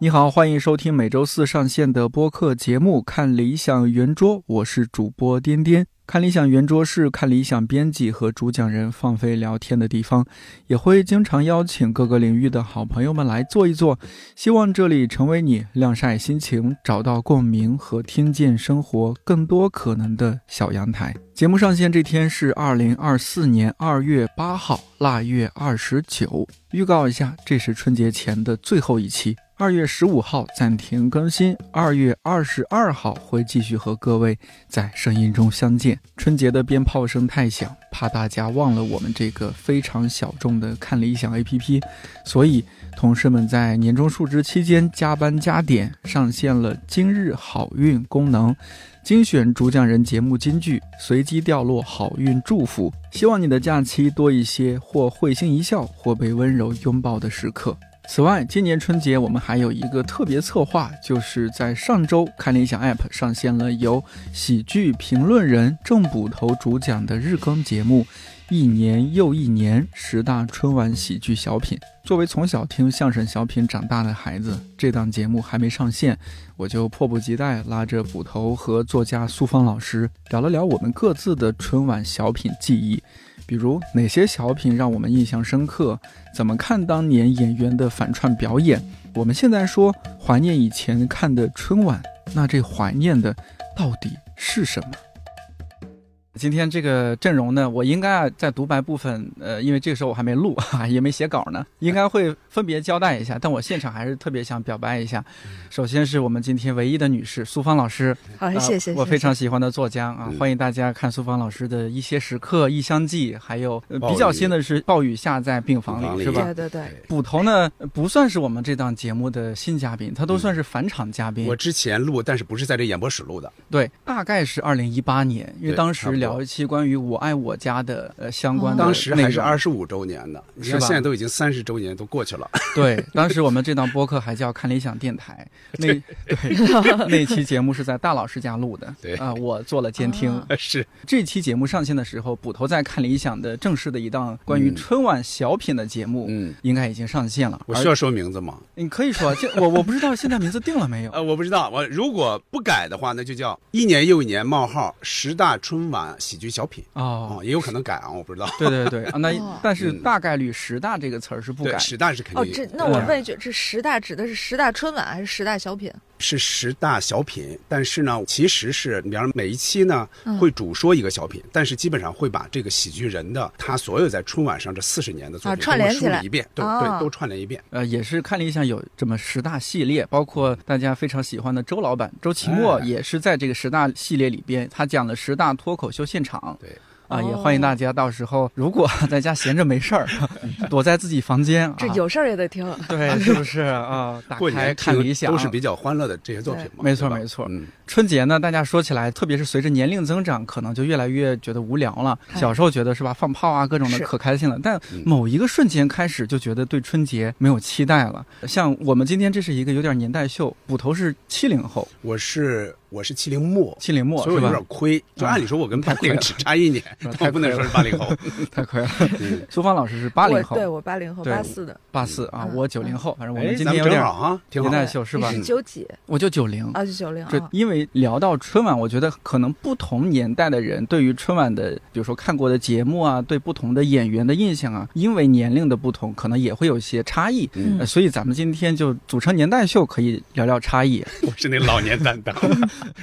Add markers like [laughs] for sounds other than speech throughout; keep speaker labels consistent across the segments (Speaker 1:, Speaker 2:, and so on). Speaker 1: 你好，欢迎收听每周四上线的播客节目《看理想圆桌》，我是主播颠颠。看理想圆桌是看理想编辑和主讲人放飞聊天的地方，也会经常邀请各个领域的好朋友们来坐一坐，希望这里成为你晾晒心情、找到共鸣和听见生活更多可能的小阳台。节目上线这天是二零二四年二月八号，腊月二十九。预告一下，这是春节前的最后一期。二月十五号暂停更新，二月二十二号会继续和各位在声音中相见。春节的鞭炮声太响，怕大家忘了我们这个非常小众的看理想 APP，所以同事们在年终述职期间加班加点，上线了今日好运功能。精选主讲人节目金句，随机掉落好运祝福，希望你的假期多一些或会心一笑，或被温柔拥抱的时刻。此外，今年春节我们还有一个特别策划，就是在上周看理想 App 上线了由喜剧评论人郑捕头主讲的日更节目。一年又一年，十大春晚喜剧小品。作为从小听相声小品长大的孩子，这档节目还没上线，我就迫不及待拉着捕头和作家苏芳老师聊了聊我们各自的春晚小品记忆，比如哪些小品让我们印象深刻，怎么看当年演员的反串表演。我们现在说怀念以前看的春晚，那这怀念的到底是什么？今天这个阵容呢，我应该啊在独白部分，呃，因为这个时候我还没录 [laughs] 哈，也没写稿呢，应该会分别交代一下。但我现场还是特别想表白一下，首先是我们今天唯一的女士苏芳老师，
Speaker 2: 好，
Speaker 1: 呃
Speaker 2: 哎谢谢。
Speaker 1: 我非常
Speaker 2: 谢
Speaker 1: 喜欢的作家啊，
Speaker 3: 嗯
Speaker 1: 欢迎大家看苏芳老师的一些时刻、异乡记，还有、呃
Speaker 3: 暴
Speaker 1: 比较
Speaker 3: 雨
Speaker 1: 新的是《暴雨下在病房里》
Speaker 3: 房里
Speaker 1: 是
Speaker 2: 谢
Speaker 1: 吧？哎
Speaker 2: 对对对，
Speaker 1: 捕头呢不算是我们这档节目的新嘉宾，他都
Speaker 3: 嗯
Speaker 1: 算是返场嘉
Speaker 2: 嗯
Speaker 1: 宾。
Speaker 3: 我之前录，但是不是在这演播室录的，
Speaker 1: 对，大概是二零一八年，因为
Speaker 3: 对
Speaker 1: 当
Speaker 3: 差
Speaker 1: 时
Speaker 3: 不多
Speaker 1: 聊一期关于“我爱我家的”呃相关
Speaker 2: 哦
Speaker 1: 的、
Speaker 3: 当时还是二
Speaker 1: 十。
Speaker 3: 十五周年呢。你
Speaker 1: 是
Speaker 3: 看
Speaker 1: 吧
Speaker 3: 现在都已经三十周年都过去了， [laughs]
Speaker 1: 对，当时我们这档播客还叫“看理想电台”，
Speaker 3: [laughs]
Speaker 1: 那对那期节目是在大老师家录的，
Speaker 3: 对
Speaker 1: 啊、我做了监听。
Speaker 2: 啊
Speaker 3: 是
Speaker 1: 这期节目上线的时候，捕头在看理想的正式的一档关于
Speaker 3: 嗯
Speaker 1: 春晚小品的节目，
Speaker 3: 嗯，
Speaker 1: 应该已经上线了。
Speaker 3: 我
Speaker 1: 而
Speaker 3: 需要说名字吗？
Speaker 1: 你可以说，这我我不知道现在名字定了没
Speaker 3: [laughs]
Speaker 1: 有。
Speaker 3: 呃，我不知道，我如果不改的话，那就叫一年又一年冒号十大春晚喜剧小品
Speaker 1: 哦
Speaker 3: 哦，，也有可能改啊，我不知道。
Speaker 1: 对对对，啊、那
Speaker 2: 哦
Speaker 1: 但是
Speaker 3: 嗯
Speaker 1: 大概率“十大”这个词儿是不
Speaker 3: 对
Speaker 1: 改，
Speaker 3: 十大是肯
Speaker 2: 哦，
Speaker 3: 定
Speaker 2: 这
Speaker 3: 有
Speaker 2: 那
Speaker 1: 哎
Speaker 3: 对
Speaker 2: 我
Speaker 3: 啊
Speaker 2: 问一句，这十大指的是十大春晚还是十大小品？
Speaker 1: 啊
Speaker 3: 是十大小品，但是呢，其实是比方说每一期呢
Speaker 2: 嗯
Speaker 3: 会主说一个小品，但是基本上会把这个喜剧人的他所有在春晚上这四十年的作
Speaker 2: 啊
Speaker 3: 品
Speaker 2: 串
Speaker 3: 都会
Speaker 2: 联起
Speaker 3: 梳理
Speaker 2: 来
Speaker 3: 一遍，对
Speaker 2: 啊
Speaker 3: 对，都串联一遍。
Speaker 1: 呃，也是看了一下有这么十大系列，包括大家非常喜欢的周老板周奇墨
Speaker 3: 哎
Speaker 1: 也是在这个十大系列里边，他讲了十大脱口秀现场。
Speaker 3: 对。
Speaker 1: 啊，也
Speaker 2: 哦
Speaker 1: 欢迎大家到时候如果 [laughs] 在家闲着没事
Speaker 3: [laughs]
Speaker 1: 儿，躲在自己房间，啊
Speaker 2: 这有事儿也得听。
Speaker 1: 对，是不是
Speaker 3: [laughs]
Speaker 1: 啊？打
Speaker 3: 过
Speaker 1: 开
Speaker 3: 年
Speaker 1: 看
Speaker 3: 听
Speaker 1: 理想，
Speaker 3: 都是比较欢乐的这些作品嘛，
Speaker 1: 啊没错
Speaker 3: 对吧
Speaker 1: 没错
Speaker 3: 嗯，
Speaker 1: 春节呢，大家说起来，特别是随着年龄增长，可能就越来越觉得无聊了。
Speaker 2: 哎
Speaker 1: 小时候觉得是吧，放炮啊，各种的
Speaker 2: 是
Speaker 1: 可开心了，但
Speaker 3: 嗯
Speaker 1: 某一个瞬间开始就觉得对春节没有期待了。像我们今天这是一个有点年代秀，捕头是七零后，
Speaker 3: 我是我是七零末，
Speaker 1: 七零末
Speaker 3: 所以
Speaker 1: 是
Speaker 3: 我有
Speaker 1: 吧嗯
Speaker 3: 点？亏。就按理说，我跟八
Speaker 1: 太亏
Speaker 3: 零
Speaker 1: 了
Speaker 3: 只差一年， [laughs]
Speaker 1: 太亏
Speaker 3: 我
Speaker 1: 了
Speaker 3: 不能说是八零后。
Speaker 1: 太亏了。
Speaker 3: 嗯
Speaker 1: 苏芳老师是八
Speaker 2: 我
Speaker 1: 零后
Speaker 2: 对，我八零后，
Speaker 1: 对
Speaker 2: 八四的，
Speaker 1: 八四啊，
Speaker 2: 嗯
Speaker 1: 我九零后，反 [laughs] 正我们
Speaker 3: 哎
Speaker 1: 今
Speaker 3: 咱
Speaker 1: 天有
Speaker 3: 们正
Speaker 1: 点
Speaker 3: 好啊，挺好
Speaker 1: 年代
Speaker 3: 的。
Speaker 1: 秀是吧
Speaker 2: 你？是
Speaker 3: 嗯
Speaker 2: 九几
Speaker 1: 我就九零。
Speaker 2: 啊？就九零
Speaker 1: 这
Speaker 2: 啊？
Speaker 1: 因为聊到春晚，我觉得可能不同年代的人对于春晚的，比如说看过的节目啊，对不同的演员的印象啊，因为年龄的不同，可能也会有一些差异。
Speaker 3: 嗯
Speaker 1: 呃所以咱们今天就组成年代秀，可以聊聊差异。
Speaker 3: 我是那老年担
Speaker 1: [laughs]
Speaker 3: 当。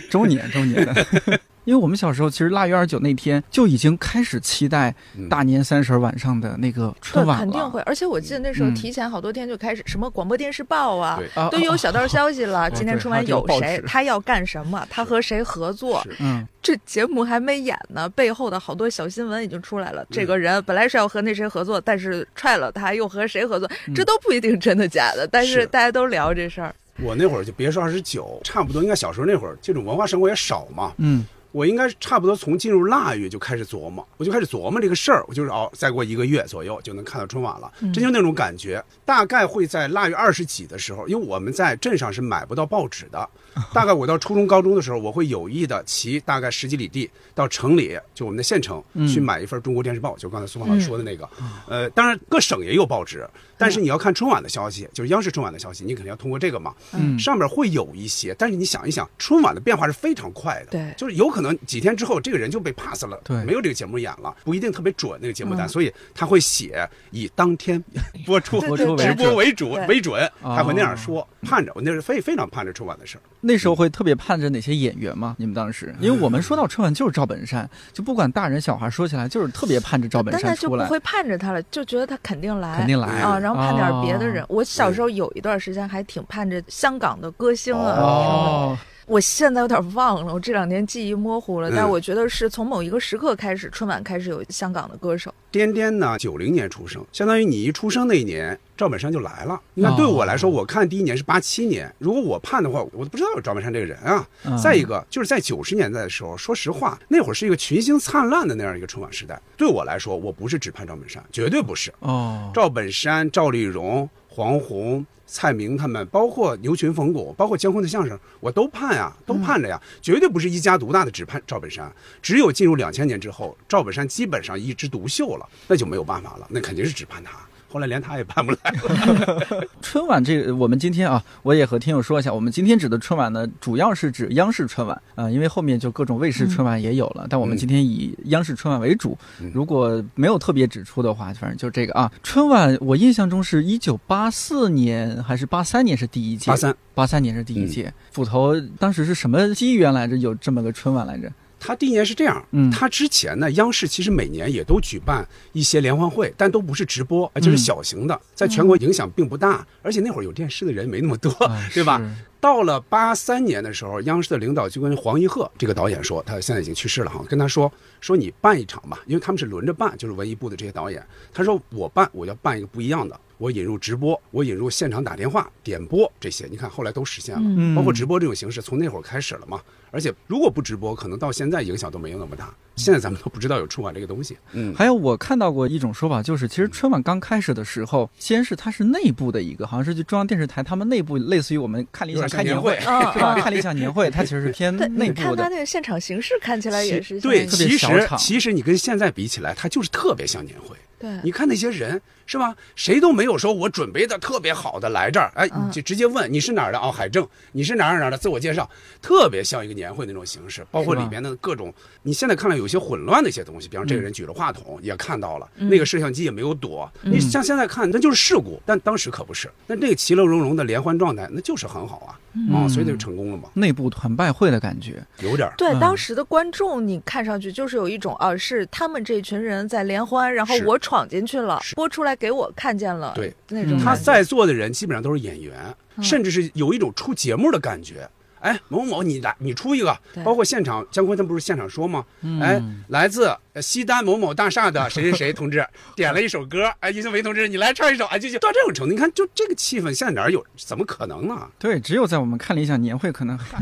Speaker 1: 周年，周年。 [laughs] 因为我们小时候，其实腊月二十九那天就已经开始期待
Speaker 3: 嗯
Speaker 1: 大年三十晚上的那个春
Speaker 2: 对，
Speaker 1: 晚了，
Speaker 2: 肯定会。而且我记得那时候
Speaker 1: 嗯
Speaker 2: 提前好多天就开始什么广播电视报啊，
Speaker 3: 对，
Speaker 1: 啊，
Speaker 2: 都有小道消息了。今天
Speaker 1: 哦对
Speaker 2: 春
Speaker 1: 还有
Speaker 2: 晚
Speaker 1: 这
Speaker 2: 有
Speaker 1: 个报
Speaker 2: 谁
Speaker 1: 纸？
Speaker 2: 他要干什么？他和谁合作？
Speaker 3: 是
Speaker 1: 嗯，
Speaker 2: 这节目还没演呢，背后的好多小新闻已经出来
Speaker 1: 嗯
Speaker 2: 了。这个人本来是要和那谁合作，但是踹了他，又和谁合作，
Speaker 1: 嗯
Speaker 2: 这都不一定真的假的。但是
Speaker 3: 是
Speaker 2: 大家都聊这事儿，
Speaker 3: 我那会儿就别说二十九，差不多应该小时候那会儿，这种文化生活也少嘛。
Speaker 1: 嗯
Speaker 3: 我应该是差不多从进入腊月就开始琢磨，我就开始琢磨这个事儿，我就是哦，再过一个月左右就能看到春晚了，真就那种感觉。大概会在腊月二十几的时候，因为我们在镇上是买不到报纸的，大概我到初中、高中的时候，我会有意的骑大概十几里地到城里，就我们的县城去买一份《中国电视报》，就刚才苏芳老师说的那个。呃，当然各省也有报纸，但是你要看春晚的消息，就是央视春晚的消息，你肯定要通过这个嘛。
Speaker 1: 嗯
Speaker 3: 上面会有一些，但是你想一想，春晚的变化是非常快的，
Speaker 2: 对
Speaker 3: 就是有可能几天之后这个人就被 pass 了，
Speaker 1: 对
Speaker 3: 没有这个节目演了，不一定特别准那个节目单，所以他会写以当天播出
Speaker 2: 播出为
Speaker 3: 直播
Speaker 1: 准
Speaker 3: 为主
Speaker 2: 对
Speaker 3: 为准，
Speaker 1: 哦
Speaker 3: 他会那样说，盼着我那是非非常盼着春晚的事儿，
Speaker 1: 那
Speaker 2: 嗯
Speaker 1: 时候会特别盼着哪些演员吗？你们当时，因为我们说到春晚就是赵本山，就不管大人小孩，说起来就是特别盼着赵本
Speaker 2: 但
Speaker 1: 山
Speaker 2: 他就
Speaker 1: 出
Speaker 2: 不
Speaker 1: 来，
Speaker 2: 会盼着他了，就觉得他肯定来，
Speaker 1: 肯定来
Speaker 2: 啊，然后盼点别的
Speaker 1: 哦
Speaker 2: 人。我小时候有一段时间还挺盼着香港的歌星啊，
Speaker 1: 哦，
Speaker 2: 我现在有点忘了，我这两年记忆模糊了，
Speaker 3: 嗯
Speaker 2: 但我觉得是从某一个时刻开始，春晚开始有香港的
Speaker 1: [laughs]
Speaker 2: 歌手。
Speaker 3: 颠颠呢，九零年出生，相当于你一出生那一年，赵本山就来了。你看，
Speaker 1: 哦
Speaker 3: 对我来说，我看第一年是八七年，如果我盼的话，我都不知道有赵本山这个人啊。
Speaker 1: 嗯
Speaker 3: 再一个，就是在九十年代的时候，说实话，那会儿是一个群星灿烂的那样一个春晚时代。对我来说，我不是只盼赵本山，绝对不是。
Speaker 1: 哦，
Speaker 3: 赵本山、赵丽蓉、黄宏、蔡明他们，包括牛群、冯巩，包括姜昆的相声，我都盼啊，都
Speaker 1: 嗯
Speaker 3: 盼着呀，绝对不是一家独大的只盼赵本山。只有进入两千年之后，赵本山基本上一枝独秀了，那就没有办法了，那肯定是只盼他。后来连他也盼不来了，
Speaker 1: 春晚这个，我们今天啊，我也和听友说一下，我们今天指的春晚呢，主要是指央视春晚啊、呃因为后面就各种卫视春
Speaker 2: 嗯
Speaker 1: 晚也有了，但我们今天以央视春晚为主。如果没有特别指出的话，反正就这个啊。春晚我印象中是一九八四年还是八三年是第一届，
Speaker 3: 八三。
Speaker 1: [laughs] 八三年是第一届。斧头当时是什么机缘来着？有这么个春晚来着？
Speaker 3: [laughs] 他第一年是这样，
Speaker 1: 嗯
Speaker 3: 他之前呢，央视其实每年也都举办一些联欢会，但都不是直播，呃就是
Speaker 1: 嗯
Speaker 3: 小型的，在全国影响并不大，而且那会儿有电视的人没那么多，
Speaker 1: 啊
Speaker 3: [laughs] 对吧？
Speaker 1: 是
Speaker 3: 到了八三年的时候，央视的领导就跟黄一鹤这个导演说，他现在已经去世了哈，跟他说说你办一场吧，因为他们是轮着办，就是文艺部的这些导演。他说我办，我要办一个不一样的，我引入直播，我引入现场打电话、点播这些，你看后来都实现了，
Speaker 1: 嗯
Speaker 3: 包括直播这种形式，从那会儿开始了嘛。而且如果不直播，可能到现在影响都没有那么大。现在咱们都不知道有春晚这个东西，嗯，
Speaker 1: 还有我看到过一种说法，就是其实春晚刚开始的时候，先是它是内部的一个，好像是就中央电视台他们内部，类似于我们看理
Speaker 3: 有
Speaker 1: 想
Speaker 3: 点像
Speaker 1: 开
Speaker 3: 年
Speaker 1: 年
Speaker 3: 会
Speaker 1: 会，
Speaker 2: 嗯
Speaker 1: 对
Speaker 3: [laughs]
Speaker 1: 吧？
Speaker 2: 嗯
Speaker 1: 看理想年会，它其实是偏
Speaker 2: 但
Speaker 1: 内
Speaker 2: 你
Speaker 1: 部
Speaker 2: 看他
Speaker 1: 的。
Speaker 2: 那个现场形式，看起来也是
Speaker 3: 对，
Speaker 1: 特别
Speaker 2: 像
Speaker 3: 其
Speaker 1: 小
Speaker 3: 实
Speaker 1: 场
Speaker 3: 其实你跟现在比起来，它就是特别像年会。
Speaker 2: 对
Speaker 3: 你看那些人是吧？谁都没有说我准备的特别好的来这儿，哎，
Speaker 2: 嗯
Speaker 3: 你就直接问你是哪儿的哦，海正，你是哪儿哪儿哪儿的，自我介绍，特别像一个年会那种形式，包括
Speaker 1: 是吧
Speaker 3: 里面的各种，你现在看来有些混乱的一些东西，比方这个人举着话筒也看到了，那个摄像机也没有躲，你像现在看那就是事故，但当时可不是，那那个其乐融融的联欢状态，那就是很好啊，啊，所以就成功了嘛，
Speaker 1: 内部团拜会的感觉，
Speaker 3: 有点儿。
Speaker 2: 对，当时的观众你看上去就是有一种啊，是他们这群人在联欢，然后
Speaker 3: 是
Speaker 2: 我闯进去了，
Speaker 3: 是
Speaker 2: 播出来给我看见了，
Speaker 3: 对
Speaker 2: 那种
Speaker 1: 嗯
Speaker 3: 他
Speaker 2: 感觉
Speaker 3: 在座的人基本上都是演员，
Speaker 2: 嗯
Speaker 3: 甚至是有一种出节目的感觉。哎，某某，你来，你出一个
Speaker 2: 对，
Speaker 3: 包括现场，姜昆他们不是现场说吗？哎，来自呃西单某某大厦的谁谁谁同志点了一首歌，哎，于秀梅同志，你来唱一首，哎，就就到这种程度，你看，就这个气氛，现在哪儿有？怎么可能呢？
Speaker 1: 对，只有在我们看理想年会可能还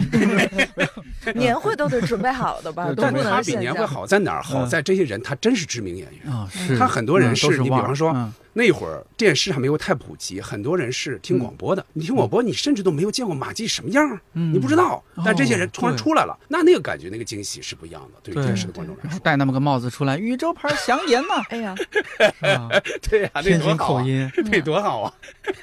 Speaker 2: 年会都得准备好的吧，
Speaker 1: 对
Speaker 2: 都
Speaker 3: 但
Speaker 2: 不
Speaker 3: 他
Speaker 2: 能
Speaker 3: 比
Speaker 2: 现
Speaker 3: 年
Speaker 2: 在，
Speaker 3: 会。好在哪儿？好在这些人，他真是知名演员。
Speaker 1: 啊，是
Speaker 3: 他很多
Speaker 1: 嗯
Speaker 3: 人
Speaker 1: 都
Speaker 3: 是
Speaker 1: 是
Speaker 3: 你比
Speaker 1: 忘
Speaker 3: 方说
Speaker 1: 嗯
Speaker 3: 那会儿电视还没有太普及，很多人是听
Speaker 1: 嗯
Speaker 3: 广播的。你听广播，你甚至都没有见过马季什么样儿，你不知道。但这些人突然
Speaker 1: 哦对
Speaker 3: 出来了，那那个感觉、那个惊喜是不一样的，对于
Speaker 1: 对
Speaker 3: 电视的观众来
Speaker 1: 然 [laughs] 后
Speaker 3: 说。
Speaker 1: 戴那么个帽子出来，宇宙牌祥言
Speaker 3: [laughs]
Speaker 1: 嘛
Speaker 2: 哎呀，
Speaker 1: 啊
Speaker 3: 对呀、那
Speaker 1: 天
Speaker 3: 多
Speaker 1: 津
Speaker 3: 好
Speaker 1: 口
Speaker 3: 啊！
Speaker 1: 音，嗯
Speaker 3: [laughs] 那多好啊！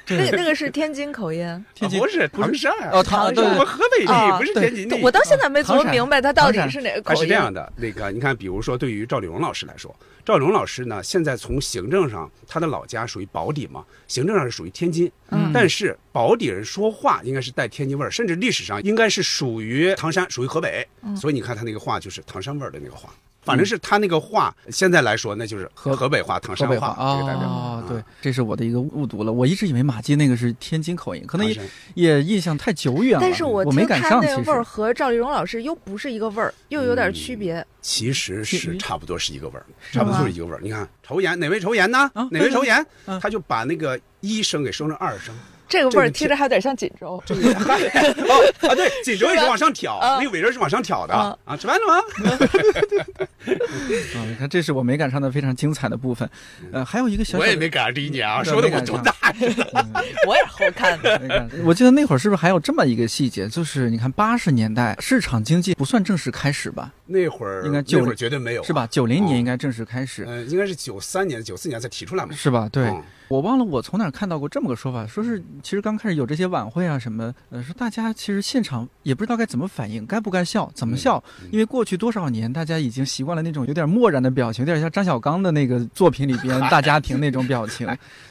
Speaker 2: 那那个是天津口音，
Speaker 1: 天津
Speaker 3: 啊不是唐山啊，
Speaker 1: 哦唐
Speaker 3: [laughs]
Speaker 2: 对
Speaker 3: 我们河北
Speaker 2: 啊
Speaker 3: 的，不是天津的。
Speaker 2: 我到现在没琢
Speaker 1: 唐
Speaker 2: 磨
Speaker 1: 山
Speaker 2: 明白他到底
Speaker 1: 唐山
Speaker 2: 是哪个
Speaker 3: 它
Speaker 2: 口
Speaker 3: 是
Speaker 2: 音。
Speaker 3: 这样的，那个你看，比如说对于赵丽蓉老师来说，赵丽蓉老师呢，现在从行政上，她的老家属于保底嘛，行政上是属于天津，
Speaker 2: 嗯
Speaker 3: 但是保底人说话应该是带天津味儿，甚至历史上应该是属于唐山，属于河北，所以你看他那个话就是唐山味儿的那个话，反正是他那个话，现在来说那就是
Speaker 1: 河
Speaker 3: 河北话、唐
Speaker 1: 河
Speaker 3: 山
Speaker 1: 北
Speaker 3: 话这个代表。
Speaker 1: 哦，
Speaker 3: 嗯
Speaker 1: 对，这是我的一个误读了。我一直以为马季那个是天津口音，可能也
Speaker 3: 唐山
Speaker 1: 也印象太久远了。
Speaker 2: 但是
Speaker 1: 我没
Speaker 2: 听
Speaker 1: 赶
Speaker 2: 他
Speaker 1: 上，其
Speaker 2: 那
Speaker 1: 实
Speaker 2: 味儿和赵丽蓉老师又不是一个味儿，又有点区别。
Speaker 3: 其实是
Speaker 1: 嗯
Speaker 3: 差不多是一个味儿，
Speaker 1: 吗
Speaker 3: 差不多就是一个味儿。你看，抽烟哪位抽烟呢
Speaker 1: 啊？
Speaker 3: 哪位抽烟
Speaker 1: 嗯？
Speaker 3: 他就把那个一声给升成二声，
Speaker 2: 这个味
Speaker 3: 这
Speaker 2: 儿
Speaker 3: 个
Speaker 2: 听着还有点像锦州。
Speaker 3: 这个哦 [laughs] 啊，对，锦州也是往上挑，
Speaker 2: 吧
Speaker 3: 那个尾椎是往上挑的
Speaker 2: 啊
Speaker 3: 啊。吃饭了吗？
Speaker 1: 啊，你看，这是我没赶上的非常精彩的部分。呃，还有一个小小
Speaker 3: [laughs] 嗯我
Speaker 1: 的
Speaker 3: 也没赶上第一年啊，
Speaker 1: 对
Speaker 3: 说的
Speaker 1: 没
Speaker 3: 我
Speaker 1: 赶
Speaker 3: 多
Speaker 1: 上
Speaker 3: 大呀？
Speaker 2: 我也是后看
Speaker 1: [laughs]
Speaker 2: 的。
Speaker 1: 没看我记得那会儿是不是还有这么一个细节？就是你看八十年代市场经济不算正式开始吧，
Speaker 3: [laughs] 那会儿
Speaker 1: 应该
Speaker 3: 那
Speaker 1: 就
Speaker 3: 会儿绝对没有，啊哦
Speaker 1: 是？吧？九零年应该正式开始，
Speaker 3: 嗯，应该是九三年、九四年才提出来嘛。
Speaker 1: 是吧？对，
Speaker 3: 嗯
Speaker 1: 我忘了我从哪儿看到过这么个说法，说是其实刚开始有这些晚会啊什么，呃，说大家其实现场也不知道该怎么反应，该不该笑，怎么笑，因为过去多少年大家已经习惯了那种有点漠然的表情，有点像张小刚的那个作品里边大家庭那种表情，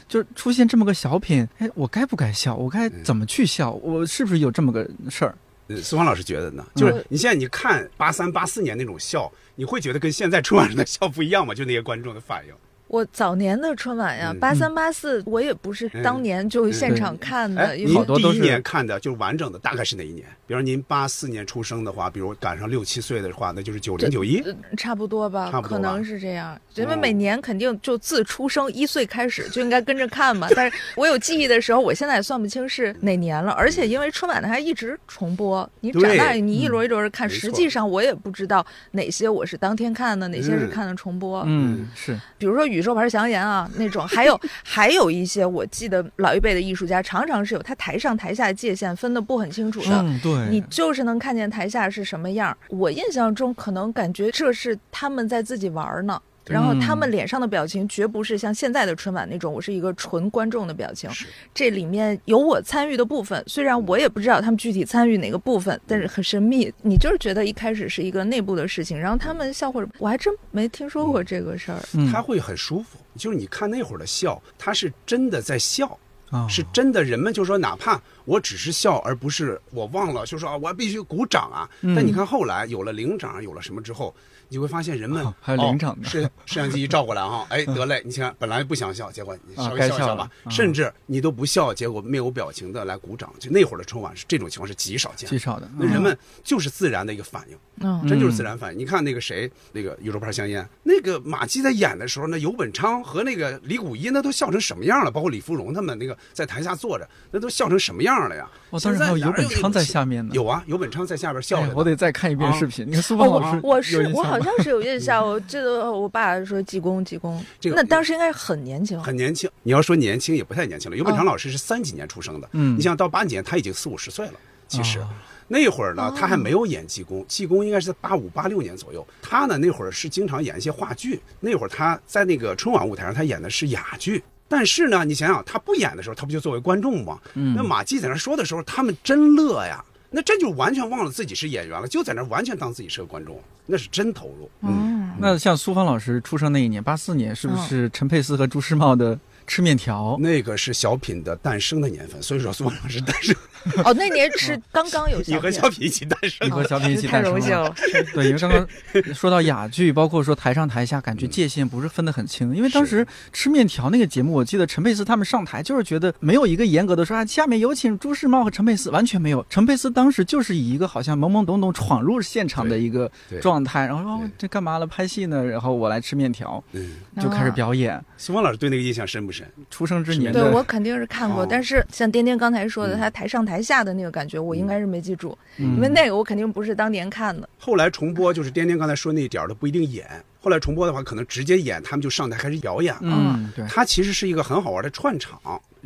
Speaker 1: 就是出现这么个小品，哎，我该不该笑？我该怎么去笑？我是不是有这么个事儿？
Speaker 3: 呃苏芳老师觉得呢？就是你现在你看八三八四年那种笑，你会觉得跟现在春晚上的笑不一样吗？就那些观众的反应。
Speaker 2: 我早年的春晚呀
Speaker 3: 嗯，
Speaker 2: 八三八四，我也不是当年就现场看
Speaker 3: 哎，
Speaker 2: 的，因
Speaker 3: 您
Speaker 2: 为
Speaker 1: 好多
Speaker 3: 第
Speaker 1: 都
Speaker 3: 一
Speaker 1: 是
Speaker 3: 年看的就是完整的，大概是哪一年？比如您八四年出生的话，比如赶上六七岁的话，那就是九零九一。
Speaker 2: 差不多吧，
Speaker 3: 差不多吧
Speaker 2: 可能是这样。因
Speaker 3: 哦
Speaker 2: 为每年肯定就自出生一岁开始就应该跟着看嘛。但是我有记忆的时候，我现在也算不清是哪年了。而且因为春晚它还一直重播，你
Speaker 3: 对嗯
Speaker 2: 长大你一轮一轮看，
Speaker 3: 没错
Speaker 2: 实际上我也不知道哪些我是当天看的，哪些是看的重播。
Speaker 1: 嗯，是，
Speaker 2: 比如说宇宙牌祥言啊那种，还
Speaker 3: [laughs]
Speaker 2: 有还有一些，我记得老一辈的艺术家常常是有他台上台下界限分的不很清楚的。
Speaker 1: 嗯，对，
Speaker 2: 啊你就是能看见台下是什么样儿。我印象中可能感觉这是他们在自己玩儿呢，
Speaker 3: 对
Speaker 2: 然后他们脸上的表情绝不是像现在的春晚那种，我是一个纯观众的表情。
Speaker 3: 是
Speaker 2: 这里面有我参与的部分，虽然我也不知道他们具体参与哪个部分，但是很神秘。你就是觉得一开始是一个内部的事情，然后他们笑或者我还真没听说过这个事儿。
Speaker 1: 嗯
Speaker 3: 他会很舒服，就是你看那会儿的笑，他是真的在笑，
Speaker 1: 啊
Speaker 3: 是真的。人们就说，哪怕我只是笑，而不是我忘了，就说啊，我必须鼓掌啊。
Speaker 1: 嗯
Speaker 3: 但你看后来有了领掌，有了什么之后，你会发现人们、
Speaker 1: 哦还有领掌呢
Speaker 3: 哦摄摄像机一照过
Speaker 1: [laughs]
Speaker 3: 来哈，哎，得嘞，你想本来不想笑，结果你
Speaker 1: 啊
Speaker 3: 稍微
Speaker 1: 该
Speaker 3: 笑一
Speaker 1: 笑
Speaker 3: 笑
Speaker 1: 了
Speaker 3: 吧，
Speaker 1: 啊
Speaker 3: 甚至你都不笑，结果面无表情的来鼓掌。就那会儿的春晚是这种情况是极少见
Speaker 1: 极
Speaker 3: 的，
Speaker 1: 少的，嗯
Speaker 3: 那人们就是自然的一个反应。
Speaker 2: 嗯，
Speaker 3: 真就是自然反应。你看那个谁，那个宇宙牌香烟，那个马季在演的时候，那尤本昌和那个李谷一，那都笑成什么样了？包括李芙蓉他们那个在台下坐着，那都笑成什么样了呀？
Speaker 1: 哦，当
Speaker 3: 现
Speaker 1: 时还
Speaker 3: 在
Speaker 1: 有
Speaker 3: 哪
Speaker 1: 尤
Speaker 3: 有
Speaker 1: 本昌在下
Speaker 3: 面。
Speaker 1: 面呢，
Speaker 3: 有啊，尤本昌在下边笑
Speaker 1: 哎
Speaker 3: 着呢。
Speaker 1: 我得再看一遍
Speaker 3: 啊
Speaker 1: 视频。你看苏芳
Speaker 2: 哦，
Speaker 1: 老师
Speaker 2: 我我
Speaker 1: 有
Speaker 2: 是
Speaker 1: 印
Speaker 2: 我
Speaker 1: 象
Speaker 2: 好
Speaker 1: 吗
Speaker 2: 像是有印象，我记得我爸说济公济公，
Speaker 3: 这个
Speaker 2: 那当时应该很年轻，
Speaker 3: 很年轻，你要说年轻也不太年轻了。尤本昌
Speaker 2: 嗯
Speaker 3: 老师是三几年出生的，
Speaker 1: 哦嗯
Speaker 3: 你想到八几年他已经四五十岁了。其实、
Speaker 1: 哦
Speaker 3: 那会儿呢，他还没有演济公，济公应该是在八五八六年左右。他呢那会儿是经常演一些话剧，那会儿他在那个春晚舞台上，他演的是哑剧。但是呢，你想想他不演的时候，他不就作为观众吗？
Speaker 1: 嗯
Speaker 3: 那马季在那说的时候，他们真乐呀，那这就完全忘了自己是演员了，就在那完全当自己是个观众，那是真投入。嗯，
Speaker 1: 那像苏芳老师出生那一年，八四年，是不
Speaker 2: 嗯
Speaker 1: 是陈佩斯和朱时茂的《吃面条》？
Speaker 3: 那个是小品的诞生的年份，所以说苏老师诞生。
Speaker 1: [laughs]
Speaker 2: 哦，那年
Speaker 1: 嗯
Speaker 2: 是刚刚有
Speaker 3: 你和
Speaker 2: 小哦
Speaker 3: 小品一起诞生
Speaker 1: 你和小品一起
Speaker 2: [laughs]
Speaker 1: 诞
Speaker 2: 太
Speaker 1: 生
Speaker 2: 荣幸
Speaker 1: 了
Speaker 2: 了。
Speaker 1: 对，因为刚刚说到哑剧，包括说台上台下，
Speaker 3: 嗯
Speaker 1: 感觉界限不是分得很清。因为当时吃面条那个节目，我记得陈佩斯他们上台就是觉得没有一个严格的说啊，下面有请朱时茂和陈佩斯，完全没有。陈佩斯当时就是以一个好像懵懵懂懂闯入现场的一个
Speaker 3: 对对
Speaker 1: 状态，然后哦
Speaker 3: 对
Speaker 1: 这干嘛了？拍戏呢？然后我来吃面条，
Speaker 3: 嗯，
Speaker 2: 啊
Speaker 1: 就开始表演。
Speaker 3: 苏芳老师对那个印象深不深？
Speaker 1: 出生之
Speaker 3: 是
Speaker 1: 年
Speaker 2: 对
Speaker 1: 的
Speaker 2: 我肯定是看过，
Speaker 3: 哦
Speaker 2: 但是像颠颠刚才说的，
Speaker 3: 嗯
Speaker 2: 他台上台下的那个感觉，我应该是没记住，
Speaker 1: 嗯
Speaker 2: 因为那个我肯定不是当年看的。
Speaker 3: 后来重播就是颠颠刚才说那一点儿，他不一定演。后来重播的话，可能直接演，他们就上台开始表演了。
Speaker 1: 嗯，对，
Speaker 3: 它其实是一个很好玩的串场。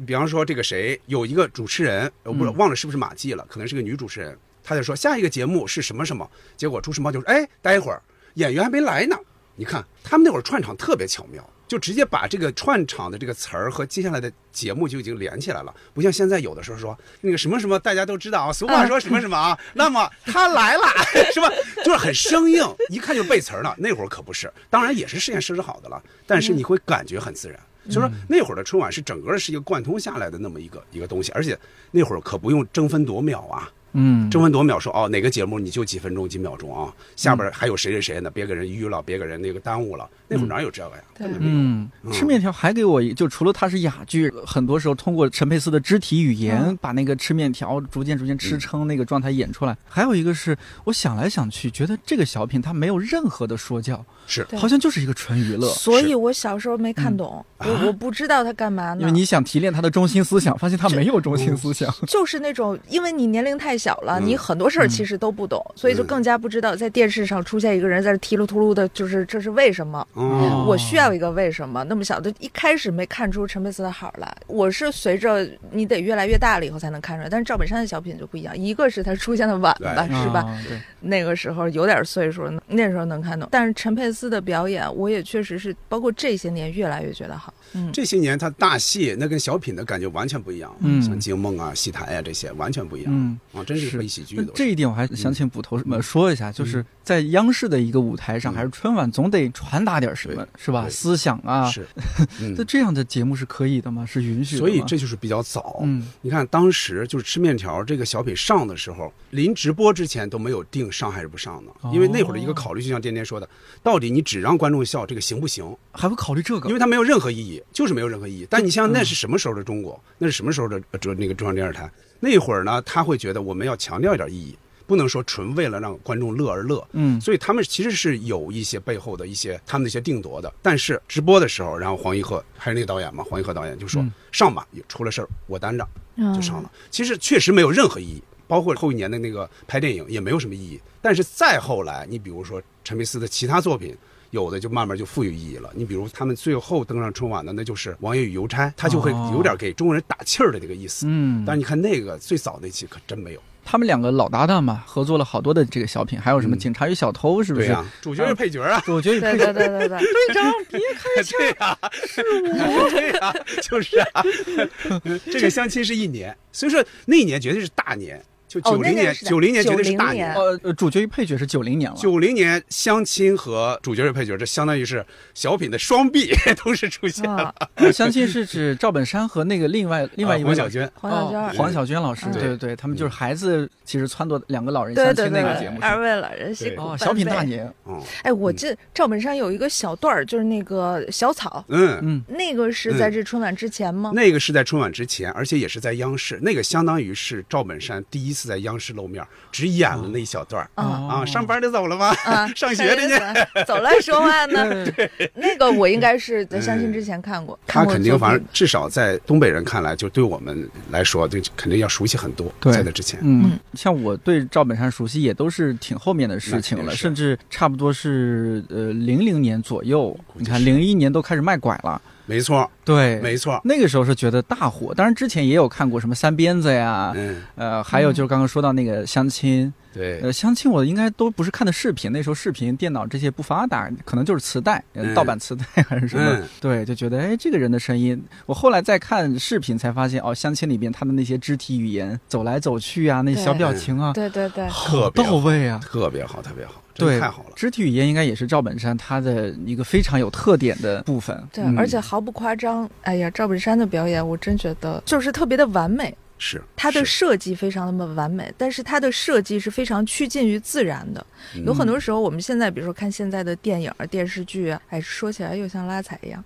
Speaker 3: 比方说，这个谁有一个主持人，我不知道忘了是不是马季了，可能是个女主持人，她就说下一个节目是什么什么，结果朱时茂就说：“哎，待会儿演员还没来呢。”你看他们那会儿串场特别巧妙，就直接把这个串场的这个词儿和接下来的节目就已经连起来了，不像现在有的时候说那个什么什么大家都知道啊，俗话说什么什么啊，那么他来了 [laughs] 是吧？就是很生硬，一看就背词儿了。那会儿可不是，当然也是实验设置好的了，但是你会感觉很自然。所以说那会儿的春晚是整个是一个贯通下来的那么一个一个东西，而且那会儿可不用争分夺秒啊，
Speaker 1: 嗯，
Speaker 3: 争分夺秒说哦，哪个节目你就几分钟几秒钟啊，下边还有谁谁谁呢，别给人淤了，别给人那个耽误了。那会儿哪有这个呀？
Speaker 2: 对
Speaker 3: 根本没有。
Speaker 1: 嗯，吃面条还给我一，就除了它是哑剧，很多时候通过陈佩斯的肢体语言，
Speaker 2: 嗯
Speaker 1: 把那个吃面条逐渐逐渐吃撑那个状态演出来。还有一个是，我想来想去，觉得这个小品它没有任何的说教，
Speaker 3: 是
Speaker 2: 对
Speaker 1: 好像就是一个纯娱乐。
Speaker 2: 所以我小时候没看懂，
Speaker 3: 啊
Speaker 2: 我我不知道他干嘛
Speaker 1: 因
Speaker 2: 呢
Speaker 1: 为。你想提炼他的中心思想，发现他
Speaker 2: 这
Speaker 1: 没有中心思想。
Speaker 2: 就是那种，因为你年龄太小了，
Speaker 3: 嗯
Speaker 2: 你很多事儿其实都不懂，所以就更加不知道在电视上出现一个人在这提噜秃噜的，就是这是为什么。
Speaker 1: 哦
Speaker 3: 嗯，
Speaker 2: 我需要一个为什么？那么小的，一开始没看出陈佩斯的好来。我是随着你得越来越大了以后才能看出来，但是赵本山的小品就不一样，一个是他出现的晚吧，
Speaker 3: 对
Speaker 2: 嗯是吧？
Speaker 1: [laughs] 啊对，
Speaker 2: 那个时候有点岁数，那时候能看懂。但是陈佩斯的表演，我也确实是，包括这些年越来越觉得好。嗯，
Speaker 3: 这些年他大戏那跟小品的感觉完全不一样，
Speaker 1: 嗯
Speaker 3: 像《惊梦》啊、戏台啊这些完全不一样，
Speaker 1: 嗯。
Speaker 3: 啊，真是
Speaker 1: 是
Speaker 3: 非喜剧
Speaker 1: 那
Speaker 3: 都
Speaker 1: 这
Speaker 3: 是。
Speaker 1: 一点我还想请捕头们说一下，
Speaker 2: 嗯
Speaker 1: 就是在央视的一个舞台上，
Speaker 3: 嗯
Speaker 1: 还是春晚，总得传达点什么，是吧？
Speaker 3: 对
Speaker 1: 思想啊，
Speaker 3: 是，嗯
Speaker 1: 那 [laughs] 这样的节目是可以的吗？是允许的吗？
Speaker 3: 所以这就是比较早。
Speaker 1: 嗯
Speaker 3: 你看当时就是吃面条这个小品上的时候，临直播之前都没有定上还是不上呢，因为那会儿的一个考虑，就像颠颠说的，
Speaker 1: 哦
Speaker 3: 到底你只让观众笑，这个行不行？
Speaker 1: 还会考虑这个，
Speaker 3: 因为它没有任何意义，就是没有任何意义。但你想想，那是什么时候的中国？那是什么时候的呃中那个中央电视台？那会儿呢，他会觉得我们要强调一点意义，不能说纯为了让观众乐而乐。
Speaker 1: 嗯
Speaker 3: 所以他们其实是有一些背后的一些他们的一些定夺的。但是直播的时候，然后黄一鹤还是那个导演嘛，黄一鹤导演就说、
Speaker 1: 嗯
Speaker 3: 上吧，也出了事儿我担着，就上
Speaker 2: 嗯
Speaker 3: 了。其实确实没有任何意义，包括后一年的那个拍电影也没有什么意义。但是再后来，你比如说陈佩斯的其他作品。有的就慢慢就富有意义了。你比如他们最后登上春晚的，那就是《王爷与邮差》，他就会
Speaker 1: 哦
Speaker 3: 有点给中国人打气儿的这个意思。
Speaker 1: 嗯，
Speaker 3: 但你看那个最早那期可真没有，
Speaker 1: 他们两个老搭档嘛，合作了好多的这个小品，还有什么《
Speaker 3: 嗯
Speaker 1: 警察与小偷》，是不
Speaker 3: 对
Speaker 1: 是
Speaker 3: 呀、？主角是配角啊，
Speaker 1: 我觉得也
Speaker 2: 对
Speaker 1: 配
Speaker 2: 对对嗯对对，队长别开枪，
Speaker 3: 对呀、对呀、就是啊，这个相亲是一年，所以说那一年绝对是大年，就
Speaker 2: 哦
Speaker 3: 九零
Speaker 2: 那
Speaker 3: 年
Speaker 2: 个，是大
Speaker 3: 九零、年绝对是大
Speaker 2: 90年
Speaker 1: 呃，呃主角与配角是九零年了，
Speaker 3: 九零年相亲和主角与配角，这相当于是小品的双臂 [laughs] 同时出现了。
Speaker 2: 啊，
Speaker 1: 呃相亲是指赵本山和那个另外另外一位
Speaker 3: 啊黄
Speaker 1: 老
Speaker 3: 小娟，
Speaker 2: 黄小娟
Speaker 1: 哦
Speaker 2: 儿。
Speaker 1: 黄小娟老师，
Speaker 2: 嗯
Speaker 1: 对对对，他们就是孩子，其实撺掇两个老人
Speaker 2: 对
Speaker 1: 相
Speaker 2: 对
Speaker 1: 亲
Speaker 2: 对
Speaker 1: 那个
Speaker 2: 对
Speaker 1: 节，目是。
Speaker 2: 二位老人辛苦
Speaker 1: 哦，
Speaker 2: 半
Speaker 1: 小品大
Speaker 2: 辈。
Speaker 1: 年，
Speaker 3: 嗯
Speaker 2: 哎，我这赵本山有一个小段儿，就是那个小草，
Speaker 3: 嗯。
Speaker 1: 嗯，
Speaker 2: 那个是在这春晚之前吗？
Speaker 3: 那个是在春晚之前，而且也是在央视，那个相当于是赵本山第一次在央视露面，只演了那一小段儿、
Speaker 2: 啊
Speaker 1: 哦
Speaker 3: 啊，上班的走了
Speaker 1: [laughs]
Speaker 3: 吗？
Speaker 2: 啊，
Speaker 3: 上学的呢，
Speaker 2: 呢， [laughs] 走了说话呢。
Speaker 1: 对
Speaker 2: 那个我应该是在相亲之前看过，
Speaker 3: 他
Speaker 2: 看过
Speaker 3: 肯定，
Speaker 2: 作
Speaker 3: 反
Speaker 2: 品
Speaker 3: 正至少在东北人看来，就对我们来说，对肯定要熟悉很多。
Speaker 1: 对
Speaker 3: 在那之前，
Speaker 1: 嗯
Speaker 2: 嗯，
Speaker 1: 像我对赵本山熟悉也都是挺后面的事情
Speaker 3: 那肯
Speaker 1: 了，
Speaker 3: 定是
Speaker 1: 甚至差不多是呃零零年左右，你
Speaker 3: 估计是
Speaker 1: 看零一年都开始卖拐了，
Speaker 3: 没错，
Speaker 1: 对，
Speaker 3: 没错，
Speaker 1: 那个时候是觉得大火，当然之前也有看过什么三鞭子呀，
Speaker 3: 嗯，
Speaker 1: 呃，还有就是刚刚说到那个相亲，
Speaker 3: 对，
Speaker 1: 呃，相亲我应该都不是看的视频，那时候视频、电脑这些不发达，可能就是磁带，呃
Speaker 3: 嗯
Speaker 1: 盗版磁带还是什么，
Speaker 3: 嗯
Speaker 1: 对，就觉得哎，这个人的声音，我后来再看视频才发现，哦，相亲里边他的那些肢体语言，走来走去啊，那
Speaker 2: 对
Speaker 1: 小表情啊，
Speaker 2: 对对对，
Speaker 1: 好到位啊。
Speaker 3: 嗯特别好，特别好，真
Speaker 1: 对，
Speaker 3: 的太好了。
Speaker 1: 肢体语言应该也是赵本山他的一个非常有特点的部分。
Speaker 2: 对
Speaker 1: 嗯，
Speaker 2: 而且毫不夸张。哎呀，赵本山的表演，我真觉得就是特别的完美。
Speaker 3: 是
Speaker 2: 他的
Speaker 3: 是
Speaker 2: 设计非常那么完美，但是他的设计是非常趋近于自然的。
Speaker 3: 嗯
Speaker 2: 有很多时候，我们现在比如说看现在的电影、啊、电视剧啊，哎，说起来又像拉踩一样，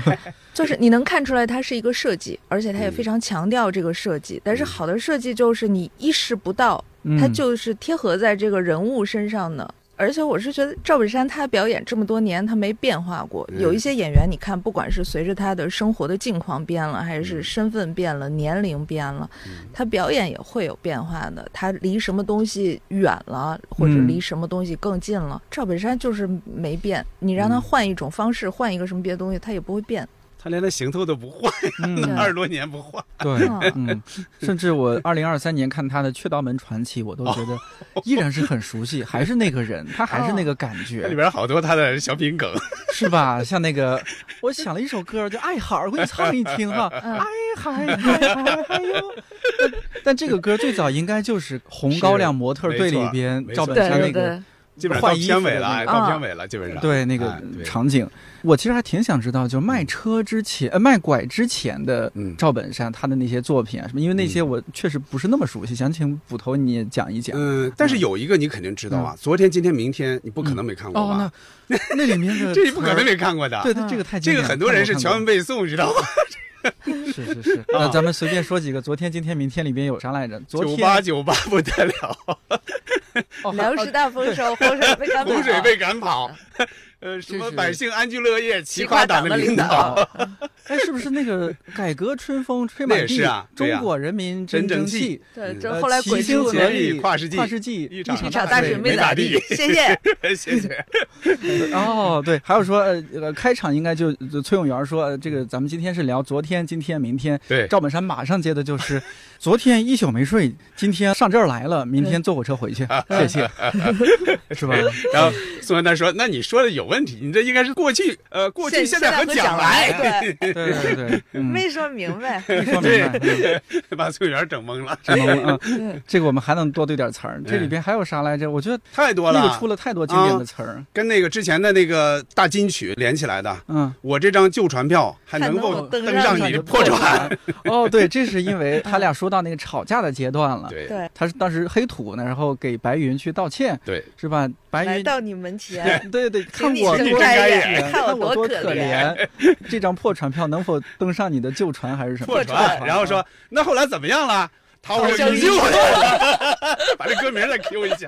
Speaker 2: [laughs] 就是你能看出来它是一个设计，而且它
Speaker 3: 嗯
Speaker 2: 也非常强调这个设计。但是好的设计就是你意识不到，
Speaker 1: 嗯
Speaker 2: 它就是贴合在这个人物身上的。而且我是觉得赵本山他表演这么多年，他没变化过。
Speaker 3: 嗯
Speaker 2: 有一些演员，你看，不管是随着他的生活的境况变了，还是身份变了、年龄变了，
Speaker 1: 嗯
Speaker 2: 他表演也会有变化的。他离什么东西远了，或者
Speaker 1: 嗯
Speaker 2: 离什么东西更近了，赵本山就是没变。你让他
Speaker 3: 嗯
Speaker 2: 换一种方式，换一个什么别的东西，他也不会 [laughs] 变。
Speaker 3: 他连那行头都不换， [laughs]
Speaker 1: 嗯
Speaker 3: 二十多年不换，
Speaker 1: [laughs] 对，
Speaker 2: 嗯
Speaker 1: 嗯，甚至我二零二三年看他的《雀刀门传奇》，我都觉得
Speaker 3: 哦
Speaker 1: 依然是很熟
Speaker 3: [laughs]
Speaker 1: 悉，还是那个人，他还是那个感
Speaker 3: 它里
Speaker 1: 觉，
Speaker 3: 边好多他的小品梗。
Speaker 1: 是吧？像那个，我想了一首歌，就《爱孩儿》，我给你唱一听
Speaker 3: [laughs]
Speaker 1: 哈，
Speaker 2: 嗯
Speaker 1: 哎嗨嗨嗨嗨哟。但但这个歌最早应该就是《红高粱模特队》里边
Speaker 3: 没错
Speaker 1: 赵本
Speaker 3: 没错
Speaker 2: 对
Speaker 1: 山那
Speaker 2: 对
Speaker 1: 个
Speaker 2: 对，
Speaker 3: 基本上到
Speaker 4: 换衣
Speaker 3: 片
Speaker 4: 服
Speaker 3: 尾
Speaker 4: 的
Speaker 3: 了，
Speaker 4: 那
Speaker 3: 哎
Speaker 4: 个
Speaker 3: 到
Speaker 2: 啊
Speaker 3: 片尾了，基本上
Speaker 1: 对那
Speaker 3: 哎
Speaker 1: 个
Speaker 3: 对
Speaker 1: 场景，我其实还挺想知道，就卖车之前、呃卖拐之前的
Speaker 3: 嗯
Speaker 1: 赵本山他的那些作品啊什么，因为那些我确实不是那么熟悉，想请捕头你也讲一讲。
Speaker 3: 嗯，但是有一个你肯定知道啊，昨天、今天、明天，你不可能没看过吧
Speaker 1: 哦，？那那里面的
Speaker 3: [laughs] 这你不可
Speaker 1: 词
Speaker 3: 能
Speaker 1: 儿
Speaker 3: 没看过的。
Speaker 1: 对，对这个太经
Speaker 3: 啊这个
Speaker 1: 典
Speaker 3: 很
Speaker 1: 了
Speaker 3: 多人是
Speaker 1: 看过
Speaker 3: 全文
Speaker 1: 看
Speaker 3: 背诵，知道吗？
Speaker 1: 过是是
Speaker 3: [laughs]
Speaker 1: 是。那咱们随便说几个，昨天、今天、明天里边有啥来着？昨
Speaker 3: 九
Speaker 1: 天
Speaker 3: 八九八不得了，
Speaker 1: 哦还
Speaker 2: 粮食
Speaker 1: [laughs]
Speaker 2: 大丰收，洪水被赶跑，
Speaker 3: 洪水被赶跑，呃，什
Speaker 1: 是
Speaker 3: 么百姓安居乐业，齐
Speaker 2: 奇
Speaker 3: 夸
Speaker 2: 夸
Speaker 3: 党
Speaker 2: 的
Speaker 3: 领导。
Speaker 2: 导，
Speaker 1: 哦哎，是不是那个改革春风吹
Speaker 3: 那
Speaker 1: 满
Speaker 3: 也
Speaker 1: 地？
Speaker 3: 是啊对啊
Speaker 1: 中国人民
Speaker 3: 真
Speaker 1: 争
Speaker 3: 争气。
Speaker 2: 对，
Speaker 3: 嗯
Speaker 2: 这
Speaker 1: 呃
Speaker 2: 后来
Speaker 1: 齐
Speaker 2: 鬼
Speaker 1: 心
Speaker 2: 畜
Speaker 1: 合
Speaker 3: 合
Speaker 1: 力，
Speaker 3: 力跨世纪
Speaker 1: 跨世纪，
Speaker 3: 一场
Speaker 2: 一
Speaker 3: 大
Speaker 2: 场大
Speaker 3: 水
Speaker 2: 水
Speaker 3: 没
Speaker 2: 没
Speaker 3: 咋
Speaker 2: 咋
Speaker 3: 地
Speaker 2: 地，
Speaker 3: [laughs]
Speaker 2: 谢谢。
Speaker 3: 谢谢。
Speaker 1: 哦，对，还有说，呃，呃开场应该就就崔永元说，呃这个咱们今天是聊昨天、今天、明天。
Speaker 3: 对，
Speaker 1: 赵本山马上接的就是，昨天一宿没睡，今天上这儿来了，明天坐火车回去，谢
Speaker 3: [laughs]
Speaker 1: 谢，是吧？
Speaker 3: 然后宋丹丹说：“那你说的有问题，你这应该是过去，呃，过去、
Speaker 2: 现
Speaker 3: 现在和将
Speaker 2: 将
Speaker 3: 来。
Speaker 2: 对，
Speaker 1: 对对对，嗯，
Speaker 2: 没说明白。
Speaker 1: 没说明白。嗯”
Speaker 3: [laughs] 把崔永元整懵了，
Speaker 1: 什么啊？这个我们还能多对点词儿。这里边还有啥来着？我觉得
Speaker 3: 太多
Speaker 1: 那个
Speaker 3: 了
Speaker 1: 出，了太多经典的词儿。
Speaker 3: 跟那个之前的那个大金曲连起来的。
Speaker 1: 嗯，
Speaker 3: 我这张旧船票还
Speaker 2: 还
Speaker 3: 能
Speaker 2: 能
Speaker 3: 够
Speaker 2: 够登
Speaker 3: 登
Speaker 2: 上
Speaker 3: 上你
Speaker 2: 你
Speaker 3: 的
Speaker 2: 的
Speaker 3: 破
Speaker 2: 破
Speaker 3: 啊船。
Speaker 1: [laughs] 哦，对，这是因为他俩说到那个吵架的阶段了。
Speaker 3: 对
Speaker 2: 对，
Speaker 1: 他是当时黑土呢，然后给白云去道歉，
Speaker 3: 对，
Speaker 1: 是吧？白
Speaker 2: 来
Speaker 1: 云
Speaker 2: 到你门前，
Speaker 1: [laughs] 对对，看
Speaker 2: 请你
Speaker 1: 我
Speaker 2: 睁
Speaker 1: 多
Speaker 2: 开
Speaker 3: 眼
Speaker 1: 可怜
Speaker 2: 看
Speaker 1: 看
Speaker 2: 我
Speaker 1: 我
Speaker 2: 多
Speaker 1: 可
Speaker 2: 可
Speaker 1: 怜，这张破船票能否登上你的旧船还是什么？
Speaker 3: 破船。然后
Speaker 2: 啊
Speaker 3: 说，那后来怎么样了？逃
Speaker 2: 逃
Speaker 3: 生
Speaker 2: 生
Speaker 3: 依
Speaker 2: 依
Speaker 3: 旧
Speaker 2: 旧。
Speaker 3: [laughs] 把这歌名再 Q 一下。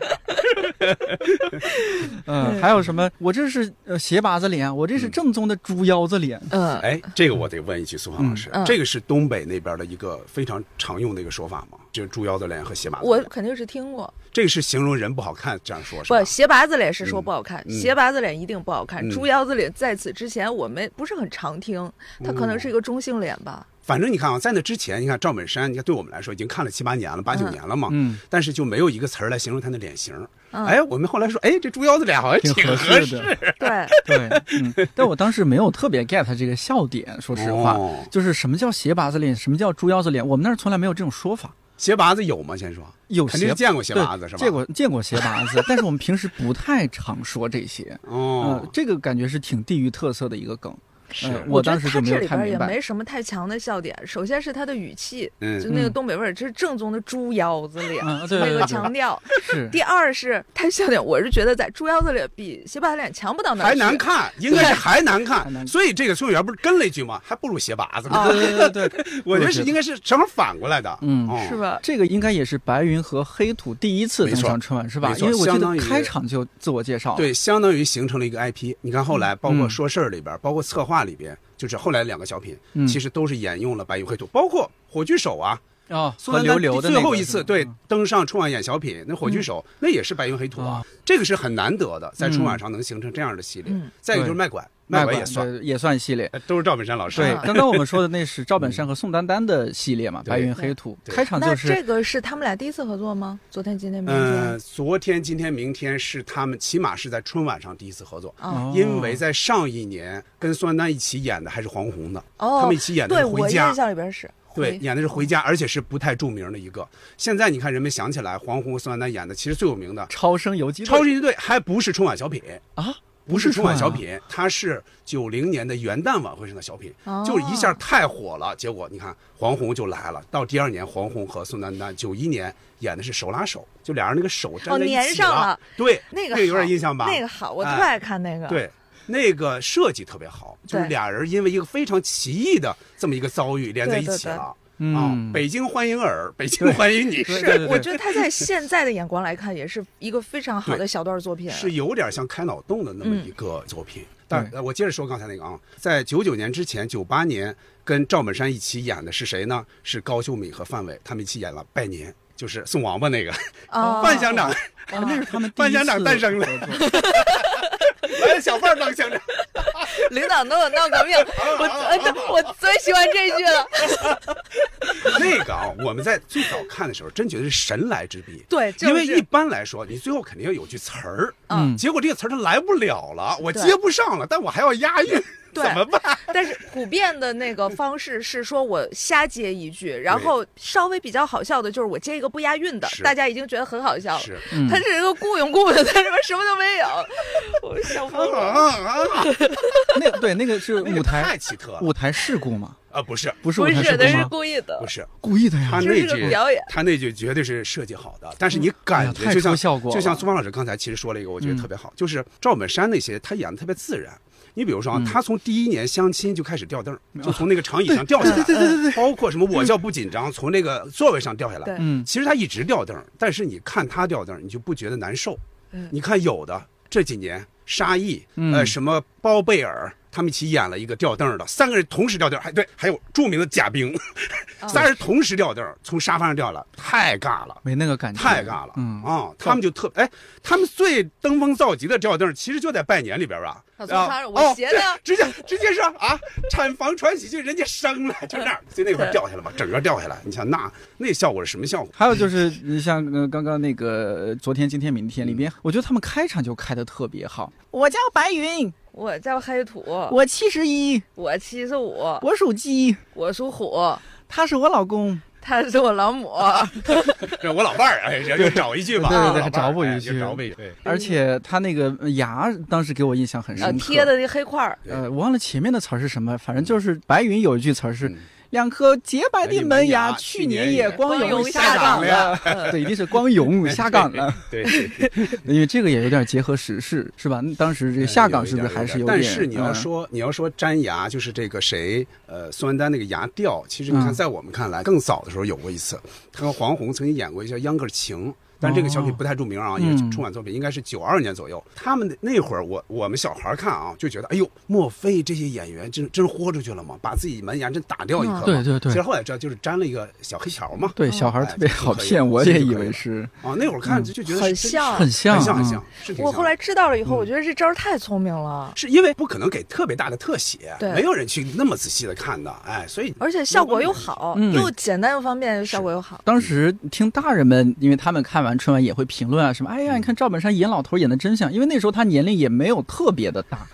Speaker 1: 嗯，还有什么？我这是呃斜拔子脸，我这
Speaker 3: 嗯
Speaker 1: 是正宗的猪腰子
Speaker 3: [laughs]
Speaker 1: 脸。
Speaker 2: 嗯，
Speaker 3: 哎，这个我得问一句苏芳老师
Speaker 2: 嗯，嗯
Speaker 3: 这个是东北那边的一个非常常用的一个说法吗？就是猪腰子脸和斜把子
Speaker 2: 我
Speaker 3: 脸。
Speaker 2: 肯定是听过。
Speaker 3: 这个是形容人不好看这样说，是吧
Speaker 2: 不，？斜拔子脸是说不好看，
Speaker 3: 嗯
Speaker 2: 斜拔子脸一定不好看。
Speaker 3: 嗯
Speaker 2: 猪腰子脸在此之前我们不是很常听，它可能是一个中性脸吧。
Speaker 3: 反正你看啊，在那之前，你看赵本山，你看对我们来说已经看了七八年了，八九
Speaker 2: 嗯
Speaker 3: 年了嘛，
Speaker 1: 嗯，
Speaker 3: 但是就没有一个词儿来形容他的脸型。
Speaker 2: 嗯
Speaker 3: 哎，我们后来说，哎，这猪腰子脸好像
Speaker 1: 挺
Speaker 3: 合
Speaker 1: 合
Speaker 3: 适
Speaker 1: 适的，
Speaker 2: 对，
Speaker 1: 对，嗯，但我当时没有特别 get 这个笑点，说实话，
Speaker 3: 哦
Speaker 1: 就是什么叫斜拔子脸，什么叫猪腰子脸，我们那儿从来没有这种说法。
Speaker 3: 斜拔子有吗？先说，
Speaker 1: 有
Speaker 3: 肯定
Speaker 1: 斜
Speaker 3: 是见过斜
Speaker 1: 哦对
Speaker 3: 拔子是吧？
Speaker 1: 见过见过斜拔子，但是我们平时不太常说这些。
Speaker 3: 哦
Speaker 1: 嗯，，这个感觉是挺地域特色的一个梗。
Speaker 3: 是
Speaker 1: 呃
Speaker 2: 我
Speaker 1: 我
Speaker 2: 觉
Speaker 1: 当
Speaker 2: 得
Speaker 1: 时
Speaker 2: 它
Speaker 1: 就没
Speaker 2: 这
Speaker 1: 有
Speaker 2: 里
Speaker 1: 太
Speaker 2: 边也
Speaker 1: 明白
Speaker 2: 没。什么太强的笑点。首先是它的语气，就
Speaker 3: 嗯，
Speaker 2: 那个
Speaker 1: 嗯
Speaker 2: 东北味儿，这是正宗的猪腰子脸，
Speaker 1: 嗯，对
Speaker 2: 这
Speaker 1: 对
Speaker 2: 个
Speaker 1: 对，
Speaker 2: 强调。
Speaker 3: [laughs]
Speaker 1: 是
Speaker 2: 第二是它笑点，我是觉得在猪腰子脸比斜拔子脸强不到哪儿
Speaker 3: 还
Speaker 2: 去
Speaker 3: 难看，应该是还
Speaker 1: 还
Speaker 3: 难看。
Speaker 1: 难
Speaker 3: 所以这个崔永元不是跟了一句吗？还不如斜拔子呢。
Speaker 2: 啊
Speaker 1: 对对对对，
Speaker 3: 我觉
Speaker 1: 我觉
Speaker 3: 得是
Speaker 1: 得
Speaker 3: 应该是正好反过来的，
Speaker 1: 嗯
Speaker 3: 哦
Speaker 2: 是？吧？
Speaker 1: 这个应该也是白云和黑土第一次
Speaker 3: 没
Speaker 1: 登
Speaker 3: 错
Speaker 1: 上春晚是吧
Speaker 3: 没？错
Speaker 1: 因为我记
Speaker 3: 相当
Speaker 1: 得
Speaker 3: 于
Speaker 1: 开场就自我介绍，
Speaker 3: 对，相当于形成了一个 IP。你看后来，包括
Speaker 1: 啊嗯
Speaker 3: 说事儿里边，包括策划里边，就是后来两个小品，
Speaker 1: 嗯
Speaker 3: 其实都是沿用了白云黑土，包括火炬手啊，
Speaker 1: 哦，
Speaker 3: 苏
Speaker 1: 和
Speaker 3: 丹
Speaker 1: 刘流的
Speaker 3: 最
Speaker 1: 那
Speaker 3: 后
Speaker 1: 个
Speaker 3: 一
Speaker 1: 是
Speaker 3: 次
Speaker 1: 吧
Speaker 3: 对
Speaker 1: 嗯
Speaker 3: 登上春晚演小品，那火炬手那也是白云黑土啊
Speaker 1: 啊，
Speaker 3: 这个是很难得的，在春晚
Speaker 1: 嗯
Speaker 3: 上能形成这样的系列
Speaker 2: 嗯。
Speaker 3: 再一个就是
Speaker 1: 对
Speaker 3: 卖拐，
Speaker 1: 卖
Speaker 3: 拐
Speaker 1: 拐
Speaker 3: 也算，
Speaker 1: 对也算系
Speaker 3: [laughs]
Speaker 1: 列。
Speaker 3: 呃都是赵本山老师。
Speaker 1: 对，
Speaker 2: 啊
Speaker 1: 刚刚我们说的那是赵本山和宋丹丹的系列嘛，《
Speaker 3: 对
Speaker 1: 白云黑土》
Speaker 3: 对
Speaker 1: 开场
Speaker 2: 那
Speaker 1: 就是
Speaker 2: 这个是他们俩第一次合作吗？昨天、今天、明
Speaker 3: 嗯，
Speaker 2: 天？
Speaker 3: 昨天、今天、明天是他们起码是在春晚上第一次合作，
Speaker 1: 哦
Speaker 2: 啊，
Speaker 3: 因为在上一年跟宋丹丹一起演的还是黄宏的，
Speaker 2: 哦，
Speaker 3: 他们一起演的
Speaker 2: 对
Speaker 3: 是《回
Speaker 2: 我
Speaker 3: 家
Speaker 2: 印》，象里边是
Speaker 3: 对，
Speaker 2: 回
Speaker 3: 演的是《回家》，而且是不太著名的一个。现在你看人们想起来黄宏、宋丹丹演的，其实最有名的
Speaker 1: 超生游击
Speaker 3: 《
Speaker 1: 队
Speaker 3: 超哦级军队》还不是春晚小品，
Speaker 1: 啊，
Speaker 3: 不是春晚小
Speaker 1: 不是
Speaker 3: 品，它是九零年的元旦晚会上的小品，
Speaker 2: 哦
Speaker 3: 就是一下太火了。结果你看黄宏就来了，到第二年黄宏和宋丹丹九一年演的是手拉手，就俩人那个手
Speaker 2: 哦
Speaker 3: 粘在一起
Speaker 2: 粘上了
Speaker 3: 对，
Speaker 2: 那
Speaker 3: 个
Speaker 2: 个
Speaker 3: 有点
Speaker 2: 好
Speaker 3: 印象吧？
Speaker 2: 那个好，我特
Speaker 3: 哎
Speaker 2: 爱看那个。
Speaker 3: 对，那个设计特别好，就是
Speaker 2: 对
Speaker 3: 俩人因为一个非常奇异的这么一个遭遇连在一起了。啊
Speaker 1: 嗯，，
Speaker 2: 哦
Speaker 3: 北京欢
Speaker 1: [laughs]
Speaker 3: 迎尔，北京欢迎你，
Speaker 1: 对
Speaker 3: 是
Speaker 1: 对对
Speaker 2: 我觉得他在现在的眼光来看，也是一个非常好的小段作品。
Speaker 3: 是有点像开脑洞的那么一个作品。但
Speaker 1: 对
Speaker 3: 呃我接着说刚才那个啊，在九九年之前，九八年跟赵本山一起演的是谁呢？是高秀敏和范伟，他们一起演了《拜年》，就是送王八那个。
Speaker 2: 啊，
Speaker 3: [laughs] 范乡长，
Speaker 1: 啊 [laughs] 那是他哦们第
Speaker 3: 范
Speaker 1: 一
Speaker 3: 乡
Speaker 1: 次
Speaker 3: 长诞生了，
Speaker 1: 合作
Speaker 3: [laughs] 来小范儿当乡长，
Speaker 2: 领导能有闹革命，我呃对我最喜欢这句
Speaker 3: [laughs]
Speaker 2: 了。
Speaker 3: 那个啊，我们在最早看的时候，真觉得是神来之笔。
Speaker 2: 对，
Speaker 3: 因
Speaker 2: 就
Speaker 3: 为一
Speaker 2: 是
Speaker 3: 般来说，你最后肯定要有句词儿，
Speaker 2: 嗯
Speaker 3: 结果这个词儿它来不了了，我
Speaker 2: 对
Speaker 3: 接不上了，但我还要押韵，
Speaker 2: 对，
Speaker 4: 怎么办？
Speaker 2: 但是普遍的那个方式是说我瞎接一句，然后稍微比较好笑的就是我接一个不押韵的
Speaker 3: 是，
Speaker 2: 大家已经觉得很好笑了。
Speaker 3: 是
Speaker 1: 嗯
Speaker 2: 他这人个雇佣雇的，他什么什么都没有，我笑
Speaker 1: 嗯
Speaker 2: 疯
Speaker 3: 啊
Speaker 2: 了。
Speaker 3: 啊啊！
Speaker 1: [laughs] 那对那个是
Speaker 3: [laughs] 那个
Speaker 1: 舞台
Speaker 3: 太奇特了
Speaker 1: 舞台事故嘛，
Speaker 3: 啊！不是
Speaker 1: 不是
Speaker 2: 不
Speaker 1: 舞台
Speaker 2: 是，那
Speaker 1: 事
Speaker 2: 是
Speaker 1: 故吗？
Speaker 2: 故意的
Speaker 3: 不，是，
Speaker 1: 故意的呀，
Speaker 3: 他
Speaker 2: 这
Speaker 3: 那
Speaker 2: 是个
Speaker 3: 句
Speaker 2: 表演。
Speaker 3: 他那句绝对是设计好的，但是你
Speaker 1: 哎
Speaker 3: 感
Speaker 1: 呀，
Speaker 3: 觉
Speaker 1: 太
Speaker 3: 就
Speaker 1: 出
Speaker 3: 像
Speaker 1: 效果了，嗯
Speaker 3: 就像苏芳老师刚才其实说了一个，我觉得特别好，就是赵本山那些他演的特别自然。你比如说啊
Speaker 1: 嗯，
Speaker 3: 他从第一年相亲就开始掉凳儿，就从那个长椅上掉下来，
Speaker 1: 对对对对
Speaker 3: 包括什么我叫不紧张，从那个座位上掉下来
Speaker 2: 对。
Speaker 1: 嗯，
Speaker 3: 其实他一直掉凳儿，但是你看他掉凳儿，你就不觉得难受
Speaker 2: 嗯。
Speaker 3: 你看有的这几年沙溢，
Speaker 1: 嗯
Speaker 3: 呃，什么包贝尔。他们一起演了一个掉凳儿的，三个人同时掉凳儿，还对，还有著名的贾冰，
Speaker 2: 嗯
Speaker 3: 仨人同时掉凳儿，从沙发上掉下来，太尬了。
Speaker 1: 没那个感觉，
Speaker 3: 太尬了，
Speaker 1: 嗯
Speaker 3: 啊，他们就特哎，他们最登峰造极的吊凳，其实就在拜年里边吧。
Speaker 2: 啊从
Speaker 3: 啊
Speaker 2: 他那儿我
Speaker 3: 哦，
Speaker 2: 斜
Speaker 3: 对
Speaker 2: 的
Speaker 3: 直接直接说啊，产房传喜剧，人家生了，就
Speaker 2: [laughs]
Speaker 3: 那儿，就那会儿掉下来嘛，整个掉下来。你想那那效果是什么效果？
Speaker 1: 还有就是你像呃刚刚那个呃昨天、今天、明天里边，我觉得他们开场就开的特别好。啊我叫白云，
Speaker 2: 我叫黑土，我
Speaker 1: 我七十一，
Speaker 2: 七十五，
Speaker 1: 我属鸡，
Speaker 2: 我属虎，
Speaker 1: 他是我老公。
Speaker 2: 他是我老母。
Speaker 3: 这我老伴儿，哎，人家找一句吧，
Speaker 1: 对对对
Speaker 3: 我老伴儿
Speaker 1: 还找补一句
Speaker 3: 哎就找补一句。
Speaker 1: 而且他那个呃牙当时给我印象很
Speaker 2: 呃，
Speaker 1: 深刻，
Speaker 2: 贴的那黑块儿，
Speaker 1: 呃，我忘了前面的词儿是什么，反正就是白云有一句词儿是
Speaker 3: 嗯
Speaker 1: “两颗洁白的门哎牙，
Speaker 3: 嗯
Speaker 1: 去年也光
Speaker 2: 光
Speaker 1: 荣
Speaker 2: 荣
Speaker 1: 下
Speaker 2: 下
Speaker 1: 岗
Speaker 2: 岗
Speaker 1: 了”， [laughs] 对，一定是光荣下岗 [laughs] 了，
Speaker 3: 对，对对
Speaker 1: 因为这个也有点结合时事，是吧？那当时这个下岗是不是还是有点？
Speaker 3: 但是你要
Speaker 1: 嗯
Speaker 3: 说你要说粘牙，就是这个谁，呃，宋丹丹那个牙掉，其实你
Speaker 1: 嗯
Speaker 3: 看，在我们看来，更早的时候有过一次，他和黄宏曾经演过一个叫《秧歌儿情》。但这个小品不太著名啊，
Speaker 1: 哦
Speaker 3: 也是
Speaker 1: 嗯
Speaker 3: 春晚作品，应该是九二年左右。他们那会儿，我我们小孩儿看啊，就觉得，哎呦，莫非这些演员真真豁出去了吗？把自己门牙真打掉一颗吗？
Speaker 1: 嗯对对对
Speaker 3: 其实后来知道，就是粘了一个小黑条嘛。
Speaker 2: 哦
Speaker 1: 对，小孩儿特别好骗，我也以为是
Speaker 3: 啊，那会儿
Speaker 1: 嗯
Speaker 3: 看就就觉得
Speaker 2: 很
Speaker 3: 是
Speaker 2: 像
Speaker 1: 很像，
Speaker 3: 很像，很
Speaker 1: 嗯
Speaker 3: 像。是挺
Speaker 2: 我
Speaker 3: 像
Speaker 2: 后
Speaker 3: 的
Speaker 2: 来知道了以后，我觉得这招儿太聪明了，
Speaker 3: 是因为不可能给特别大的特写，
Speaker 2: 对
Speaker 3: 没有人去那么仔细的看的，哎，所以
Speaker 2: 而且效果又好，
Speaker 1: 嗯
Speaker 2: 又简单又方便，效果又好。
Speaker 1: 当时听大人们，因为他们看完春晚也会评论啊什么，哎
Speaker 3: 嗯
Speaker 1: 呀，你看赵本山演老头演的真像，因为那时候他年龄也没有特别的大，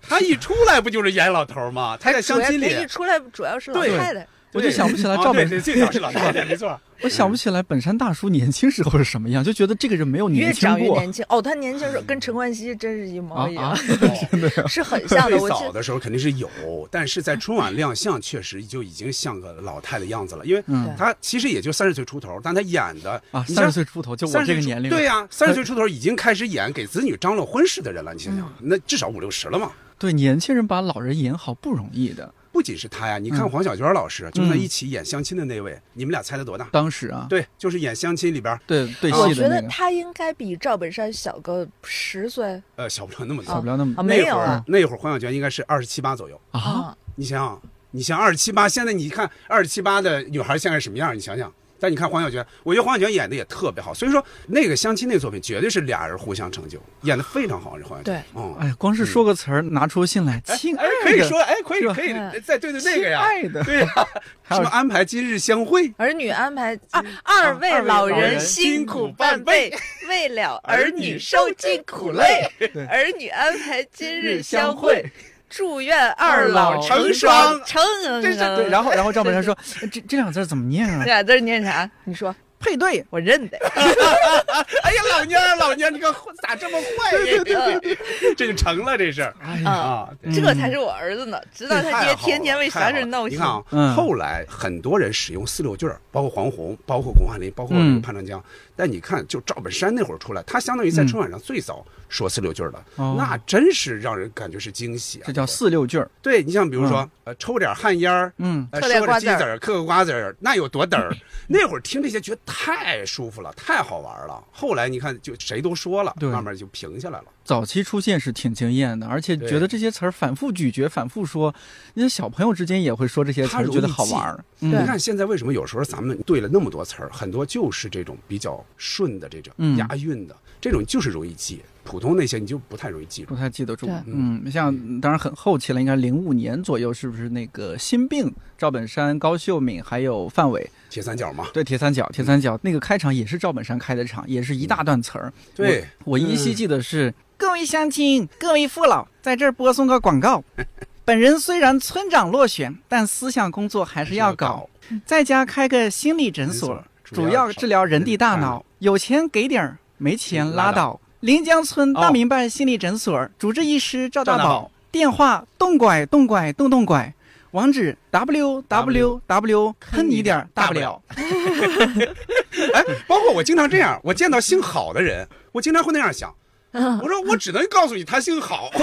Speaker 3: 他一出来不就是演老头吗？他在相
Speaker 2: 主要
Speaker 3: 亲里，
Speaker 2: 一出来主要是老
Speaker 3: 对
Speaker 2: 太太，
Speaker 1: 我就想不起来
Speaker 3: 啊
Speaker 1: 赵本山，
Speaker 3: 对对最早是老太太，
Speaker 1: [laughs]
Speaker 3: 没错，哦
Speaker 1: 我想不起来本山大叔年轻时候是什么样，就觉得这个人没有
Speaker 2: 越
Speaker 1: 年轻
Speaker 2: 长越
Speaker 1: 过
Speaker 2: 年轻。哦，她年轻时候跟陈冠希真是一
Speaker 1: 啊
Speaker 2: 毛一样
Speaker 1: 啊，！
Speaker 2: [laughs] 是很像的。
Speaker 3: 最
Speaker 2: 我记
Speaker 3: 早的时候肯定是有，但是在春晚亮相确实就已经像个老太的样子了，因为
Speaker 1: 嗯
Speaker 3: 他其实也就三十岁出头，但他演的
Speaker 1: 啊，
Speaker 3: 你
Speaker 1: 三
Speaker 3: 像
Speaker 1: 十岁出头就我
Speaker 3: 30
Speaker 1: 这个
Speaker 3: 出
Speaker 1: 年龄，
Speaker 3: 对呀、三十岁出头已经开始演给子女张罗婚事的人了，你想想，
Speaker 2: 嗯
Speaker 3: 那至少五六十了嘛。
Speaker 1: 对年轻人把老人演好不容易的。
Speaker 3: 不仅是他呀，你看黄小娟老师，就在一起演相亲的那位，你们俩猜他多大？
Speaker 1: 当时啊，
Speaker 3: 对，就是演相亲里边儿，
Speaker 1: 对对
Speaker 2: 哦我
Speaker 1: 戏
Speaker 2: 觉
Speaker 1: 的那
Speaker 2: 得
Speaker 1: 个，
Speaker 2: 她应该比赵本山小个十岁
Speaker 3: 呃，小不了那么多。
Speaker 1: 少不了那么
Speaker 2: 啊，
Speaker 3: 那
Speaker 2: 没
Speaker 3: 会
Speaker 2: 有
Speaker 3: 儿
Speaker 2: 啊
Speaker 3: 那会儿黄小娟应该是二十七八左右。
Speaker 1: 啊，
Speaker 2: 啊，
Speaker 3: 你想想，你想二十七八，现在你看二十七八的女孩现在什么样？你想想。但你看黄小娟，我觉得黄小娟演的也特别好，所以说那个相亲那个作品绝对是俩人互相成就，演的非常好。这黄小娟，对，嗯，
Speaker 1: 哎，光是说个词儿，拿出信来，亲爱
Speaker 3: 哎
Speaker 1: 的，，
Speaker 3: 可以说，哎，可以
Speaker 1: 是吧
Speaker 3: 可以
Speaker 2: 嗯
Speaker 3: 再对对那
Speaker 1: 亲
Speaker 3: 个呀，
Speaker 1: 爱的，
Speaker 3: 对呀，
Speaker 1: 还有
Speaker 3: 什么安排今日相会，
Speaker 2: 儿女安排二啊二位老人辛苦半辈，为了 [laughs] 儿女受尽苦累， [laughs] 儿女安排今日相会，祝愿二老成双成恩
Speaker 3: 这是
Speaker 1: 嗯对，
Speaker 2: 恩。
Speaker 1: 然后然后赵本山说，这这两个字儿怎么念啊
Speaker 2: 这？俩字儿念啥？你说，
Speaker 1: 配对，
Speaker 2: 我认 [laughs] 得。
Speaker 3: 哎呀，老娘儿老娘儿，你个咋这么坏呀？
Speaker 2: 嗯
Speaker 3: [laughs] 这就成了这事儿
Speaker 1: 哎呀，
Speaker 2: 啊，
Speaker 3: 啊。对
Speaker 2: 这才是我儿子呢。直到他爹天天为啥事儿闹
Speaker 3: 你
Speaker 2: 心。
Speaker 3: 看啊，
Speaker 1: 嗯
Speaker 3: 后来很多人使用四六句儿，包括黄宏，包括巩汉林，包括
Speaker 1: 嗯
Speaker 3: 那个潘长江。但你看，就赵本山那会儿出来，他相当于在春晚上最早说四六句儿的，
Speaker 1: 嗯哦
Speaker 3: 那真是让人感觉是惊喜啊！
Speaker 1: 这叫四六句儿，
Speaker 3: 对你像比如说，呃，抽点旱烟儿。
Speaker 1: 嗯，
Speaker 3: 呃，说
Speaker 2: 嗑点
Speaker 3: 点
Speaker 2: 瓜
Speaker 3: 鸡
Speaker 2: 子儿
Speaker 3: 子儿，嗑个瓜子儿，那有多
Speaker 1: [laughs]
Speaker 3: 嘚儿？那会儿听这些觉得太舒服了，太好玩了。后来你看，就谁都说了，
Speaker 1: 对
Speaker 3: 慢慢就平下来了。
Speaker 1: 早期出现是挺惊艳的，而且觉得这些词儿反复咀嚼、反复说，因为小朋友之间也会说这些词
Speaker 3: 他
Speaker 1: 儿，
Speaker 3: 容易
Speaker 1: 觉得好玩儿。嗯
Speaker 3: 你看现在为什么有时候咱们对了那么多词儿，很多就是这种比较顺的这种
Speaker 1: 嗯
Speaker 3: 押韵的这种就是容易记。普通那些你就不太容易记住
Speaker 1: 不。太记得住
Speaker 2: 对。
Speaker 1: 嗯，像当然很后期了，应该零五年左右，是不是那个心病？赵本山、高秀敏还有范伟，
Speaker 3: 铁三角嘛，
Speaker 1: 对，铁三角，铁三角那个开场也是赵本山开的场，也是一大段词儿。
Speaker 3: 对
Speaker 1: 我，我依稀记得是、各位乡亲，各位父老，在这儿播送个广 [laughs] 告。本人虽然村长落选，但思想工作还是要搞，在家开个心理诊所，主要治疗人的大脑，有钱给点儿，没钱拉
Speaker 3: 拉
Speaker 1: 倒。临江村大
Speaker 3: 哦
Speaker 1: 明白心理诊所主治医师赵大
Speaker 3: 赵大
Speaker 1: 宝
Speaker 3: 宝，
Speaker 1: 电话动拐动拐动动拐，网址 w w w 坑你点儿大不了。
Speaker 3: 哎，包括我经常这样，我见到姓郝的人，我经常会那
Speaker 1: [laughs]
Speaker 3: 样想。我说我只能告诉你他姓郝， [laughs]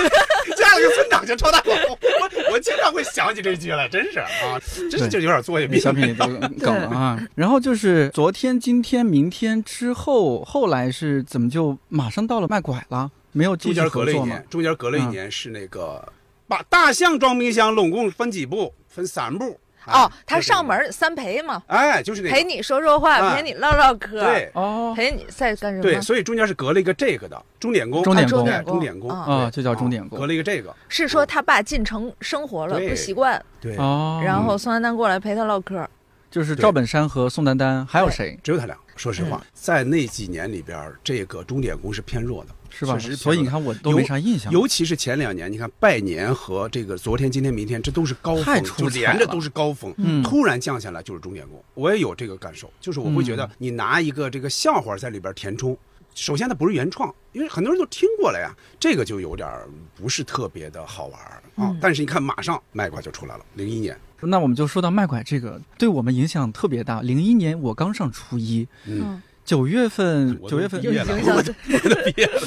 Speaker 3: 加了个 [laughs] 村长叫赵大宝。我我经常会想起这句来，真是啊，真是就有点作业
Speaker 1: 你 [laughs]
Speaker 3: 病。
Speaker 1: 小品也都梗了啊。然后就是昨天、今天、明天之后，后来是怎么就马上到了卖拐了？没有继
Speaker 3: 中
Speaker 1: 续
Speaker 3: 间隔
Speaker 1: 合
Speaker 3: 了一
Speaker 1: 作嗯吗
Speaker 3: 年？，中间隔了一年是那个把大象装冰箱，拢共分几步？分三步。啊
Speaker 2: 哦，他上，门三陪
Speaker 3: 就
Speaker 2: 嘛，
Speaker 3: 是那个哎，就是那
Speaker 2: 陪
Speaker 3: 个
Speaker 2: 你说说话，
Speaker 3: 啊
Speaker 2: 陪你唠唠嗑，
Speaker 3: 对
Speaker 1: 哦
Speaker 2: 陪你在干什
Speaker 3: 对，
Speaker 2: 么？
Speaker 3: 所以中间是隔了一个这个的钟点工，
Speaker 1: 钟
Speaker 2: 啊
Speaker 1: 点
Speaker 2: 钟
Speaker 1: 工
Speaker 3: 哎
Speaker 2: 点
Speaker 3: 钟点工
Speaker 2: 啊
Speaker 1: 啊就
Speaker 3: 对
Speaker 1: 叫钟点工
Speaker 3: 隔了一个这个，
Speaker 2: 是说他爸进城生活了
Speaker 3: 对嗯
Speaker 2: 不习惯，
Speaker 3: 对，
Speaker 1: 哦，
Speaker 2: 然后宋丹丹过来陪他唠嗑。
Speaker 1: 就是
Speaker 3: 对
Speaker 1: 赵本山和宋丹丹，还有谁
Speaker 3: 只有他俩。说实
Speaker 2: 嗯
Speaker 3: 话，在那几年里边，这个钟点工是偏弱的，
Speaker 1: 是吧？
Speaker 3: 确实是
Speaker 1: 所以你看我都没啥印象，
Speaker 3: 尤其是前两年，你看拜年和这个昨天、今天、明天，这都是高
Speaker 1: 太
Speaker 3: 峰，
Speaker 1: 出
Speaker 3: 就
Speaker 1: 彩
Speaker 3: 连着
Speaker 1: 了
Speaker 3: 都是高峰。
Speaker 1: 嗯
Speaker 3: 突然降下来就是钟点工，我也有这个感受，就是我会觉得
Speaker 1: 嗯
Speaker 3: 你拿一个这个笑话在里边填充，首先它不是原创，因为很多人都听过了呀，这个就有点儿不是特别的好玩儿啊。
Speaker 1: 嗯
Speaker 3: 但是你看，马上卖瓜就出来了，零一年，
Speaker 1: 那我们就说到卖拐这个，对我们影响特别大。零一年我刚上初一，
Speaker 3: 嗯，
Speaker 1: 九月份，
Speaker 3: 我都
Speaker 1: 九月份
Speaker 3: 毕业了
Speaker 2: 影响
Speaker 3: 我都我都毕业了，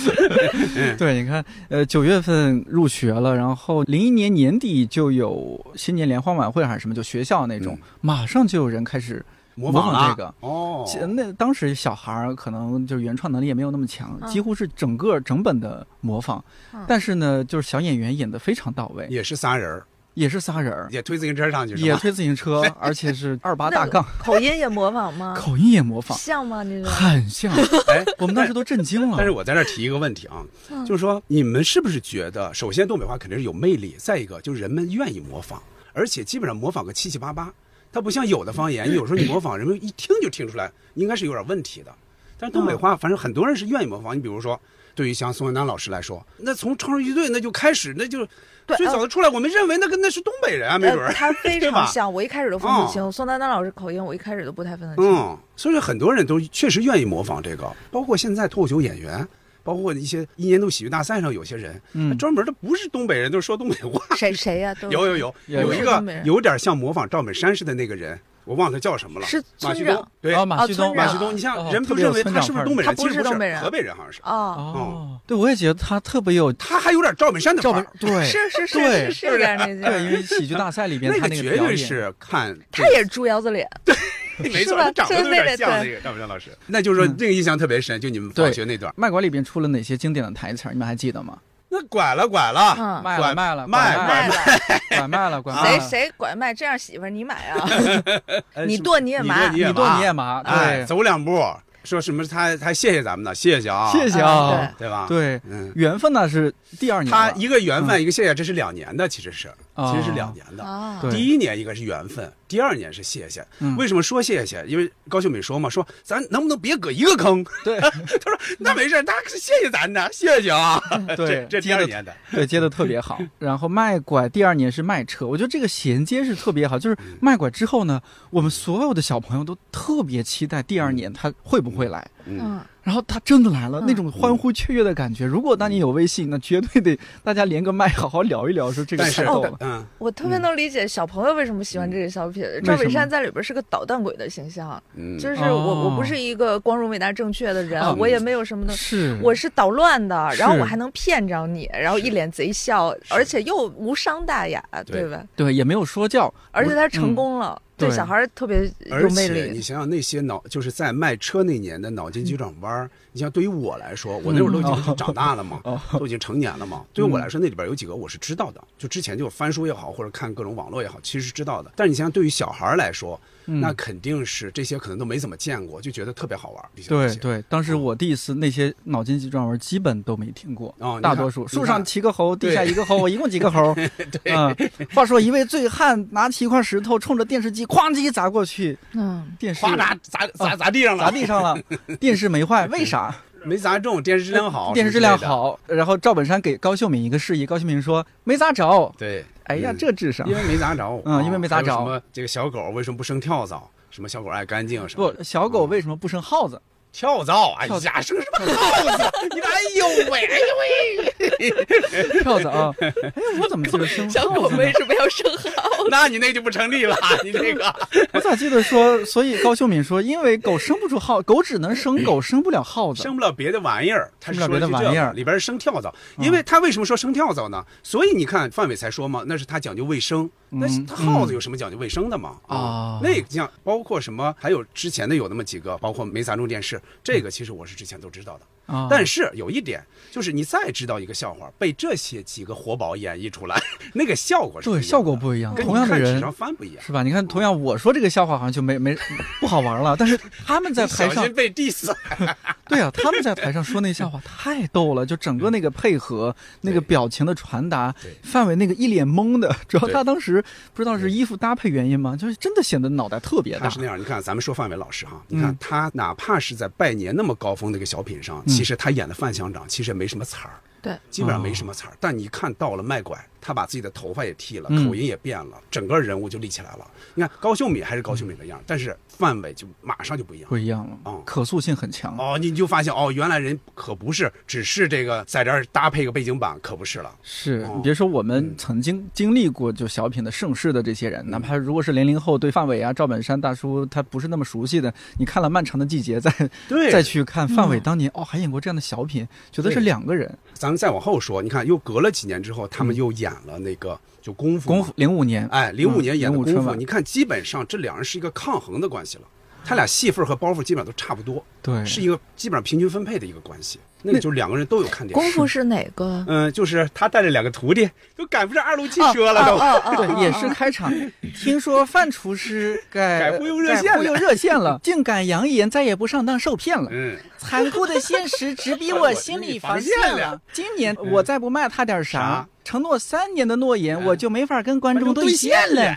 Speaker 3: [laughs] 嗯
Speaker 1: [laughs] 对，你看，呃，九月份入学了，然后零一年年底就有新年联欢晚会还是什么，就学校那种，
Speaker 3: 嗯
Speaker 1: 马上就有人开始
Speaker 3: 模
Speaker 1: 仿
Speaker 3: 了
Speaker 1: 这个
Speaker 3: 哦，
Speaker 1: 其那当时小孩儿可能就是原创能力也没有那么强，
Speaker 2: 嗯
Speaker 1: 几乎是整个整本的模仿。
Speaker 2: 嗯
Speaker 1: 但是呢，就是小演员演得非常到位，也
Speaker 3: 也是仨人儿，
Speaker 1: 是仨人儿，
Speaker 3: 也推自行车上去，是
Speaker 1: 也
Speaker 3: 吧？
Speaker 1: 推自行
Speaker 3: [laughs]
Speaker 1: 车，而且是二八大
Speaker 2: 那 [laughs]
Speaker 1: 杠，
Speaker 2: 口音也模仿吗？
Speaker 1: 口音也模仿，
Speaker 2: 像吗？你这
Speaker 1: 很像。
Speaker 3: 哎，
Speaker 1: 我们当时都震惊了。
Speaker 3: [laughs] 但是我在这儿提一个问题啊，就是说你们是不是觉得，首先东北话肯定是有魅力，再一个就是人们愿意模仿，而且基本上模仿个七七八八，它不像有的方言，有时候你模仿人们一听就听出来，应该是有点问题的。但是东北话，反正很多人是愿意模仿。你比如说，对于像宋丹丹老师来说，那从超人乐队那就开始，那就
Speaker 2: 对
Speaker 3: 最
Speaker 2: 呃
Speaker 3: 早的出来，我们认为那个那是东北人啊，没准
Speaker 2: [laughs] 呃
Speaker 3: 儿。 [laughs]
Speaker 2: 他非
Speaker 3: 对吧哦
Speaker 2: 常像，我一开始都分不清。宋丹丹老师口音，我一开始都不太分得清。
Speaker 3: 嗯，所以说很多人都确实愿意模仿这个，包括现在脱口秀演员，包括一些一年度喜剧大赛上有些人，
Speaker 1: 嗯
Speaker 3: 他专门的不是东北人，都是说东北
Speaker 2: [laughs]
Speaker 3: 话。
Speaker 2: 谁谁呀？
Speaker 3: [laughs]
Speaker 2: 都
Speaker 3: 有有有，
Speaker 1: 有有
Speaker 3: 有一
Speaker 2: 东
Speaker 3: 个
Speaker 2: 北人
Speaker 3: 有点像模仿赵本山似的那个人，我忘了他叫什么了，
Speaker 2: 是
Speaker 3: 马
Speaker 2: 村
Speaker 3: 旭东
Speaker 2: 长，
Speaker 3: 对，
Speaker 1: 啊，马
Speaker 2: 哦
Speaker 1: 旭东，
Speaker 2: 村
Speaker 3: 马
Speaker 2: 长
Speaker 3: 旭东，你像
Speaker 1: 哦
Speaker 3: 人们
Speaker 1: 特
Speaker 3: 都
Speaker 1: 别有
Speaker 3: 认为
Speaker 1: 村
Speaker 3: 他
Speaker 1: 长
Speaker 3: 是不
Speaker 1: 范儿
Speaker 3: 是东北人，
Speaker 2: 他
Speaker 3: 其
Speaker 2: 不
Speaker 3: 实
Speaker 2: 是东北
Speaker 3: 是，
Speaker 2: 人
Speaker 3: 河北人好像是，
Speaker 2: 哦，
Speaker 1: 哦，对，我也觉得他特别有
Speaker 3: 他还有点赵本山的
Speaker 1: 赵
Speaker 3: 范
Speaker 1: 本
Speaker 3: 儿，
Speaker 1: 对
Speaker 3: [laughs]
Speaker 2: 是是是
Speaker 1: 对
Speaker 2: 是是这样的，
Speaker 1: [laughs] 对，因为喜剧大赛里边
Speaker 3: 那
Speaker 1: 他
Speaker 3: 个
Speaker 1: 那
Speaker 3: 绝
Speaker 1: 表
Speaker 3: 对
Speaker 1: 演
Speaker 3: 是看这
Speaker 2: 他也是猪腰子脸，
Speaker 3: 没错，
Speaker 2: 吧
Speaker 3: 他长得
Speaker 2: 就
Speaker 3: 都有点
Speaker 2: 那个
Speaker 3: 像那
Speaker 2: 对
Speaker 3: 个赵本山老师，那就是说
Speaker 1: 嗯
Speaker 3: 那个印象特别深，就你们
Speaker 1: 对
Speaker 3: 放学那段，
Speaker 1: 卖拐里边出了哪些经典的台词儿？你们还记得吗？
Speaker 3: 那拐了拐了，
Speaker 2: 嗯，
Speaker 1: 卖
Speaker 3: 拐
Speaker 1: 了卖了
Speaker 3: 卖
Speaker 1: 拐
Speaker 2: 卖
Speaker 1: 卖
Speaker 2: 了
Speaker 1: 了，拐卖了拐卖
Speaker 2: 谁
Speaker 1: 了，
Speaker 2: 谁拐卖这样媳妇儿你买啊？ [laughs]
Speaker 3: 呃
Speaker 2: 你
Speaker 3: 是
Speaker 2: 剁你也
Speaker 3: 你
Speaker 2: 麻
Speaker 3: 剁你
Speaker 1: 你剁
Speaker 3: 麻
Speaker 1: 你也麻，
Speaker 3: 哎，
Speaker 1: 啊对，
Speaker 3: 走两步，说什么他他谢谢咱们呢，谢谢啊，
Speaker 1: 谢谢啊
Speaker 2: 嗯，
Speaker 3: 对吧？，
Speaker 1: 对，
Speaker 3: 嗯，
Speaker 1: 缘分呢是第二年
Speaker 3: 他
Speaker 1: 了，嗯
Speaker 3: 一个缘分，一个谢谢，这是两年的，其实是
Speaker 1: 哦
Speaker 3: 其实是两年的。
Speaker 2: 啊，
Speaker 1: 对
Speaker 3: 第一年应该是缘分，第二年是谢谢。
Speaker 1: 嗯
Speaker 3: 为什么说谢谢？因为高秀敏说嘛，说咱能不能别搁一个坑？
Speaker 1: 对
Speaker 3: [laughs] 他说那没事儿，他谢谢咱呢，谢谢啊。
Speaker 1: 对
Speaker 3: 这这第
Speaker 1: 接
Speaker 3: 二
Speaker 1: 的
Speaker 3: 年的，
Speaker 1: 对接的特别好。然后卖拐第二年是卖车，我觉得这个衔接是特别好。就是
Speaker 3: 嗯
Speaker 1: 卖拐之后呢，我们所有的小朋友都特别期待第二年他会不会来。
Speaker 3: 嗯，
Speaker 2: 嗯，
Speaker 1: 然后他真的来了，
Speaker 2: 嗯
Speaker 1: 那种欢呼雀跃的感觉。如果当你有微信，那绝对得大家连个麦，好好聊一聊，说这个
Speaker 3: 但
Speaker 1: 太
Speaker 3: 是
Speaker 1: 逗了。
Speaker 3: 嗯，
Speaker 2: 我特别能理解小朋友为什么喜欢这个小品。赵本山在里边是个捣蛋鬼的形象，
Speaker 3: 嗯哦
Speaker 2: 就是
Speaker 1: 哦
Speaker 2: 我我不是一个光荣伟大正确的人
Speaker 1: 啊，
Speaker 2: 我也没有什么的。
Speaker 1: 是，
Speaker 2: 我是捣乱的，然后
Speaker 1: 是
Speaker 2: 我还能骗着你，然后一脸贼笑，而且又无伤大雅，
Speaker 3: 对嗯
Speaker 2: 对吧？
Speaker 1: 对也没有说教，
Speaker 2: 而且他
Speaker 1: 我
Speaker 2: 成功了，
Speaker 1: 对
Speaker 2: 小孩儿特别有
Speaker 3: 而
Speaker 2: 魅
Speaker 3: 且你
Speaker 2: 力。
Speaker 3: 想想那些脑，就是在卖车那年的脑筋急转弯儿，你像对于我来说，我那会儿都已
Speaker 1: 嗯
Speaker 3: 经长大了嘛，
Speaker 1: 哦
Speaker 3: [laughs] 都已经成年了嘛。对于我来说，那里边有几个我是知道的，就之前就翻书也好，或者看各种网络也好，其实是知道的。但是你像对于小孩儿来说，
Speaker 1: 嗯
Speaker 3: 那肯定是这些可能都没怎么见过，就觉得特别好玩儿。比较
Speaker 1: 对
Speaker 3: 这些
Speaker 1: 对，当时我第一次那些脑筋急转弯基本都没听过，
Speaker 3: 哦你
Speaker 1: 大
Speaker 3: 看
Speaker 1: 多数树
Speaker 3: 你
Speaker 1: 上
Speaker 3: 看
Speaker 1: 骑个猴，地
Speaker 3: 对
Speaker 1: 下一个猴，
Speaker 3: [laughs]
Speaker 1: 我一共几个猴？对、嗯，话说一位醉汉拿起一块石头冲着电视机哐叽砸过去，
Speaker 2: 嗯，
Speaker 1: 电视
Speaker 3: 哗啦砸砸砸地上了，
Speaker 1: 啊砸地上
Speaker 3: [laughs]
Speaker 1: 了，电视没坏，为啥？
Speaker 3: 没砸中，电视质量好，
Speaker 1: 呃电视质量
Speaker 3: 什么之类的。
Speaker 1: 好。然后赵本山给高秀敏一个示意，高秀敏说没砸着。
Speaker 3: 对，
Speaker 1: 哎呀，
Speaker 3: 嗯
Speaker 1: 这智商
Speaker 3: 因！为没砸着，
Speaker 1: 嗯
Speaker 3: 啊
Speaker 1: 因为没砸着
Speaker 3: 还有什么这个小狗为什么不生跳蚤？什么小狗爱干净？什么
Speaker 1: 不，小狗为什么不生耗
Speaker 2: [laughs]
Speaker 1: 子？
Speaker 3: 跳蚤？哎
Speaker 1: 跳蚤
Speaker 3: 呀，生什么耗子？你哎
Speaker 1: [laughs]
Speaker 3: 呦喂，哎呦喂！
Speaker 1: 跳蚤啊！ [laughs] 哎呀，我怎么记得生
Speaker 2: 小
Speaker 1: 耗
Speaker 2: 狗
Speaker 1: 子呢
Speaker 2: 为什么要生耗？
Speaker 3: [laughs] 那你那就不成立 [laughs] 了，你这个
Speaker 1: 我咋记得说，所以高秀敏说，因为狗生不出耗，狗只能生
Speaker 3: [laughs]
Speaker 1: 狗，生不了耗子。
Speaker 3: 生不了别的玩意儿。他是
Speaker 1: 生不
Speaker 3: 说
Speaker 1: 了别的
Speaker 3: 的是这
Speaker 1: 玩意
Speaker 3: 个
Speaker 1: 儿嗯
Speaker 3: 里边生跳蚤，因为他为什么说生跳蚤呢？所以你看范伟才说嘛，那是他讲究卫生。那是他耗子有什么讲究卫生的嘛？
Speaker 1: 嗯啊
Speaker 3: 那个像包括什么，还有之前的有那么几个，包括没砸中电
Speaker 1: 嗯
Speaker 3: 视，这个其实我是之前都知道的。
Speaker 1: 啊，
Speaker 3: 但是有一点，就是你再知道一个笑话，被这些几个活宝演绎出来， [laughs] 那个效果是
Speaker 1: 对
Speaker 3: 一样的
Speaker 1: 效果不一样，
Speaker 3: 跟
Speaker 1: 同
Speaker 3: 你
Speaker 1: 样的
Speaker 3: 看纸
Speaker 1: 人
Speaker 3: 上翻不一样。
Speaker 1: 是吧？你看，同样我说这个笑话好像就没
Speaker 3: [laughs]
Speaker 1: 没不好玩了，但是他们在台
Speaker 3: 小
Speaker 1: 上
Speaker 3: 心，被 diss，
Speaker 1: 对啊，他们在台上说那笑话太逗
Speaker 3: [laughs]
Speaker 1: 了，就整个那个配合、那个表情的传达
Speaker 3: 嗯对，
Speaker 1: 范伟那个一脸懵的， [laughs] 主要
Speaker 3: 对
Speaker 1: 他当时不知道是衣服搭配原因吗？就是真的显得脑袋特别
Speaker 3: 他
Speaker 1: 大
Speaker 3: 是，那样。你看，咱们说范伟老师哈，你看他哪怕是在拜年那么高峰的一个小品上，其实他演的范乡长其实也没什么词儿，
Speaker 2: 对，
Speaker 3: 基本上没什么词儿。但你看到了卖拐，他把自己的头发也剃了，
Speaker 1: 嗯
Speaker 3: 口音也变了，整个人物就立起来了。你看高秀敏还是高秀敏的样儿，但是范伟就马上就不一样。
Speaker 1: 不一样了
Speaker 3: 嗯，
Speaker 1: 可塑性很强。
Speaker 3: 哦，你就发现哦，原来人可不是只是这个在这儿搭配个背景板，可不是了。
Speaker 1: 是
Speaker 3: 哦
Speaker 1: 你别说我们曾经经历过就小品的盛世的这些人，哪
Speaker 3: 嗯
Speaker 1: 怕如果是零零后，对范伟啊、赵本山大叔他不是那么熟悉的，你看了《漫长的季节》再
Speaker 3: 对嗯
Speaker 1: 再去看范伟当年哦还演过这样的小品，觉得是两个人。
Speaker 3: 咱们再往后说，你看又隔了几年之后，他们又演了那个就嗯功夫嘛
Speaker 1: 功夫，零五年，
Speaker 3: 哎，零五
Speaker 1: 嗯
Speaker 3: 年演的
Speaker 1: 05
Speaker 3: 功
Speaker 1: 春
Speaker 3: 夫，
Speaker 1: 晚
Speaker 3: 你看基本上这两人是一个抗衡的关系了，他俩戏份和包袱基本上都差不多，
Speaker 1: 对，
Speaker 3: 是一个基本上平均分配的一个关系。那个就两个人都有看点。
Speaker 2: 功夫是哪个？
Speaker 3: 嗯，就是他带着两个徒弟，都赶不上二路汽车了，都。
Speaker 2: 哦哦
Speaker 1: 对，也是开场。听说范厨
Speaker 3: [laughs]
Speaker 1: 师改
Speaker 3: 改忽悠热线
Speaker 1: 改忽
Speaker 3: 了
Speaker 1: 悠热线了，竟敢扬言再也不上当受骗
Speaker 3: [laughs]
Speaker 1: 了。
Speaker 3: 嗯，
Speaker 1: 残酷的现实直 [laughs] 逼
Speaker 3: 我
Speaker 1: 哎我心
Speaker 3: 心
Speaker 1: 里
Speaker 3: 里
Speaker 1: 防
Speaker 3: 防
Speaker 1: 线
Speaker 3: 线
Speaker 1: 了
Speaker 3: 了。
Speaker 1: 今年我再不卖他点啥
Speaker 3: 啥，
Speaker 1: 承诺三年的诺言，
Speaker 3: 嗯
Speaker 1: 我就没法跟观众
Speaker 3: 观众兑
Speaker 1: 现了。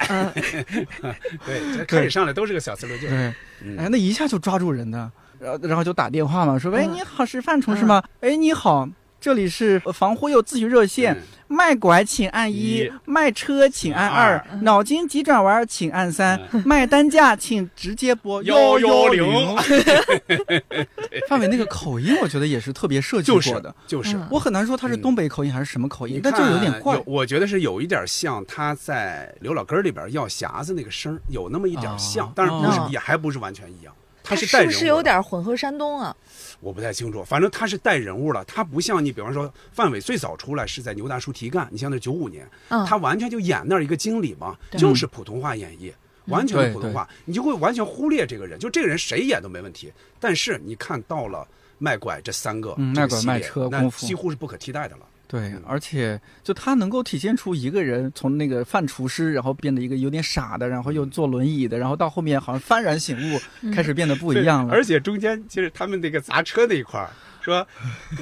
Speaker 3: [laughs]
Speaker 2: 嗯，
Speaker 3: 对，这开始上来都是个小四路
Speaker 1: 对
Speaker 3: 劲儿。
Speaker 1: 哎，
Speaker 3: 嗯
Speaker 1: 那一下就抓住人的，然后然后就打电话嘛，说喂，
Speaker 2: 嗯
Speaker 1: 你好，是范厨师吗？哎，你好。这里是防忽悠咨询热
Speaker 3: 嗯
Speaker 1: 线，卖拐请按嗯一
Speaker 3: 一，
Speaker 1: 卖车请按二，嗯脑筋急转弯请按三，卖单价请直接拨
Speaker 3: 幺
Speaker 1: [laughs] 幺
Speaker 3: 幺零。
Speaker 1: [laughs] 范伟那个口音，我觉得也是特别设计
Speaker 3: 就是
Speaker 1: 过的。
Speaker 3: 就是，
Speaker 2: 嗯
Speaker 1: 我很难说他是东北口音还是什么口音
Speaker 3: 啊你，
Speaker 1: 但
Speaker 3: 看，
Speaker 1: 就有点怪。
Speaker 3: 我觉得是有一点像他在《刘老根》里边要匣子那个声儿，有那么一点像，
Speaker 1: 啊
Speaker 3: 但是不是、
Speaker 2: 啊
Speaker 3: 也还不是完全一样。他
Speaker 2: 他
Speaker 3: 是带
Speaker 2: 是
Speaker 3: 人
Speaker 2: 不
Speaker 3: 物
Speaker 2: 是有
Speaker 3: 的
Speaker 2: 点混合山东啊？
Speaker 3: 我不太清楚，反正他是带人物了，他不像你，比方说范伟最早出来是在牛大叔提干，你像那九五年，
Speaker 2: 嗯，
Speaker 3: 他完全就演那儿一个经理嘛，
Speaker 2: 对嗯
Speaker 3: 就是普通话演绎，完全是普通话，你就会完全忽略这个人，就这个人谁演都没问题，但是你看到了卖拐这三个，
Speaker 1: 嗯
Speaker 3: 这
Speaker 1: 卖
Speaker 3: 个
Speaker 1: 拐
Speaker 3: 系列
Speaker 1: 卖车
Speaker 3: 那
Speaker 1: 功夫
Speaker 3: 几乎是不可替代的了。
Speaker 1: 对，而且就他能够体现出一个人从那个饭厨师，然后变得一个有点傻的，然后又坐轮椅的，然后到后面好像幡然醒悟，
Speaker 3: 嗯
Speaker 1: 开始变得不一样
Speaker 3: 对
Speaker 1: 了。
Speaker 3: 而且中间其实他们那个砸车那一块儿，
Speaker 1: [laughs]
Speaker 3: 说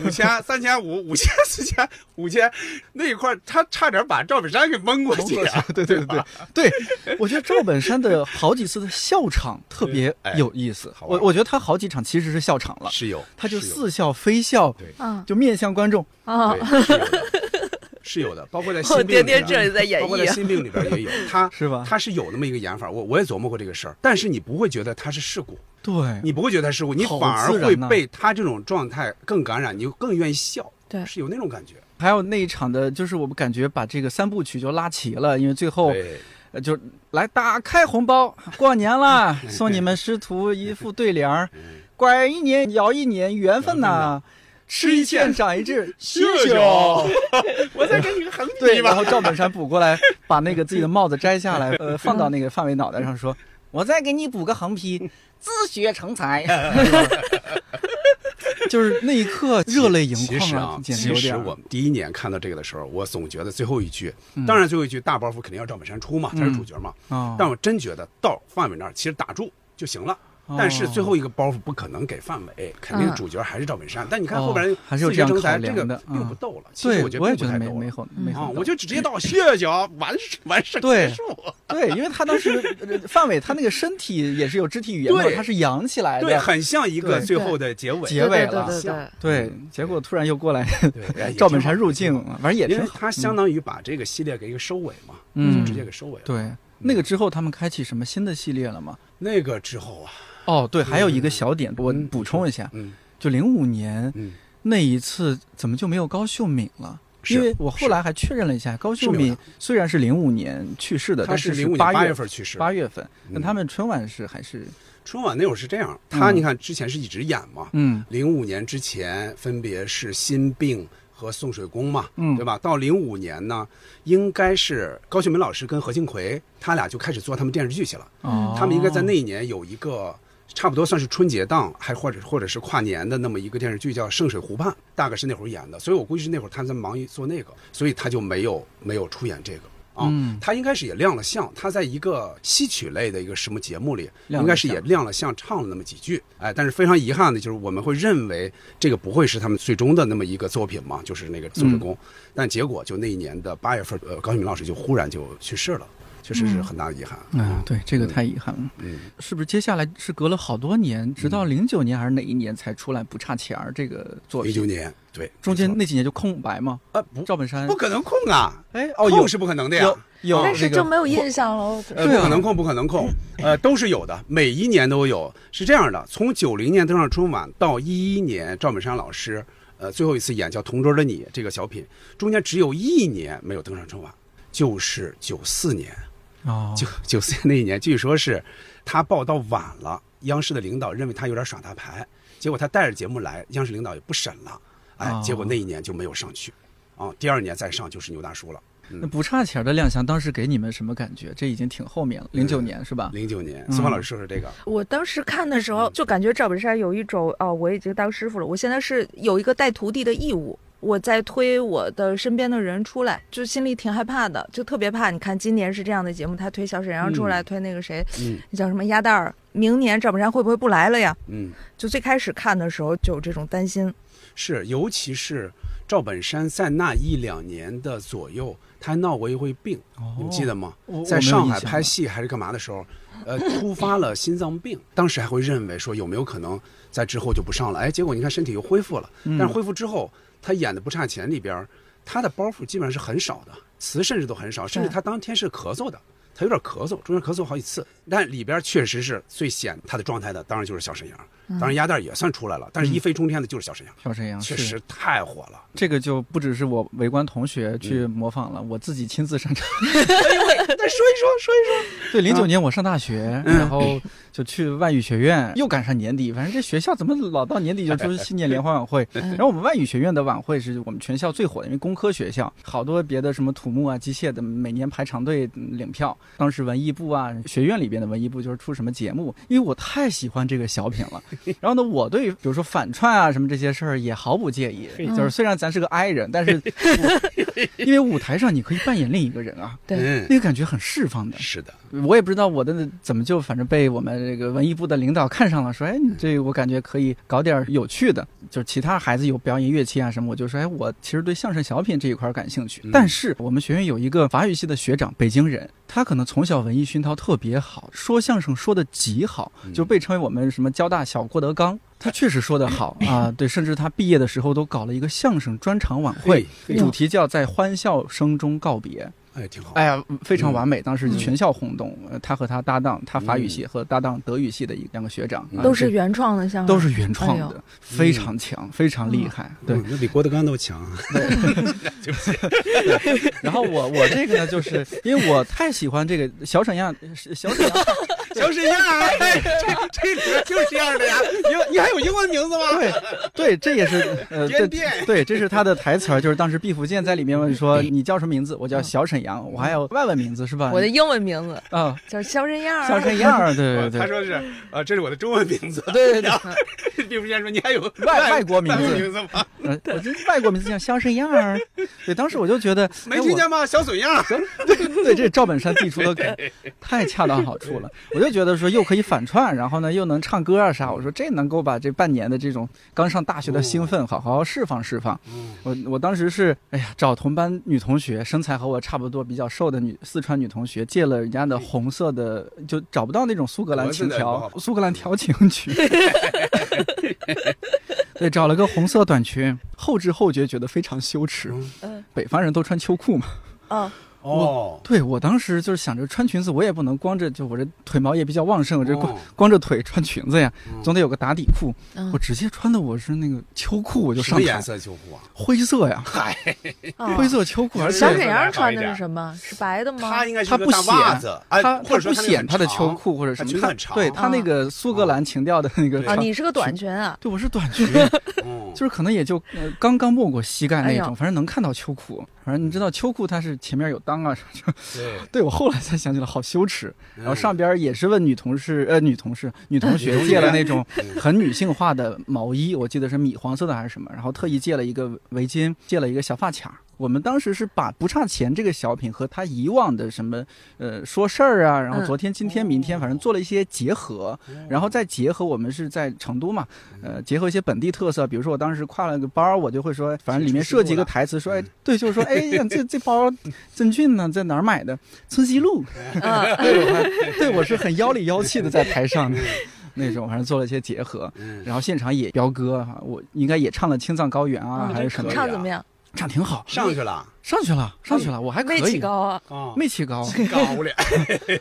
Speaker 3: 五千、三千五、五千、四千、五千那一块儿，他差点把赵本山给蒙过去、啊。
Speaker 1: [laughs] 对对对对，我觉得赵本山的好几次的笑场特别有意思。
Speaker 3: 哎好
Speaker 1: 我
Speaker 3: 玩
Speaker 1: 我觉得他好几场其实是笑场了，
Speaker 3: 是有，
Speaker 1: 他就是
Speaker 3: 有
Speaker 1: 似笑非笑，
Speaker 3: 对
Speaker 2: 嗯
Speaker 1: 就面向观众。
Speaker 2: 啊，
Speaker 3: 对是有的是有的，包括在心病里
Speaker 2: 爹爹
Speaker 3: 边，
Speaker 2: 这里在演
Speaker 3: 包括在
Speaker 2: 绎，
Speaker 3: 心病里边也有，
Speaker 1: [laughs]
Speaker 3: 他
Speaker 1: 是吧
Speaker 3: 他是有那么一个演法，我我也琢磨过这个事儿，但是你不会觉得他是事故，
Speaker 1: 对，
Speaker 3: 你不会觉得他是事故，你
Speaker 1: 好
Speaker 3: 反而
Speaker 1: 自然
Speaker 3: 会
Speaker 1: 呐
Speaker 3: 被他这种状态更感染，你就更愿意笑，
Speaker 2: 对
Speaker 3: 是有那种感觉。
Speaker 1: 还有那一场的，就是我们感觉把这个三部曲就拉齐了，因为最后
Speaker 3: 对，
Speaker 1: 呃，就来打开红包，过年啦，
Speaker 3: 嗯
Speaker 1: 送你们师徒一副对联儿，拐一年摇一年，缘分呐、吃一堑长一智，谢谢哦。
Speaker 3: [laughs] 我再给你个横
Speaker 1: 对，
Speaker 3: 批
Speaker 1: 然
Speaker 3: 吧。
Speaker 1: 后赵本山补过来，把那个自己的帽子摘下来，呃，放到那个范伟脑袋上，说：“
Speaker 4: 我再给你补个横批：自学成才。
Speaker 1: [laughs] 就是那一刻热泪盈
Speaker 3: 其
Speaker 1: 眶
Speaker 3: 实啊，
Speaker 1: 简直有
Speaker 3: 其实
Speaker 1: 点儿嗯
Speaker 3: 我第一年看到这个的时候，我总觉得最后一句，当然最后一句大包袱肯定要赵本山出嘛，他是主角嘛。
Speaker 1: 啊，
Speaker 3: 但我真觉得到范伟那儿其实打住就行了。
Speaker 1: 哦
Speaker 3: 但是最后一个包袱不可能给范伟，肯定主角还是赵本山。但你看后边人
Speaker 1: 嗯哦还是有
Speaker 3: 自
Speaker 1: 这
Speaker 3: 觉
Speaker 1: 样
Speaker 3: 成
Speaker 1: 考
Speaker 3: 才
Speaker 1: 量
Speaker 3: 这个
Speaker 1: 的
Speaker 3: 并
Speaker 1: 嗯
Speaker 3: 不逗了，其
Speaker 1: 对
Speaker 3: 实我觉
Speaker 1: 我也
Speaker 3: 并
Speaker 1: 觉
Speaker 3: 不
Speaker 1: 得
Speaker 3: 太
Speaker 1: 没
Speaker 3: 逗
Speaker 1: 没
Speaker 3: 了。
Speaker 1: 很没
Speaker 3: 啊，
Speaker 1: 很
Speaker 3: 我
Speaker 1: 逗
Speaker 3: 就直接到谢谢啊，完事完事
Speaker 1: 对
Speaker 3: 结束。
Speaker 1: 对，因为他当时呃范伟他那个身体也是有肢体语言的，
Speaker 3: 对
Speaker 1: 他是扬起来的，
Speaker 3: 对，很像一个
Speaker 1: 对
Speaker 3: 最后的结尾。
Speaker 1: 结尾
Speaker 2: 对
Speaker 1: 了
Speaker 2: 对对对
Speaker 3: 像
Speaker 2: 对，
Speaker 1: 对，结果突然又过来
Speaker 3: 对哎也
Speaker 1: 赵
Speaker 3: 挺
Speaker 1: 本
Speaker 3: 好
Speaker 1: 山入境，反正也
Speaker 3: 因
Speaker 1: 挺
Speaker 3: 为
Speaker 1: 好，
Speaker 3: 他相当于把这个系列给一个收尾嘛，
Speaker 1: 嗯
Speaker 3: 就直接给嗯收尾了。
Speaker 1: 对。那个之后，他们开启什么新的系列了吗？
Speaker 3: 那个之后啊，
Speaker 1: 哦，对，还有一个小点，我补充一下，
Speaker 3: 嗯
Speaker 1: 就零五年
Speaker 3: 嗯，
Speaker 1: 那一次，怎么就没有高秀敏了？
Speaker 3: 是
Speaker 1: 因为我后来还确认了一下，高秀
Speaker 3: 是没有
Speaker 1: 敏虽然是零五年去世的，
Speaker 3: 他
Speaker 1: 但
Speaker 3: 是
Speaker 1: 是
Speaker 3: 零五年
Speaker 1: 八
Speaker 3: 八月份去世，
Speaker 1: 八月份，
Speaker 3: 嗯
Speaker 1: 那他们春晚是还是
Speaker 3: 春晚那会儿是这样，他
Speaker 1: 嗯
Speaker 3: 你看之前是一直演嘛，
Speaker 1: 嗯
Speaker 3: 零五年之前分别是心病和送水工嘛，
Speaker 1: 嗯
Speaker 3: 对吧？到零五年呢，应该是高秀敏老师跟何庆魁他俩就开始做他们电视剧去了，
Speaker 1: 哦
Speaker 3: 他们应该在那一年有一个。差不多算是春节档，还或者或者是跨年的那么一个电视剧叫《圣水湖畔》，大概是那会儿演的，所以我估计是那会儿他在忙于做那个，所以他就没有没有出演这个啊。
Speaker 1: 嗯
Speaker 3: 他应该是也亮了相，他在一个戏曲类的一个什么节目里，
Speaker 1: 亮了
Speaker 3: 应该是
Speaker 1: 相
Speaker 3: 也亮了相，唱了那么几句。哎，但是非常遗憾的就是，我们会认为这个不会是他们最终的那么一个作品嘛，就是那个《宋
Speaker 1: 嗯
Speaker 3: 水公》但结果就那一年的八月份，呃，高晓敏老师就忽然就去世了，确实
Speaker 1: 嗯
Speaker 3: 是很大的遗憾。
Speaker 1: 啊，对，这个
Speaker 3: 嗯
Speaker 1: 太遗憾了。
Speaker 3: 嗯，
Speaker 1: 是不是接下来是隔了好多年，直到零九年还是哪一年才出来《不差钱儿》这个作
Speaker 3: 零九
Speaker 1: 品？
Speaker 3: 年，对，
Speaker 1: 中间
Speaker 3: 没
Speaker 1: 那几年就空白嘛。
Speaker 3: 错啊不
Speaker 1: 赵本山
Speaker 3: 不可能空啊，
Speaker 1: 哎
Speaker 3: 哦
Speaker 1: 哦
Speaker 3: 空
Speaker 1: 有
Speaker 3: 是不可能的呀。
Speaker 1: 有有
Speaker 2: 但是
Speaker 1: 这
Speaker 2: 就
Speaker 1: 个
Speaker 2: 没有印象了。我
Speaker 3: 呃，
Speaker 1: 对啊
Speaker 3: 不可能空，不可能空，呃，都是有的，每一年都有。是这样的，从九零年登上春晚到一一年，赵本山老师，呃，最后一次演叫《同桌的你》这个小品，中间只有一年没有登上春晚，就是九四年。
Speaker 1: 哦
Speaker 3: 九 [laughs] 九四年那一年，据说是他报道晚了，央视的领导认为他有点耍大牌，结果他带着节目来，央视领导也不审了，哎
Speaker 1: 哦，
Speaker 3: 结果那一年就没有上去，啊、第二年再上就是牛大叔了。
Speaker 1: 那不差钱儿的亮相当时给你们什么感觉？这已经挺后面了，零九年是吧？
Speaker 3: 零九年，宋芳老师说说这个，
Speaker 2: 我当时看的时候，就感觉赵本山有一种哦，我已经当师傅了，我现在是有一个带徒弟的义务。我在推我的身边的人出来，就心里挺害怕的，就特别怕。你看今年是这样的节目，他推小沈阳出来，推那个谁，
Speaker 3: 嗯
Speaker 2: 那叫什么鸭蛋儿。明年赵本山会不会不来了呀？
Speaker 3: 嗯。
Speaker 2: 就最开始看的时候就有这种担心。
Speaker 3: 是，尤其是赵本山在那一两年的左右，他还闹过一回病，你们记得吗
Speaker 1: 我我？
Speaker 3: 在
Speaker 1: 没有
Speaker 3: 上
Speaker 1: 印
Speaker 3: 海
Speaker 1: 象
Speaker 3: 拍
Speaker 1: 了
Speaker 3: 戏还是干嘛的时候，呃，突发了心脏病，当时还会认为说有没有可能在之后就不上了，哎，结果你看身体又恢复了，
Speaker 1: 嗯
Speaker 3: 但是恢复之后，他演的不差钱里边儿，他的包袱基本上是很少的，词甚至都很少，甚至
Speaker 2: 对
Speaker 3: 他当天是咳嗽的。他有点咳嗽，中间咳嗽好几次，但里边确实是最显他的状态的，当然就是小沈阳，
Speaker 1: 嗯
Speaker 3: 当然鸭蛋也算出来了，但是一飞冲天的就是小沈阳。
Speaker 1: 小沈阳
Speaker 3: 确
Speaker 1: 嗯是
Speaker 3: 实太火了。
Speaker 1: 这个就不只是我围观同学去模仿了，我自己亲自上
Speaker 3: [laughs]
Speaker 1: 场。
Speaker 3: 哎再说一说，说一说。
Speaker 1: 对，零九年我上大学，然后就去外语学院，又赶上年底，反正这学校怎么老到年底就出新年联欢晚会？然后我们外语学院的晚会是我们全校最火的，因为工科学校，好多别的什么土木啊、机械的，每年排长队嗯领票。当时文艺部啊，学院里边的文艺部就是出什么节目，因为我太喜欢这个小品了。 [laughs] 然后呢，我对比如说反串啊什么这些事儿也毫不介意， [laughs] 就是虽然咱是个 I 人，但是我 [laughs] 因为舞台上你可以扮演另一个人啊，
Speaker 2: 对，
Speaker 1: 那个感觉很释放的。
Speaker 3: 嗯是的，
Speaker 1: 我也不知道我的那怎么就反正被我们这个文艺部的领导看上了，说哎，你这我感觉可以搞点有趣的，就是其他孩子有表演乐器啊什么，我就说哎，我其实对相声小品这一块儿感兴趣
Speaker 3: 嗯。
Speaker 1: 但是我们学院有一个法语系的学长，北京人，他可能从小文艺熏陶特别好，说相声说的极好，就被称为我们什么交大小郭德纲。他确实说的好啊，对，甚至他毕业的时候都搞了一个相声专场晚会，
Speaker 3: 嘿
Speaker 1: 主题叫在欢笑声中告别。
Speaker 3: 哎，挺好。
Speaker 1: 哎呀，非
Speaker 3: 嗯
Speaker 1: 常完美！当时全校轰动，呃他和他搭档，他法语系和搭档德语系的一两个学长，
Speaker 3: 嗯
Speaker 1: 啊
Speaker 2: 都是
Speaker 1: 这
Speaker 2: 原创的项目，
Speaker 1: 都是原创
Speaker 2: 哎哦
Speaker 1: 的，非常强，非常厉害。对
Speaker 3: 嗯，，那比郭德纲都强。
Speaker 1: 然后我我这个呢， [laughs] 就是因为我太喜欢这个小沈阳，是小沈阳，
Speaker 3: 小沈阳，哎这里边就是这样的呀。英，你还有英文名字吗？
Speaker 1: 对对，这也是呃，
Speaker 3: 编
Speaker 1: 这
Speaker 3: 编
Speaker 1: 对，这是他的台词儿，就是当时毕福剑在里面
Speaker 3: 哎
Speaker 1: 说你叫什么名字？我叫小沈阳，我还有外文名字是吧？
Speaker 2: 嗯我的英文名字
Speaker 1: 啊，
Speaker 2: 叫肖申燕儿。
Speaker 1: 小沈阳，对对
Speaker 3: [laughs] 他
Speaker 1: 对，
Speaker 3: 说是，
Speaker 1: [laughs]
Speaker 3: 呃，这是我的中文名 [laughs] 字。
Speaker 1: 对对对
Speaker 3: 然后毕福剑说你还有
Speaker 1: 外外国名
Speaker 3: 外国
Speaker 1: 字，
Speaker 3: 名字吗？
Speaker 1: 嗯我这外国名字叫肖沈阳
Speaker 3: [laughs]
Speaker 1: 儿。对，当时我就觉得
Speaker 3: 没听。
Speaker 1: 哎我
Speaker 3: 见吗？小损样。
Speaker 1: 哎 [laughs] 对，这是赵本山递出的
Speaker 3: [laughs]
Speaker 1: 太恰到好处了。我就觉得说又可以反串，然后呢又能唱歌啊啥，我说这能够把这半年的这种刚上大学的兴奋好好释放释放。我我当时是哎呀找同班女同学，身材和我差不多比较瘦的女四川女同学借了人家的红色的，就找不到那种苏格兰琴
Speaker 3: 我
Speaker 1: 条
Speaker 3: 知，
Speaker 1: 苏格兰调情曲。 [laughs] 对，找了个红色短裙，后知后觉觉得非常羞耻。
Speaker 2: [laughs] 嗯
Speaker 1: 北方人都穿秋裤嘛， [laughs]
Speaker 2: 嗯，
Speaker 3: 哦，
Speaker 1: 对我当时就是想着穿裙子，我也不能光着，就我这腿毛也比较旺盛，我这光、
Speaker 3: 哦
Speaker 1: 光着腿穿裙子呀，
Speaker 3: 嗯
Speaker 1: 总得有个打底裤。
Speaker 2: 嗯
Speaker 1: 我直接穿的我是那个秋裤，我就
Speaker 3: 什
Speaker 1: 上
Speaker 3: 么
Speaker 1: 台
Speaker 3: 颜，色秋裤啊？
Speaker 1: 灰色
Speaker 3: [laughs]
Speaker 1: 呀，
Speaker 2: 哦
Speaker 1: 灰色秋裤，而
Speaker 3: 小
Speaker 2: 小沈
Speaker 3: 沈
Speaker 1: 且
Speaker 3: 阳
Speaker 2: 阳
Speaker 3: 儿
Speaker 2: 穿
Speaker 3: 穿
Speaker 2: 的
Speaker 3: 的
Speaker 2: 是
Speaker 3: 是
Speaker 2: 什
Speaker 3: 什
Speaker 2: 么？是白的吗
Speaker 3: 他？应该是
Speaker 1: 它
Speaker 3: 个
Speaker 1: 不
Speaker 3: 大袜
Speaker 1: 显
Speaker 3: 子，哎
Speaker 1: 它
Speaker 3: 或
Speaker 1: 它
Speaker 3: 者
Speaker 1: 不
Speaker 3: 说它那个
Speaker 1: 显它的
Speaker 3: 长
Speaker 1: 秋裤或者什
Speaker 3: 它
Speaker 1: 么，
Speaker 3: 裙子
Speaker 1: 它
Speaker 3: 很长啊
Speaker 1: 对它那个苏格兰情调的那个
Speaker 3: 对
Speaker 2: 啊，
Speaker 1: 长
Speaker 2: 你是个短
Speaker 1: [laughs]
Speaker 2: 裙啊？
Speaker 1: 对我是短裙，
Speaker 3: [laughs] 嗯
Speaker 1: 就是可能也就、呃刚刚没过膝盖
Speaker 2: 哎
Speaker 1: 那
Speaker 2: 呦
Speaker 1: 种，反正能看到秋裤。反正你知道秋裤它是前面有裆啊，
Speaker 3: 对，
Speaker 1: 对我后来才想起来，好羞耻。
Speaker 3: 嗯
Speaker 1: 然后上边儿也是问女同事，呃，女同事、女同学借了那种很女性化的毛衣，我记得是米黄色的还是什么，然后特意借了一个围巾，借了一个小发卡。我们当时是把“不差钱”这个小品和他以往的什么，呃，说事儿啊，然后
Speaker 2: 嗯
Speaker 1: 昨天、今天、明天，反正做了一些结合，
Speaker 3: 嗯
Speaker 1: 然后再结合我们是在成都嘛，呃，结合一些本地特色，比如说我当时挎了个包，我就会说，反正里面设计一个台词，说，哎，对，就是说，哎呀，这这包真俊呢，在哪儿买的？村西路，
Speaker 2: [laughs] 嗯，
Speaker 1: 对，我还对我是很妖里妖气的在台上
Speaker 2: [laughs]
Speaker 1: 那种，反正做了一些结合，
Speaker 3: 嗯
Speaker 1: 然后现场也飙歌，啊我应该也唱了《青藏高原》啊，
Speaker 2: 嗯
Speaker 1: 还是什么
Speaker 3: 可以，
Speaker 2: 唱怎么样？
Speaker 1: 唱挺好，
Speaker 3: 上去了
Speaker 1: 上去了，上去了，我还可
Speaker 2: 嗯没起
Speaker 1: 以，
Speaker 2: 高啊？
Speaker 3: 啊，
Speaker 1: 没起
Speaker 2: [laughs]
Speaker 1: 高。
Speaker 3: 高 [laughs] 了，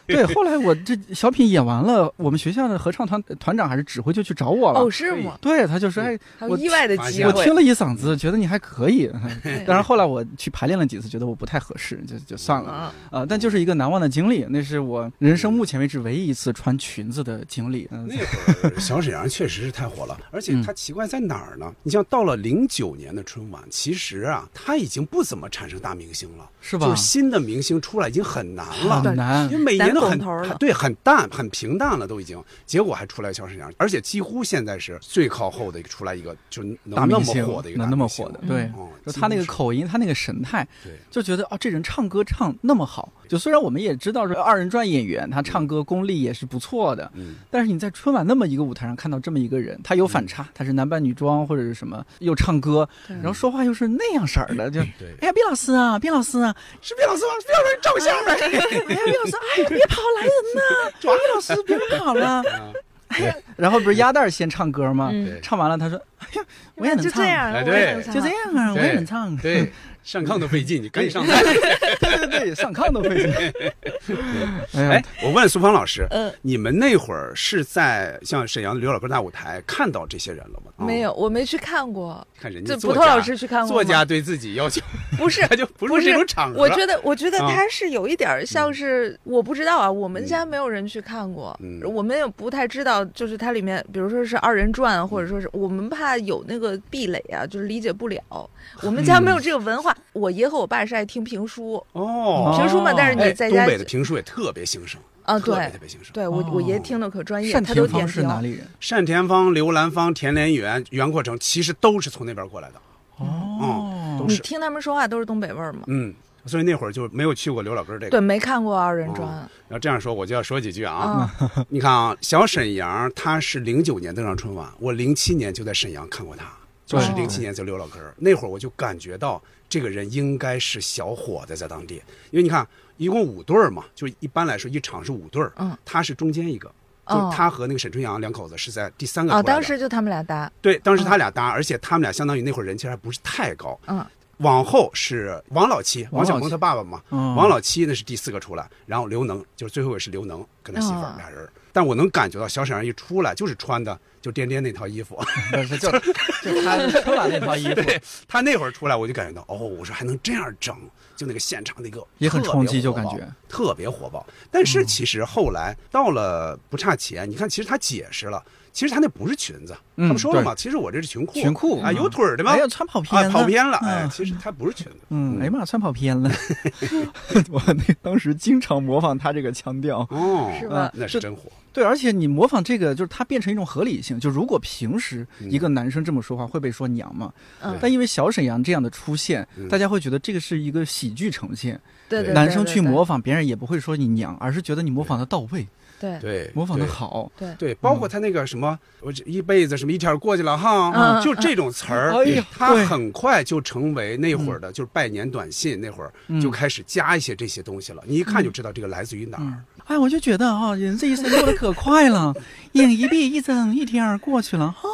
Speaker 1: 对，后来我这小品演完了，我们学校的合唱团团长还是指挥就找我了
Speaker 2: 哦，，是吗？
Speaker 1: 对，他就说，哎，
Speaker 2: 还有
Speaker 1: 我
Speaker 2: 意外的
Speaker 3: 发
Speaker 2: 机
Speaker 3: 现
Speaker 1: 我
Speaker 2: 会
Speaker 1: 听。了一嗓子，觉得你还可以。
Speaker 2: 对
Speaker 1: 当然后来我去排练了几次，觉得我不太合适，就就算了。
Speaker 2: 啊，
Speaker 1: 啊、但就是一个难忘的经历，那是我人生目前为止唯一一次穿裙子的经历。嗯、
Speaker 3: 那会儿嗯小沈阳确实是太火了，而且它奇怪在哪儿呢？你像到了零九年的春晚，其实啊，它已经不怎么产生大明星了，
Speaker 1: 是吧？
Speaker 3: 就是新的明星出来已经很难
Speaker 1: 好
Speaker 3: 了。
Speaker 1: 难
Speaker 3: 因为，每年都
Speaker 2: 嗯咱
Speaker 3: 很
Speaker 2: 拱头了
Speaker 3: 很对很淡很平淡了，都已经，结果还出来小沈阳，而且几乎现在是最靠后的一个出来一个，就能
Speaker 1: 大
Speaker 3: 那
Speaker 1: 明
Speaker 3: 么
Speaker 1: 星
Speaker 3: 火的一个大
Speaker 1: 能那么
Speaker 3: 明星
Speaker 1: 火的，
Speaker 3: 了
Speaker 1: 对。
Speaker 3: 哦
Speaker 1: 就他那个
Speaker 3: 几乎是
Speaker 1: 口音，他那个神态，
Speaker 3: 对
Speaker 1: 就觉得哦，这人唱歌唱那么好。就虽然我们也知道说二人转演员，他唱歌功力也是不错的，
Speaker 3: 嗯
Speaker 1: 但是你在春晚那么一个舞台上看到这么一个人，他有反
Speaker 3: 嗯
Speaker 1: 差，他是男扮女装或者是什么，又唱歌，
Speaker 2: 对
Speaker 1: 然后说话又是那样式儿的，就
Speaker 3: 对
Speaker 1: 哎呀，毕老师啊，毕老师啊，
Speaker 3: 是毕老师吗？毕老师你照个相呗。
Speaker 1: 哎呀，毕老师，哎呀，别跑，来人呐，
Speaker 3: [laughs]
Speaker 1: 毕老师别跑了。
Speaker 3: 嗯
Speaker 1: [laughs] 然后不是鸭蛋儿先唱歌吗？
Speaker 2: 嗯
Speaker 3: 对
Speaker 1: 唱完了，他说：“哎呀，我也能
Speaker 2: 就
Speaker 1: 唱，
Speaker 2: 这样，
Speaker 3: 哎
Speaker 2: 我也
Speaker 3: 对
Speaker 2: 能唱
Speaker 1: 就这样啊，我也能唱。” [laughs]
Speaker 3: 对，上炕都费劲，你赶
Speaker 2: [laughs]
Speaker 3: 紧上台。
Speaker 1: 对对对，上炕都费劲。哎呀
Speaker 3: 哎，，我问苏芳老师，
Speaker 2: 嗯
Speaker 3: 你们那会儿是在像沈阳的刘老根大舞台看到这些人了吗？啊
Speaker 1: 哦
Speaker 2: 没有，，我没去看过。
Speaker 3: 看人家
Speaker 2: 就
Speaker 3: 作
Speaker 2: 捕
Speaker 3: 家
Speaker 2: 头老师去看过
Speaker 3: 作
Speaker 2: 吗
Speaker 3: 家对自己要求，，
Speaker 2: 不是
Speaker 3: 他就不
Speaker 2: 不
Speaker 3: 是
Speaker 2: 是
Speaker 3: 这种场合。
Speaker 2: 我觉得，我觉得
Speaker 3: 啊
Speaker 2: 他是有一点儿像是，我不知道啊，我们家没有人去看过，
Speaker 3: 嗯
Speaker 2: 我们也不太知道，就是它里面，比如说是二人转，啊
Speaker 3: 嗯
Speaker 2: 或者说是我们怕有那个壁垒啊，就是理解不了，我
Speaker 3: 嗯
Speaker 2: 们家没有这个文化。我爷和我爸是爱听评书，
Speaker 3: 哦，
Speaker 2: 评书嘛，但是
Speaker 3: 哎
Speaker 2: 你在家
Speaker 3: 东北的评书也特别兴盛
Speaker 2: 啊，
Speaker 3: 特
Speaker 2: 对
Speaker 3: 别特，别兴盛。
Speaker 2: 对我
Speaker 1: 哦
Speaker 2: 我爷听的可
Speaker 3: 哎
Speaker 2: 专业，
Speaker 1: 单
Speaker 2: 他都
Speaker 1: 田
Speaker 2: 点
Speaker 1: 芳是
Speaker 2: 评。
Speaker 1: 哪里人？
Speaker 3: 单田芳、刘兰芳、田连元、袁阔成，其实都是从那边过来的。嗯
Speaker 1: 哦
Speaker 3: 都
Speaker 2: 你
Speaker 3: 是
Speaker 2: 听他们说话都是东北味儿吗？
Speaker 3: 嗯，所以那会儿就没有去过刘老根这个。
Speaker 2: 对，没看过二人转
Speaker 3: 要这样说，我就要说几句啊。
Speaker 2: 啊，
Speaker 3: [laughs] 你看啊，小沈阳他是零九年登上春晚，我零七年就在沈阳看过他，就是
Speaker 2: 对
Speaker 3: 零七年在刘老根儿那会儿，我就感觉到这个人应该是小伙子在当地，因为你看一共五对儿嘛，就一般来说一场是五对儿，
Speaker 2: 嗯，
Speaker 3: 他是中间一个。就
Speaker 2: 哦
Speaker 3: 是他和那个沈春阳两口子是在第三个
Speaker 2: 啊，
Speaker 3: 出来的
Speaker 2: 当时嗯就他们俩搭，
Speaker 3: 对，当时他俩搭，而且他们俩相当于那会儿人气还不是太高。
Speaker 2: 嗯，
Speaker 3: 往后是王老七，
Speaker 1: 王老
Speaker 3: 王
Speaker 1: 七
Speaker 3: 小鹏他爸爸嘛，
Speaker 1: 嗯
Speaker 3: 王老七那是第四个出来，然后刘能就是最后也是刘能跟他媳妇儿
Speaker 2: 哦
Speaker 1: 啊
Speaker 3: 俩人儿，但我能感觉到小沈阳一出来就是穿的就颠颠那
Speaker 1: [laughs]
Speaker 3: 套衣服，
Speaker 4: 不是就就他春晚那套衣服，
Speaker 3: [laughs] 对哎他那会儿出来我就感觉到哦，我说还能这样整，就那个现场那个
Speaker 1: 也很
Speaker 3: 特别
Speaker 1: 冲击，就
Speaker 3: 火
Speaker 1: 感
Speaker 3: 爆
Speaker 1: 觉
Speaker 3: 特别火爆。但是其实后来到了不差钱，你看其实他解释了，其实他那不是裙子，
Speaker 1: 嗯
Speaker 3: 他不说了吗？其实我这是裙裤，
Speaker 1: 裙裤
Speaker 3: 啊，
Speaker 1: 嗯
Speaker 3: 有腿儿的吗
Speaker 1: 哎？呀，穿跑偏
Speaker 3: 啊，
Speaker 1: 了，
Speaker 3: 跑偏了，哎，
Speaker 1: 嗯
Speaker 3: 其实它不是裙子，
Speaker 1: 嗯，哎呀妈，穿跑偏
Speaker 3: [laughs]
Speaker 1: 了。 [laughs] 我那当时经常模仿他这个腔调。
Speaker 3: 哦，
Speaker 2: 是吧？
Speaker 3: 那是真火，
Speaker 1: 对，而且你模仿这个，就是它变成一种合理性。就如果平时一
Speaker 3: 嗯
Speaker 1: 个男生这么说话，会被说娘嘛？
Speaker 2: 嗯，
Speaker 1: 但因为小沈阳这样的出现，
Speaker 3: 嗯
Speaker 1: 大家会觉得这个是一个喜剧呈现。
Speaker 2: 对对，
Speaker 1: 男生去模
Speaker 2: 仿，
Speaker 1: 仿别人也不会说你娘，而是觉得你模仿的到位，
Speaker 2: 对对
Speaker 3: 对，
Speaker 1: 模仿的
Speaker 3: 对。
Speaker 1: 好。
Speaker 2: 对，
Speaker 3: 对，包括他那个什么，我这一辈子什么一天儿过去了哈，
Speaker 2: 嗯
Speaker 3: 就这种词儿
Speaker 1: 哎呀，
Speaker 3: 他
Speaker 1: 对
Speaker 3: 很快就成为那会儿
Speaker 2: 嗯
Speaker 3: 的，就是拜年短信那会儿
Speaker 1: 嗯
Speaker 3: 就开始加一些这些东西了。你一
Speaker 2: 嗯
Speaker 3: 看就知道这个来自于哪儿。
Speaker 1: 哎，我就觉得啊、人这一生过得可快了，眼一闭一睁，一天儿过去了哈、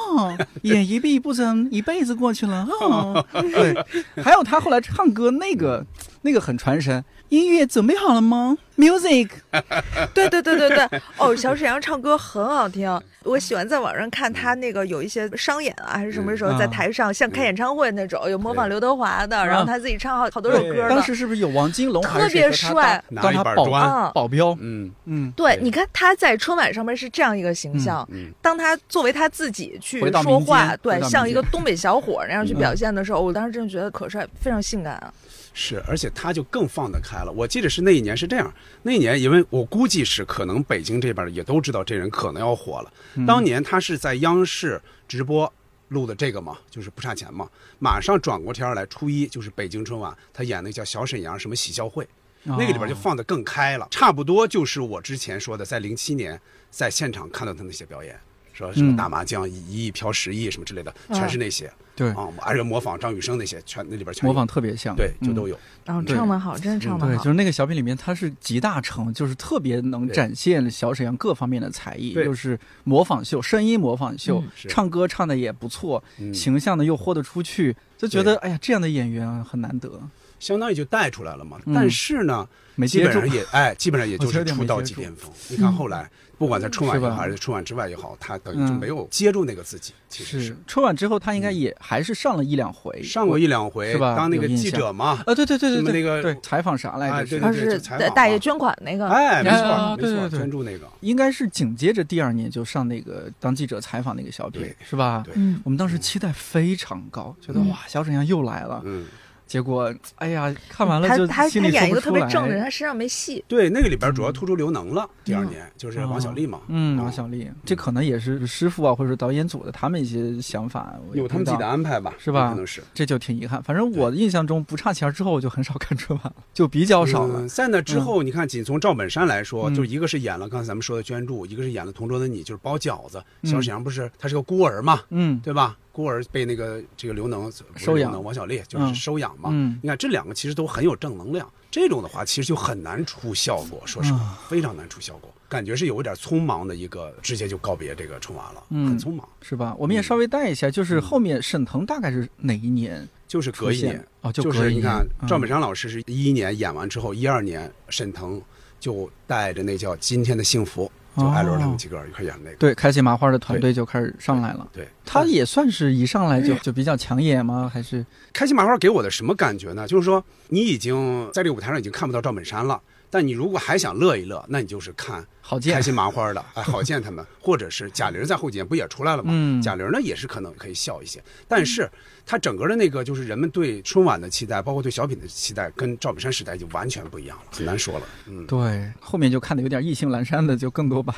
Speaker 1: 眼一闭不睁，一辈子过去了哈、
Speaker 2: [laughs]
Speaker 1: 对，还有他后来唱歌那个，那个很传神。音乐准备好了吗？Music，
Speaker 2: [laughs] 对对对对对，哦，小沈阳唱歌很好听，我喜欢在网上看他那个有一些商演啊，还是什么时候
Speaker 1: 嗯
Speaker 2: 在
Speaker 1: 啊
Speaker 2: 台上像开演唱会那种，有模仿刘德华的，然后他自己唱好好多首歌
Speaker 1: 嗯当
Speaker 2: 的。
Speaker 1: 时是不是有王金龙还是谁
Speaker 2: 特别
Speaker 1: 和他
Speaker 2: 帅
Speaker 1: 当
Speaker 3: 拿
Speaker 1: 当
Speaker 3: 一
Speaker 1: 他
Speaker 3: 板
Speaker 1: 保
Speaker 3: 砖
Speaker 2: 嗯
Speaker 1: 保镖？
Speaker 3: 嗯
Speaker 1: 嗯，
Speaker 2: 对，
Speaker 3: 对
Speaker 2: 你看他在春晚上面是这样一个形象，
Speaker 3: 嗯，
Speaker 2: 当他作为他自己去
Speaker 1: 回到民
Speaker 2: 说话，
Speaker 1: 间嗯回
Speaker 2: 对
Speaker 1: 到，民
Speaker 2: 像一个
Speaker 1: 间
Speaker 2: 东北小伙那样去表现的时候，我当时真的觉得可帅，非常性感啊。
Speaker 3: 是，而且他就更放得开了。我记得是那一年是这样，那一年因为我估计是可能北京这边也都知道这人可能要火了。
Speaker 1: 嗯
Speaker 3: 当年他是在央视直播录的这个嘛，就是不差钱嘛。马上转过天儿来，初一就是北京春晚，他演那叫小沈阳什么喜笑会，那个里边就
Speaker 1: 哦
Speaker 3: 放得更开了，差不多就是我之前说的，在零七年在现场看到他那些表演。说什么
Speaker 1: 嗯
Speaker 3: 打麻将一亿飘十亿什么之类的，全是那些
Speaker 1: 对
Speaker 3: 啊，而且模仿张雨生那些，全那里边全
Speaker 1: 嗯
Speaker 3: 有
Speaker 1: 模仿特别像，
Speaker 3: 对就
Speaker 1: 嗯
Speaker 3: 都有。
Speaker 2: 然后
Speaker 3: 对
Speaker 2: 唱得好，真的唱得
Speaker 1: 对，
Speaker 2: 好
Speaker 1: 就。是那个小品里面，他是集大成，就是特别能
Speaker 3: 对
Speaker 1: 展现小沈阳各方面的才艺，
Speaker 3: 对
Speaker 1: 就是模仿秀、声音模仿秀
Speaker 2: 嗯，
Speaker 3: 是
Speaker 1: 唱歌唱的也不错，
Speaker 3: 嗯
Speaker 1: 形象呢又豁得出去，就觉得哎呀，这样的演员啊很难得，
Speaker 3: 相当于就带出来了嘛。
Speaker 1: 嗯
Speaker 3: 但是呢，
Speaker 1: 没
Speaker 3: 基
Speaker 1: 接
Speaker 3: 本
Speaker 1: 住
Speaker 3: 上。也哎，基本上也就
Speaker 1: 我觉得
Speaker 3: 是
Speaker 1: 有点
Speaker 3: 出
Speaker 1: 没
Speaker 3: 道
Speaker 1: 接
Speaker 3: 即
Speaker 1: 住
Speaker 3: 巅峰。你看后来，不管在春晚也
Speaker 1: 是
Speaker 3: 好，
Speaker 1: 吧
Speaker 3: 还是春晚之外也好，他等于
Speaker 1: 嗯
Speaker 3: 就没有接住那个自己。其实嗯
Speaker 1: 是春晚之后，他应该也还是上了一两回，
Speaker 3: 上过一两回，
Speaker 1: 是吧
Speaker 3: 当那
Speaker 1: 有
Speaker 3: 个
Speaker 1: 印
Speaker 3: 记
Speaker 1: 象
Speaker 3: 者嘛，
Speaker 1: 啊，对对对
Speaker 3: 什么
Speaker 1: 对对，
Speaker 3: 那个
Speaker 1: 对采访啥来
Speaker 3: 哎
Speaker 1: 着？
Speaker 3: 对
Speaker 1: 是
Speaker 2: 他
Speaker 3: 对
Speaker 2: 是
Speaker 3: 就采
Speaker 2: 大
Speaker 3: 访
Speaker 2: 大爷
Speaker 3: 嘛
Speaker 2: 捐款那个，
Speaker 3: 哎，没错
Speaker 1: 啊
Speaker 3: 儿，没
Speaker 1: 对
Speaker 3: 错
Speaker 1: 对
Speaker 3: 儿，
Speaker 1: 对啊
Speaker 3: 专注那个，
Speaker 1: 应该是紧接着第二年就上那个当记者采访那个小品
Speaker 3: 对，
Speaker 1: 是吧？
Speaker 3: 对
Speaker 2: 嗯，
Speaker 1: 我们当时期待非常高，觉得
Speaker 2: 嗯
Speaker 1: 哇，小沈阳又来了，
Speaker 3: 嗯。
Speaker 1: 结果哎呀，看完了
Speaker 2: 他
Speaker 1: 就
Speaker 2: 他
Speaker 1: 心
Speaker 2: 他
Speaker 1: 里
Speaker 2: 演一
Speaker 1: 说
Speaker 2: 个
Speaker 1: 不
Speaker 2: 特
Speaker 1: 出
Speaker 2: 别
Speaker 1: 来哎
Speaker 2: 正的人，他身上没戏。
Speaker 3: 对，那个里边主要突出刘能了。第二
Speaker 2: 嗯
Speaker 3: 年就是王小利嘛，
Speaker 1: 嗯，
Speaker 3: 啊
Speaker 1: 王小利，这可能也是师傅啊，或者说导演组的他们一些想法，我也
Speaker 3: 有他
Speaker 1: 不
Speaker 3: 们
Speaker 1: 知
Speaker 3: 自
Speaker 1: 道
Speaker 3: 己的安排吧，
Speaker 1: 是吧
Speaker 3: 有可能是
Speaker 1: 这就挺遗憾。反正我的印象中，不差钱儿之后，我就很少看春晚了，就比较少了
Speaker 3: 嗯。在那之后，你看，仅从赵本山来说，
Speaker 1: 嗯
Speaker 3: 就一个是演了刚才咱们说的捐助，一个是演了《同桌的你》，就是包饺子。
Speaker 1: 嗯
Speaker 3: 小沈阳不是他是个孤儿嘛，
Speaker 1: 嗯
Speaker 3: 对吧？孤儿被那个这个刘能不是
Speaker 1: 收养
Speaker 3: 刘能王小利就是
Speaker 1: 嗯
Speaker 3: 收养嘛。
Speaker 1: 嗯，
Speaker 3: 你看这两个其实都很有正能量，这种的话其实就很难出效果，说实话
Speaker 1: 啊，
Speaker 3: 非常难出效果，感觉是有一点匆忙的一个，直接就告别这个春晚了，
Speaker 1: 嗯
Speaker 3: 很匆忙，
Speaker 1: 是吧？我们也稍微带一下，就是后面沈腾大概是哪一年
Speaker 3: 就是
Speaker 1: 出
Speaker 3: 隔一
Speaker 1: 现
Speaker 3: 年，
Speaker 1: 哦，就
Speaker 3: 就
Speaker 1: 隔
Speaker 3: 是
Speaker 1: 一
Speaker 3: 你
Speaker 1: 年
Speaker 3: 看
Speaker 1: 嗯
Speaker 3: 赵本山老师是一一年演完之后，一二年沈腾就带着那叫《今天的幸福》，就艾伦他们
Speaker 1: 哦
Speaker 3: 几个人一块演那个。
Speaker 1: 对开心麻花的团队就开始上来了。
Speaker 3: 对，
Speaker 1: 他也算是一上来就就比较抢眼吗？还是
Speaker 3: 开心麻花给我的什么感觉呢？就是说你已经在这个舞台上已经看不到赵本山了，但你如果还想乐一乐，那你就是看
Speaker 1: 郝
Speaker 3: 开
Speaker 1: 建？
Speaker 3: 心
Speaker 1: [laughs]
Speaker 3: 麻花的，哎，郝建他们，或者是贾玲在后几年不也出来了吗？
Speaker 1: 嗯
Speaker 3: 贾玲呢也是可能可以笑一些，但是他整个的那个就是人们对春晚的期待，包括对小品的期待，跟赵本山时代就完全不一样了，很难说了。嗯，
Speaker 1: 对，后面就看的有点意兴阑珊的，就更多把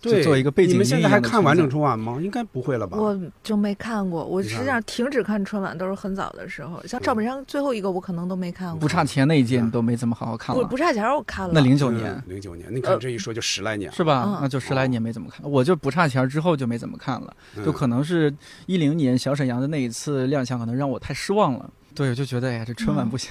Speaker 3: 对，
Speaker 1: 就做一个背景
Speaker 3: 你
Speaker 1: 音
Speaker 3: 们现在还
Speaker 1: 一样的
Speaker 3: 看完
Speaker 1: 存
Speaker 3: 整
Speaker 1: 在
Speaker 3: 春晚吗？应该不会了吧？
Speaker 2: 我就没看过，我
Speaker 3: 你
Speaker 2: 实
Speaker 3: 看
Speaker 2: 际上停止看春晚都是很早的时候，像赵本山最后一个我可能都没看过，
Speaker 1: 不差钱那一届你都没怎么好好看
Speaker 2: 我
Speaker 1: 了
Speaker 2: 不。差钱儿我看了，
Speaker 1: 那零九年，
Speaker 3: 零九年，你看这一说就十来年，
Speaker 1: 是吧
Speaker 2: 嗯？
Speaker 1: 那就十来年没怎么看，我就不差钱儿之后就没怎么看了，
Speaker 3: 嗯
Speaker 1: 就可能是一零年小沈阳的那一次亮相，可能让我太失望了，对，我就觉得哎呀，这春
Speaker 2: 嗯
Speaker 1: 晚不
Speaker 2: [laughs]
Speaker 1: 行。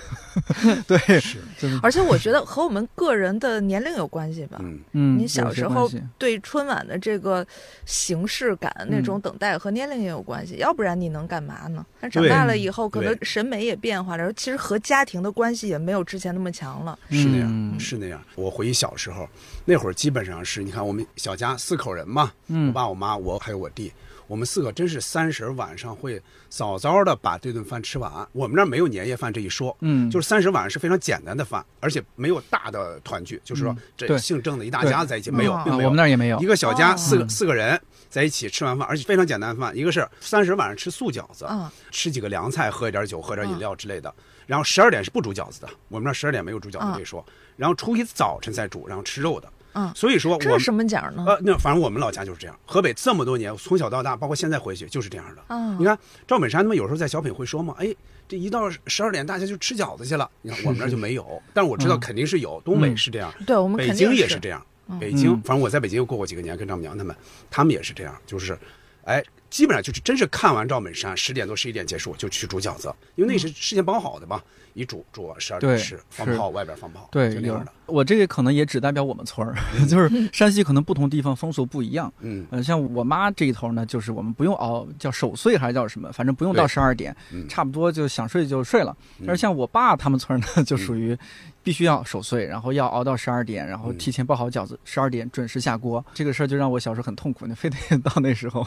Speaker 3: 是，
Speaker 1: 就是
Speaker 2: 而且我觉得和我们个人的年龄有关系吧。
Speaker 3: 嗯，
Speaker 1: 嗯，
Speaker 2: 你小
Speaker 1: 有些
Speaker 2: 时
Speaker 1: 关
Speaker 2: 候
Speaker 1: 系
Speaker 2: 对春晚的这个形式感、那种等待和年龄也有关系，要不然你能干嘛呢？但长
Speaker 3: 对
Speaker 2: 大了以后，可能
Speaker 3: 对
Speaker 2: 审美也变化了，其实和家庭的关系也没有之前那么强了。
Speaker 3: 是那
Speaker 1: 嗯
Speaker 3: 样，是那样。我回忆小时候那会儿，基本上是你看我们小家四口人嘛，我
Speaker 1: 嗯
Speaker 3: 爸、我妈、我还有我弟，我们四个真是三十晚上会早早的把这顿饭吃完。我们那儿没有年夜饭这一说，
Speaker 1: 嗯，
Speaker 3: 就是是三十晚上是非常简单的饭，而且没有大的团聚，就是说
Speaker 1: 嗯对
Speaker 3: 这姓郑的一大家子在一起没有
Speaker 2: 啊，
Speaker 3: 并
Speaker 1: 啊，我
Speaker 3: 没有
Speaker 1: 们。那儿也没有
Speaker 3: 一。个小家
Speaker 2: 哦
Speaker 3: 四个
Speaker 1: 嗯
Speaker 3: 四个人在一起吃完饭，而且非常简单的饭，一个是三十晚上吃素饺子，
Speaker 2: 啊，
Speaker 3: 吃几个凉菜，喝一点酒，喝点饮料之类的。
Speaker 2: 嗯
Speaker 3: 然后十二点是不煮饺子的，我们那十二点没有煮饺子这一说。然后初一早晨再煮，然后吃肉的。
Speaker 2: 嗯
Speaker 3: 所以说我
Speaker 2: 这
Speaker 3: 们
Speaker 2: 是什么奖呢？
Speaker 3: 呃，那反正我们老家就是这样。河北这么多年，从小到大，包括现在回去就是这样的。
Speaker 2: 啊
Speaker 3: 你看赵本山他们有时候在小品会说嘛，哎，这一到十二点大家就吃饺子去了。你看我们那儿就没有，但是我知道
Speaker 1: 嗯
Speaker 3: 肯定是有，东北是这样，
Speaker 2: 对我们
Speaker 3: 北
Speaker 2: 肯定
Speaker 3: 京也
Speaker 2: 是
Speaker 3: 是这样
Speaker 2: 嗯。
Speaker 3: 北京
Speaker 1: 嗯，
Speaker 3: 反正我在北京又过过几个年，跟丈母娘他们，他们也是这样，就是，哎，基本上就是真是看完赵本山十点多十一点结束就去煮饺子，因为那是事先包好的嘛，一煮煮完十二点
Speaker 1: 嗯对
Speaker 3: 吃，放
Speaker 1: 是
Speaker 3: 炮外边放炮，
Speaker 1: 对
Speaker 3: 就，那
Speaker 1: 有
Speaker 3: 样的，
Speaker 1: 我这个可能也只代表我们村儿， [laughs] 就是山西可能不同地方风俗不一样。
Speaker 3: 嗯
Speaker 1: 呃，像我妈这一头呢，就是我们不用熬，叫守岁还是叫什么，反正不用到
Speaker 3: 对
Speaker 1: 十二点，
Speaker 3: 嗯，
Speaker 1: 差不多就想睡就睡了。
Speaker 3: 嗯
Speaker 1: 而像我爸他们村儿呢，就属于必须要守岁，然后要熬到十二点，然后
Speaker 3: 嗯
Speaker 1: 提前包好饺子，十二点准时下锅。这个事儿就让我小时候很痛苦，你非得 [laughs] 到那时候。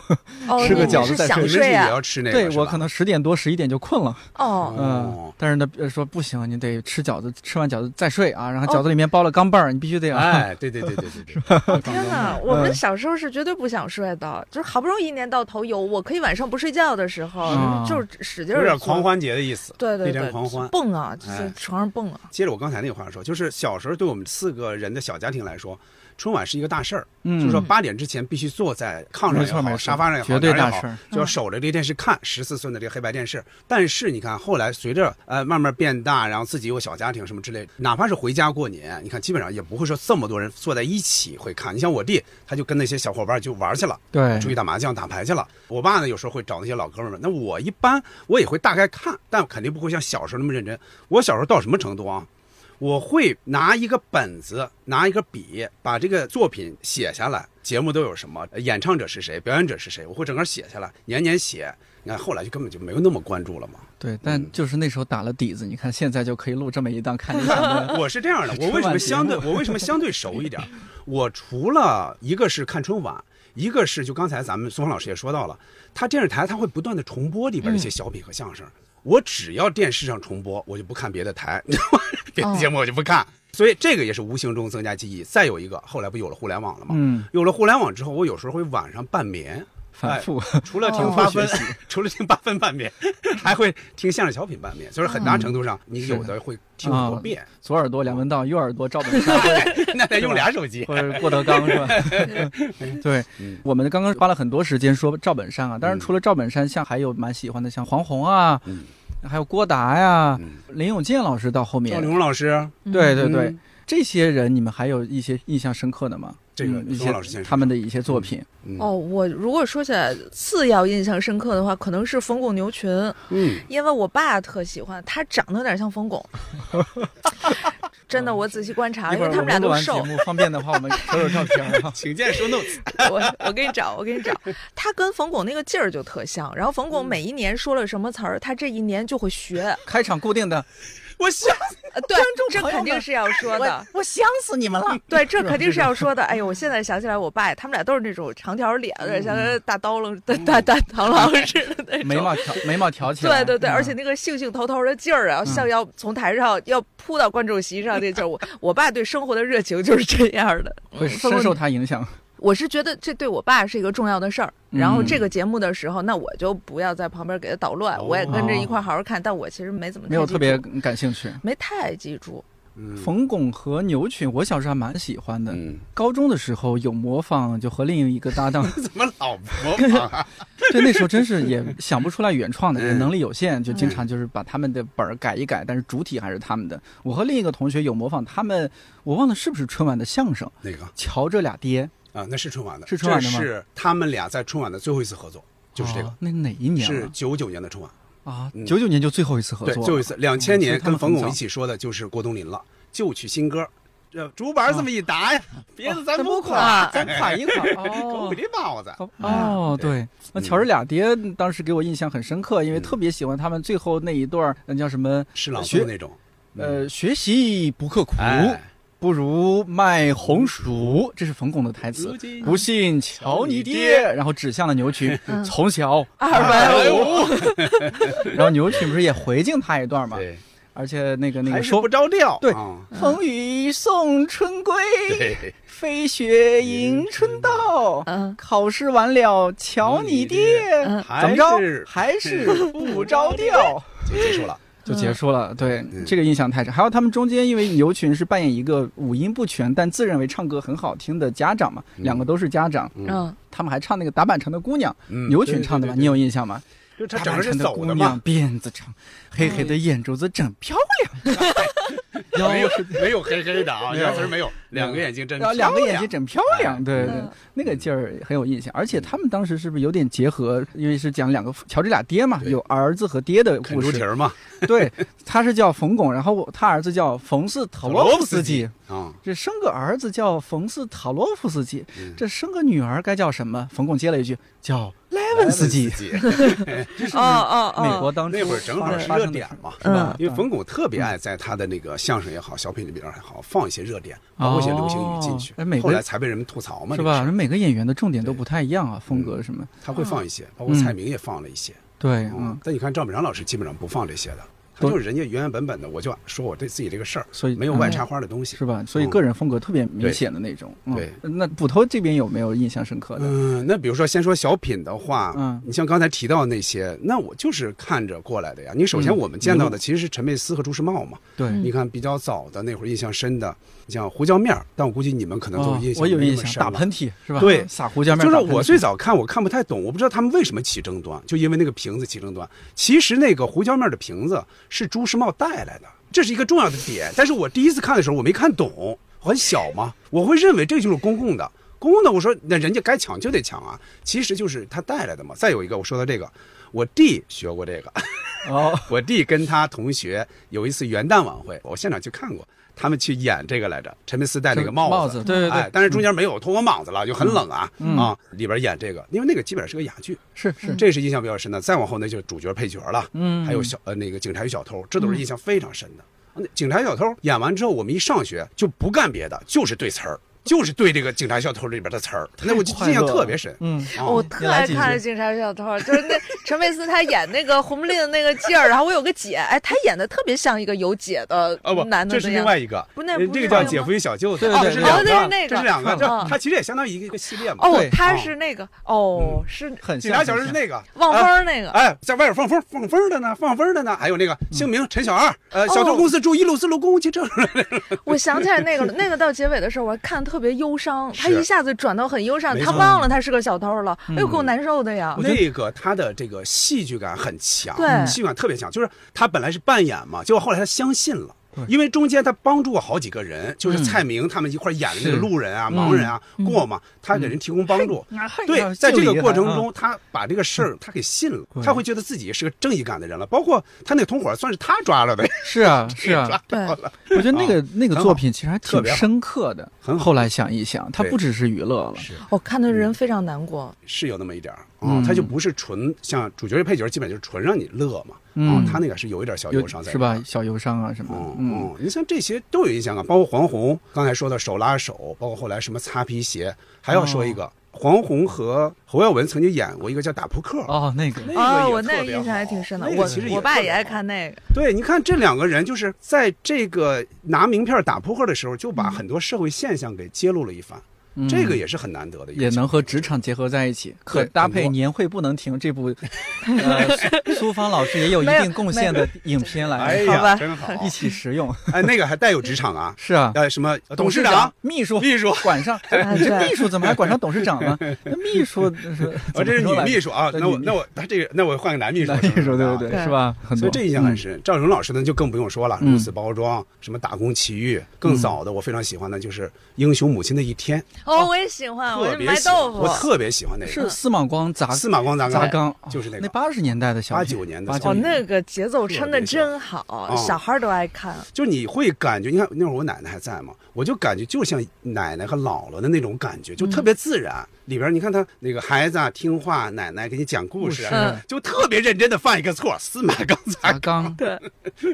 Speaker 2: 哦，
Speaker 1: 吃个
Speaker 2: 你
Speaker 1: 饺子
Speaker 2: 是
Speaker 1: 再
Speaker 3: 你
Speaker 2: 想
Speaker 3: 们是
Speaker 2: 睡
Speaker 3: 也
Speaker 2: 啊？
Speaker 3: 要吃那个，
Speaker 1: 对
Speaker 3: 是
Speaker 1: 我
Speaker 3: 吧 [laughs]
Speaker 1: 可能十点多、十一点就困了，
Speaker 2: 哦，
Speaker 1: 嗯
Speaker 3: 哦，
Speaker 1: 但是呢呃说不行，你得吃饺子，吃完饺子再睡啊，然后饺子里面包了钢镚儿，你必须得啊。
Speaker 3: 哎，对对对对对
Speaker 1: [laughs]
Speaker 3: 对，
Speaker 2: [laughs] 天哪！我
Speaker 1: 嗯
Speaker 2: 们小时候是绝对不想睡的，就是好不容易一年到头有我可以晚上不睡觉的时候，
Speaker 1: 嗯
Speaker 2: 就是使劲儿
Speaker 3: 有点
Speaker 2: 做
Speaker 3: 狂，欢节的意思。
Speaker 2: 对对
Speaker 3: 那
Speaker 2: 对，
Speaker 3: 阵狂欢
Speaker 2: 蹦啊，就是
Speaker 3: 哎
Speaker 2: 床上蹦啊，
Speaker 3: 接着我刚才那个话说，就是小时候对我们四个人的小家庭来说，春晚是一个大事儿，
Speaker 1: 嗯，
Speaker 3: 就是说八点之前必须坐在炕上
Speaker 1: 没
Speaker 3: 也
Speaker 1: 错没
Speaker 3: 好，
Speaker 1: 错
Speaker 3: 沙发上也好，
Speaker 1: 绝对
Speaker 3: 哪儿
Speaker 1: 大
Speaker 3: 也好
Speaker 1: 事儿。嗯
Speaker 3: 就要守着这个电视看十四寸的这个黑白电视。但是你看，后来随着呃慢慢变大，然后自己有小家庭什么之类，哪怕是回家过年，你看基本上也不会说这么多人坐在一起会看。你像我弟，他就跟那些小伙伴就玩去了，
Speaker 1: 对，
Speaker 3: 出去打麻将、打牌去了。我爸呢，有时候会找那些老哥们儿们。那我一般我也会大概看，但肯定不会像小时候那么认真。我小时候到什么程度啊？我会拿一个本子，拿一个笔，把这个作品写下来，节目都有什么，呃演唱者是谁，表演者是谁，我会整个写下来，年年写。你看后来就根本就没有那么关注了嘛。
Speaker 1: 对，但
Speaker 3: 嗯
Speaker 1: 就是那时候打了底子，你看现在就可以录这么一档看理想
Speaker 3: [laughs]
Speaker 1: 的
Speaker 3: 我是这样的，我为什么相对
Speaker 1: 春晚节
Speaker 3: 我为什么相对熟一点儿？我除了一个是看春晚，一个是就刚才咱们苏峰老师也说到了，他电视台他会不断的重播里边的一些小品和相声。我只要电视上重播，我就不看别的台， [laughs] 别的节目我就不看。所以这个也是无形中增加记忆。再有一个，后来不有了互联网了吗？
Speaker 1: 嗯，
Speaker 3: [laughs] 有了互联网之后，我有时候会晚上半眠，
Speaker 1: 反复，
Speaker 3: 除了听
Speaker 2: 哦
Speaker 3: 八分，除了听八分半眠， [laughs] 还会听相声小品半眠。就是很大程度上，你有的会听很多
Speaker 1: 啊
Speaker 3: 遍，
Speaker 1: 左耳朵梁文道，右耳朵赵本
Speaker 3: [laughs]
Speaker 1: 山
Speaker 3: 那得用俩手机。
Speaker 1: 或者郭德纲
Speaker 3: [laughs]
Speaker 1: 是吧？对
Speaker 3: 嗯，
Speaker 1: 我们刚刚花了很多时间说赵本山啊，当然
Speaker 3: 嗯
Speaker 1: 除了赵本山，像还有蛮喜欢的，像黄宏啊，
Speaker 3: 嗯
Speaker 1: 还有郭达呀，
Speaker 3: 嗯
Speaker 1: 林永健老师到后
Speaker 3: 赵丽
Speaker 1: 面，
Speaker 3: 蓉老师，
Speaker 1: 对对对
Speaker 3: 嗯，
Speaker 1: 这些人你们还有一些印象深刻的吗？
Speaker 3: 这个
Speaker 1: 嗯一
Speaker 3: 宋老师
Speaker 1: 些
Speaker 3: 先生
Speaker 1: 他们的一些作品，
Speaker 3: 嗯
Speaker 2: 哦，我如果说起来次要印象深刻的话，可能是冯巩牛群，
Speaker 3: 嗯，。
Speaker 2: 因为我爸特喜欢，他长得有点像冯
Speaker 1: [laughs]
Speaker 2: 巩。真的，我仔细观
Speaker 1: 一
Speaker 2: 察，啊因
Speaker 1: 会
Speaker 2: 为
Speaker 1: 儿
Speaker 2: 他
Speaker 1: 我
Speaker 2: 们俩
Speaker 1: 录
Speaker 2: 都
Speaker 1: 完节
Speaker 2: 瘦。
Speaker 1: 目方便的话，我们瞅瞅照片啊
Speaker 3: 请见说 notes。
Speaker 2: 我我给你找，我
Speaker 1: [laughs]
Speaker 2: 给你找。他跟冯巩那个劲儿就特像，然后冯巩每一年说了什么词儿，他这一年就会学。
Speaker 1: 开场固定的，
Speaker 3: 我笑，
Speaker 2: 呃，对，这
Speaker 1: 朋友
Speaker 2: 肯定
Speaker 1: 们
Speaker 2: 是要说的。
Speaker 1: 我想死你们了。
Speaker 2: 对，这肯定是要说的。哎呦，
Speaker 1: 嗯
Speaker 2: 我现在想起来，我爸呀他们俩都是那种长条脸，有点像大刀了、大大大螳螂似的那种。
Speaker 1: [laughs] 嗯眉毛挑眉毛挑起来，
Speaker 2: 对对对，
Speaker 1: 嗯
Speaker 2: 而且那个兴兴头头的劲儿啊，像要从台上要扑到观众席上那劲儿，我我爸对生活的热情就是这样的。
Speaker 1: 会深受他影响。
Speaker 2: 我是觉得这对我爸是一个重要的事儿。然后
Speaker 1: 嗯
Speaker 2: 这个节目的时候，那我就不要在旁边给他捣乱，
Speaker 3: 哦
Speaker 2: 我也跟着一块儿好好看。但我其实没怎么
Speaker 1: 没有
Speaker 2: 太记
Speaker 1: 特别
Speaker 2: 住
Speaker 1: 感兴趣。
Speaker 3: 嗯
Speaker 2: 没太记住。
Speaker 1: 冯巩和牛群，我小时候还蛮喜欢的。
Speaker 3: 嗯，
Speaker 1: 高中的时候有模仿，就和另一个搭档， [laughs]
Speaker 3: 怎么老模仿啊？
Speaker 1: 对那时候真是也想不出来原创的，
Speaker 3: 嗯
Speaker 1: 也能力有限，就经常就是把他们的本儿改一改，但是主体还是他们的。我和另一个同学有模仿他们，我忘了是不是春晚的相声
Speaker 3: 那个
Speaker 1: 《瞧这俩爹》，
Speaker 3: 啊，那是春晚的，
Speaker 1: 是春晚的
Speaker 3: 这
Speaker 1: 吗
Speaker 3: 是他们俩在春晚的最后一次合作，就是这个
Speaker 1: 哦，那哪一年
Speaker 3: 是
Speaker 1: 了？
Speaker 3: 九九年的春晚。
Speaker 1: 啊
Speaker 3: 嗯，
Speaker 1: 九九年就最后一次合
Speaker 3: 对，
Speaker 1: 作，
Speaker 3: 最后一次，两千
Speaker 1: 所
Speaker 3: 年
Speaker 1: 以他们
Speaker 3: 跟冯
Speaker 1: 很
Speaker 3: 巩
Speaker 1: 早
Speaker 3: 一起说的就是郭冬临了，就取新歌。这竹板
Speaker 1: 哦
Speaker 3: 这么一打呀，别的咱
Speaker 4: 咱
Speaker 3: 不
Speaker 4: 不
Speaker 3: 夸
Speaker 2: 夸，
Speaker 1: 啊
Speaker 4: 垮，咱垮一垮。
Speaker 2: [laughs]
Speaker 3: 狗
Speaker 1: [laughs] 哦
Speaker 3: 比这帽子。
Speaker 1: 哦，
Speaker 3: 哎对嗯
Speaker 1: 对，那乔治俩爹当时给我印象很深刻，因为特别喜欢他们最后那一段儿，呃那叫什么？
Speaker 3: 是朗
Speaker 1: 学
Speaker 3: 诵那种，
Speaker 1: 呃，学习不刻苦，
Speaker 3: 嗯哎，嗯
Speaker 1: 不如卖红薯，这是冯巩的台词
Speaker 3: 如。今
Speaker 1: 不信瞧你爹，然后指向了牛群，
Speaker 2: 嗯
Speaker 1: 从小，
Speaker 2: [laughs] 二百五，
Speaker 1: 然后牛群不是也回敬他一段嘛？
Speaker 3: 对，
Speaker 1: 而且那个那
Speaker 3: 还
Speaker 1: 个
Speaker 3: 是
Speaker 1: 说
Speaker 3: 不，着调。
Speaker 1: 对
Speaker 3: 啊
Speaker 2: 嗯
Speaker 1: 风雨送春归，
Speaker 3: 对，
Speaker 1: 飞雪迎春到。
Speaker 2: 嗯，
Speaker 1: 考试完了，瞧你爹，
Speaker 2: 嗯
Speaker 1: 怎么着
Speaker 3: 还是？
Speaker 1: 还是不着调，
Speaker 3: 就结束了。
Speaker 1: [laughs] 就结束了。对
Speaker 3: 嗯，
Speaker 1: 这个印象太深。还有他们中间，因为牛群是扮演一个五音不全，但自认为唱歌很好听的家长嘛，
Speaker 3: 嗯
Speaker 1: 两个都是家长，
Speaker 2: 嗯，
Speaker 1: 他们还唱那个打板城的姑娘，
Speaker 3: 嗯
Speaker 1: 牛群唱的吧？你有印象吗？
Speaker 3: 就他
Speaker 1: 打
Speaker 3: 整
Speaker 1: 板
Speaker 3: 个是
Speaker 1: 城的哎
Speaker 3: 走
Speaker 1: 姑
Speaker 3: 的
Speaker 1: 娘
Speaker 3: 嘛，
Speaker 1: 辫子长，黑黑的眼珠子真漂 [laughs] 亮。
Speaker 3: 没
Speaker 1: 然
Speaker 3: 有
Speaker 1: 后
Speaker 3: [laughs] 没有黑黑的啊，
Speaker 1: 没有
Speaker 3: 牙齿没有，两个眼睛真
Speaker 1: 然后
Speaker 3: 漂
Speaker 1: 两个眼
Speaker 3: 亮
Speaker 1: 睛真漂亮，哎对对
Speaker 2: 嗯，
Speaker 1: 那个劲儿很有印象。而且他们当时是不是有点结合？因为是讲两个父乔治俩爹嘛，
Speaker 3: 对
Speaker 1: 有儿子和爹的
Speaker 3: 啃
Speaker 1: 故
Speaker 3: 猪蹄
Speaker 1: 事。
Speaker 3: 儿嘛，
Speaker 1: [laughs] 对，他是叫冯巩，然后他儿子叫冯斯塔洛夫斯基。
Speaker 3: 啊，
Speaker 1: 这生个儿子叫冯斯塔洛夫斯基，
Speaker 3: 嗯
Speaker 1: 这生个女儿该叫什么？冯巩接了一句叫莱文斯基。 [laughs]
Speaker 2: 哦哦哦，
Speaker 1: 美国当初
Speaker 3: 那会儿正好是
Speaker 1: 发
Speaker 3: 热
Speaker 1: 生的
Speaker 3: 点
Speaker 1: 事啊嗯
Speaker 3: 嘛，
Speaker 1: 是吧？
Speaker 3: 因为冯巩特别爱在他的那个相声也好，小品里边也好，放一些热点，包括一些流行语进去
Speaker 1: 哦哎每，个
Speaker 3: 后来才被人们吐槽嘛，
Speaker 1: 是
Speaker 3: 这
Speaker 1: 吧？
Speaker 3: 个事儿？
Speaker 1: 每个演员的重点都不太一样啊，风
Speaker 3: 嗯
Speaker 1: 格什么？
Speaker 3: 他会放一些，包括蔡明也放了一些，
Speaker 1: 对，
Speaker 3: 嗯
Speaker 1: 嗯，，
Speaker 3: 但你看赵本山老师基本上不放这些的，他
Speaker 1: 都
Speaker 3: 就是人家原原本本的，我就说我对自己这个事儿，
Speaker 1: 所以嗯
Speaker 3: 没有外插花的东西
Speaker 1: 是。吧？所以
Speaker 3: 嗯
Speaker 1: 个人风格特别明显的那种。嗯
Speaker 3: 对，
Speaker 1: 那捕头这边有没有印象深刻的？
Speaker 3: 嗯，那比如说，先说小品的话，
Speaker 1: 嗯
Speaker 3: 你像刚才提到那些，那我就是看着过来的呀。你首先
Speaker 1: 嗯
Speaker 3: 我们见到的其实是陈佩斯和朱时茂嘛，
Speaker 1: 对，
Speaker 2: 嗯
Speaker 3: 你看比较早的那会儿印象深的，你像胡椒面儿，但我估计你们可能都
Speaker 1: 哦
Speaker 3: 印象、
Speaker 1: 我有印象，打喷嚏是吧？
Speaker 3: 对
Speaker 1: 撒胡椒面
Speaker 3: 就
Speaker 1: 儿打
Speaker 3: 是
Speaker 1: 喷嚏。
Speaker 3: 我最早看，我看不太懂，我不知道他们为什么起争端，就因为那个瓶子起争端。其实那个胡椒面的瓶子是朱时茂带来的，这是一个重要的点。但是我第一次看的时候，我没看懂，我很小嘛，我会认为这就是公共的。公共的，我说那人家该抢就得抢啊，其实就是他带来的嘛。再有一个，我说到这个，我弟学过这个， [laughs]
Speaker 1: 哦，
Speaker 3: 我弟跟他同学有一次元旦晚会，我现场去看过，他们去演这个来着，陈佩斯戴那个
Speaker 1: 帽
Speaker 3: 帽
Speaker 1: 子对对对
Speaker 3: 哎，但是中间没有脱光膀子了，就很冷啊、
Speaker 1: 嗯
Speaker 3: 啊，里边演这个，因为那个基本上是个哑剧，
Speaker 1: 是是，
Speaker 3: 这是印象比较深的。再往后那就是主角配角了，
Speaker 1: 嗯
Speaker 3: 还有小呃那个警察与小偷，这都是印象非常深的。啊那警察与小偷演完之后，我们一上学就不干别的，就是对词儿，就是对这个警察与小偷里边的词儿，那我就印象特别深。
Speaker 1: 嗯，
Speaker 3: 啊
Speaker 2: 我特爱看着《警察小偷》，就是
Speaker 1: [laughs]
Speaker 2: 那陈佩斯他演那个红不吝的那个劲儿，然后我有个姐，哎，他演的特别像一个有姐的
Speaker 3: 啊不，
Speaker 2: 男的
Speaker 3: 这
Speaker 2: 那
Speaker 3: 是
Speaker 2: 样
Speaker 3: 另。外一个，
Speaker 2: 不那
Speaker 3: 呃
Speaker 2: 不是
Speaker 3: 这个叫
Speaker 2: 那个
Speaker 3: 姐
Speaker 2: 吗
Speaker 3: 夫与小舅子，
Speaker 1: 对对
Speaker 3: 啊
Speaker 1: 对
Speaker 3: 这是
Speaker 1: 对
Speaker 3: 两
Speaker 2: 哦那是那
Speaker 3: 这是
Speaker 2: 个
Speaker 3: 两个，这
Speaker 2: 嗯
Speaker 3: 它其实也相当于一个一个系列嘛。
Speaker 2: 哦
Speaker 1: 对，
Speaker 2: 他
Speaker 3: 啊
Speaker 2: 是那个哦，是
Speaker 1: 很
Speaker 3: 警
Speaker 1: 像
Speaker 3: 察小偷
Speaker 1: 很像
Speaker 3: 是那个
Speaker 2: 望
Speaker 3: 嗯啊
Speaker 2: 风儿那个。
Speaker 3: 哎，在外边放风放风的呢，放风的呢，还有那个
Speaker 1: 嗯
Speaker 3: 姓名陈小二，呃，
Speaker 1: 哦
Speaker 3: 小偷公司住一路四路公共汽车，
Speaker 1: 啊
Speaker 3: 哎
Speaker 2: 我想起来那个了，那个到结尾的时候，我看特别忧伤，他
Speaker 3: 是
Speaker 2: 一下子转到很忧伤，
Speaker 3: 没
Speaker 2: 他
Speaker 3: 错
Speaker 2: 忘了他是个小偷了，哎呦，
Speaker 1: 嗯
Speaker 2: 给我难受的呀！
Speaker 3: 那个他的这个戏剧感很强，
Speaker 2: 对
Speaker 3: 戏剧感特别强。就是他本来是扮演嘛，结果后来他相信了
Speaker 1: 对。
Speaker 3: 因为中间他帮助过好几个人，就是
Speaker 1: 嗯
Speaker 3: 蔡明他们一块儿演的那
Speaker 1: 是
Speaker 3: 个路人啊、
Speaker 1: 嗯
Speaker 3: 盲人啊
Speaker 1: 嗯
Speaker 3: 过嘛，他给人提供帮助。对，在这个过程中，他把这个事儿他给信了，
Speaker 1: 啊嗯对
Speaker 3: 他会觉得自己是个正义感的人了。包括他那个同伙算是他抓了呗，
Speaker 1: 是
Speaker 3: [laughs]
Speaker 1: 啊是啊，
Speaker 2: 对，
Speaker 1: 我觉得那个那个
Speaker 3: 啊很
Speaker 1: 作
Speaker 3: 好
Speaker 1: 品其实还
Speaker 3: 特
Speaker 1: 挺
Speaker 3: 别好
Speaker 1: 深刻的。
Speaker 3: 很好
Speaker 1: 后来想一想，它
Speaker 3: 对
Speaker 1: 不只是娱乐了，
Speaker 3: 是
Speaker 2: 我看的
Speaker 3: 嗯
Speaker 2: 人非常难过。
Speaker 3: 是有那么一点儿
Speaker 1: 嗯
Speaker 3: 啊，他就不是纯像主角配角，基本就是纯让你乐嘛。啊
Speaker 1: 嗯，，
Speaker 3: 他那个是有一点小
Speaker 1: 有
Speaker 3: 忧伤在
Speaker 1: 是
Speaker 3: 里边
Speaker 1: 吧？小忧伤啊什么的
Speaker 3: 哦，
Speaker 1: 嗯，
Speaker 3: 哦，你像这些都有印象啊，包括黄宏刚才说的手拉手，包括后来什么擦皮鞋，还要
Speaker 1: 哦
Speaker 3: 说一个、黄宏和侯耀文曾经演过一个叫打扑克，
Speaker 1: 哦，那个
Speaker 3: 那个
Speaker 2: 哦，
Speaker 3: 也
Speaker 2: 我
Speaker 3: 特
Speaker 2: 那个
Speaker 3: 别
Speaker 2: 印象还
Speaker 3: 好
Speaker 2: 挺深的，
Speaker 3: 那个
Speaker 2: 我
Speaker 3: 其实
Speaker 2: 我爸
Speaker 3: 特别
Speaker 2: 也爱
Speaker 3: 好
Speaker 2: 看那个。
Speaker 3: 对，你看这两个人就是在这个拿名片打扑克的时候，就把
Speaker 2: 嗯
Speaker 3: 很多社会现象给揭露了一番，
Speaker 1: 嗯
Speaker 3: 这个也是很难得的一个
Speaker 1: 也
Speaker 3: 情
Speaker 1: 能
Speaker 3: 况
Speaker 1: 和职场结合在一起，可
Speaker 3: 对
Speaker 1: 搭
Speaker 3: 很
Speaker 1: 配《
Speaker 3: 多
Speaker 1: 年会不能停》这
Speaker 3: [laughs]
Speaker 1: 部，呃，苏苏芳老师也有一
Speaker 2: 没有
Speaker 1: 定贡献的影片
Speaker 3: 哎
Speaker 1: 来
Speaker 2: 好吧
Speaker 3: 呀，真
Speaker 1: [laughs]
Speaker 3: 好，
Speaker 1: 一起食
Speaker 3: [laughs]
Speaker 1: 用。，
Speaker 3: 哎，那个还带有职场啊
Speaker 1: 是啊，
Speaker 3: 呃，什么呃董
Speaker 1: 董
Speaker 3: 事
Speaker 1: 长
Speaker 3: 长、、
Speaker 1: 秘书
Speaker 3: 秘书，
Speaker 1: 管
Speaker 2: [laughs]
Speaker 1: 上，
Speaker 2: 哎
Speaker 1: 你这
Speaker 2: 对
Speaker 1: 秘书怎么还管上董事
Speaker 3: [laughs]
Speaker 1: 长呢？那秘书是，
Speaker 3: 啊，这是女秘
Speaker 1: [laughs] 书，
Speaker 3: 书啊，
Speaker 1: 对
Speaker 3: 那我
Speaker 1: 女秘
Speaker 3: 那我那这个那我换个男秘书，
Speaker 1: 男秘书对
Speaker 3: 啊
Speaker 1: 不对？
Speaker 2: 对
Speaker 1: 是吧？很
Speaker 3: 所
Speaker 1: 多
Speaker 3: 以这印象很深。赵荣老师呢，就更不用说了，
Speaker 1: 嗯
Speaker 3: 如此包装，什么打工奇遇，更早的我非常喜欢的就是《英雄母亲的一天》
Speaker 2: 哦，我也喜欢，我
Speaker 3: 特
Speaker 2: 就
Speaker 3: 别
Speaker 2: 卖
Speaker 3: 喜欢，
Speaker 2: 豆腐。
Speaker 3: 我特别喜欢那
Speaker 1: 是
Speaker 3: 个
Speaker 1: 司马光砸
Speaker 3: 司马光砸
Speaker 1: 砸
Speaker 3: 缸，
Speaker 1: 缸，
Speaker 3: 哎就是那
Speaker 1: 那
Speaker 3: 个。
Speaker 1: 八十年代的小品
Speaker 3: 89年的
Speaker 1: 八
Speaker 3: 小
Speaker 1: 九
Speaker 2: 哦，
Speaker 3: 品
Speaker 2: 那个节奏
Speaker 3: 特
Speaker 2: 撑
Speaker 3: 别
Speaker 2: 的真好，
Speaker 3: 嗯
Speaker 2: 小孩儿都爱看。
Speaker 3: 就你会感觉，你看那会儿我奶奶还在嘛，我就感觉就像奶奶和姥姥的那种感觉，就特别自
Speaker 1: 嗯
Speaker 3: 然。里边你看他那个孩子啊，听话，奶奶给你讲故事啊，
Speaker 2: 嗯
Speaker 3: 就特别认真的犯一个错，司马刚
Speaker 1: [laughs]
Speaker 3: 才
Speaker 1: 砸缸，
Speaker 2: [laughs] 对，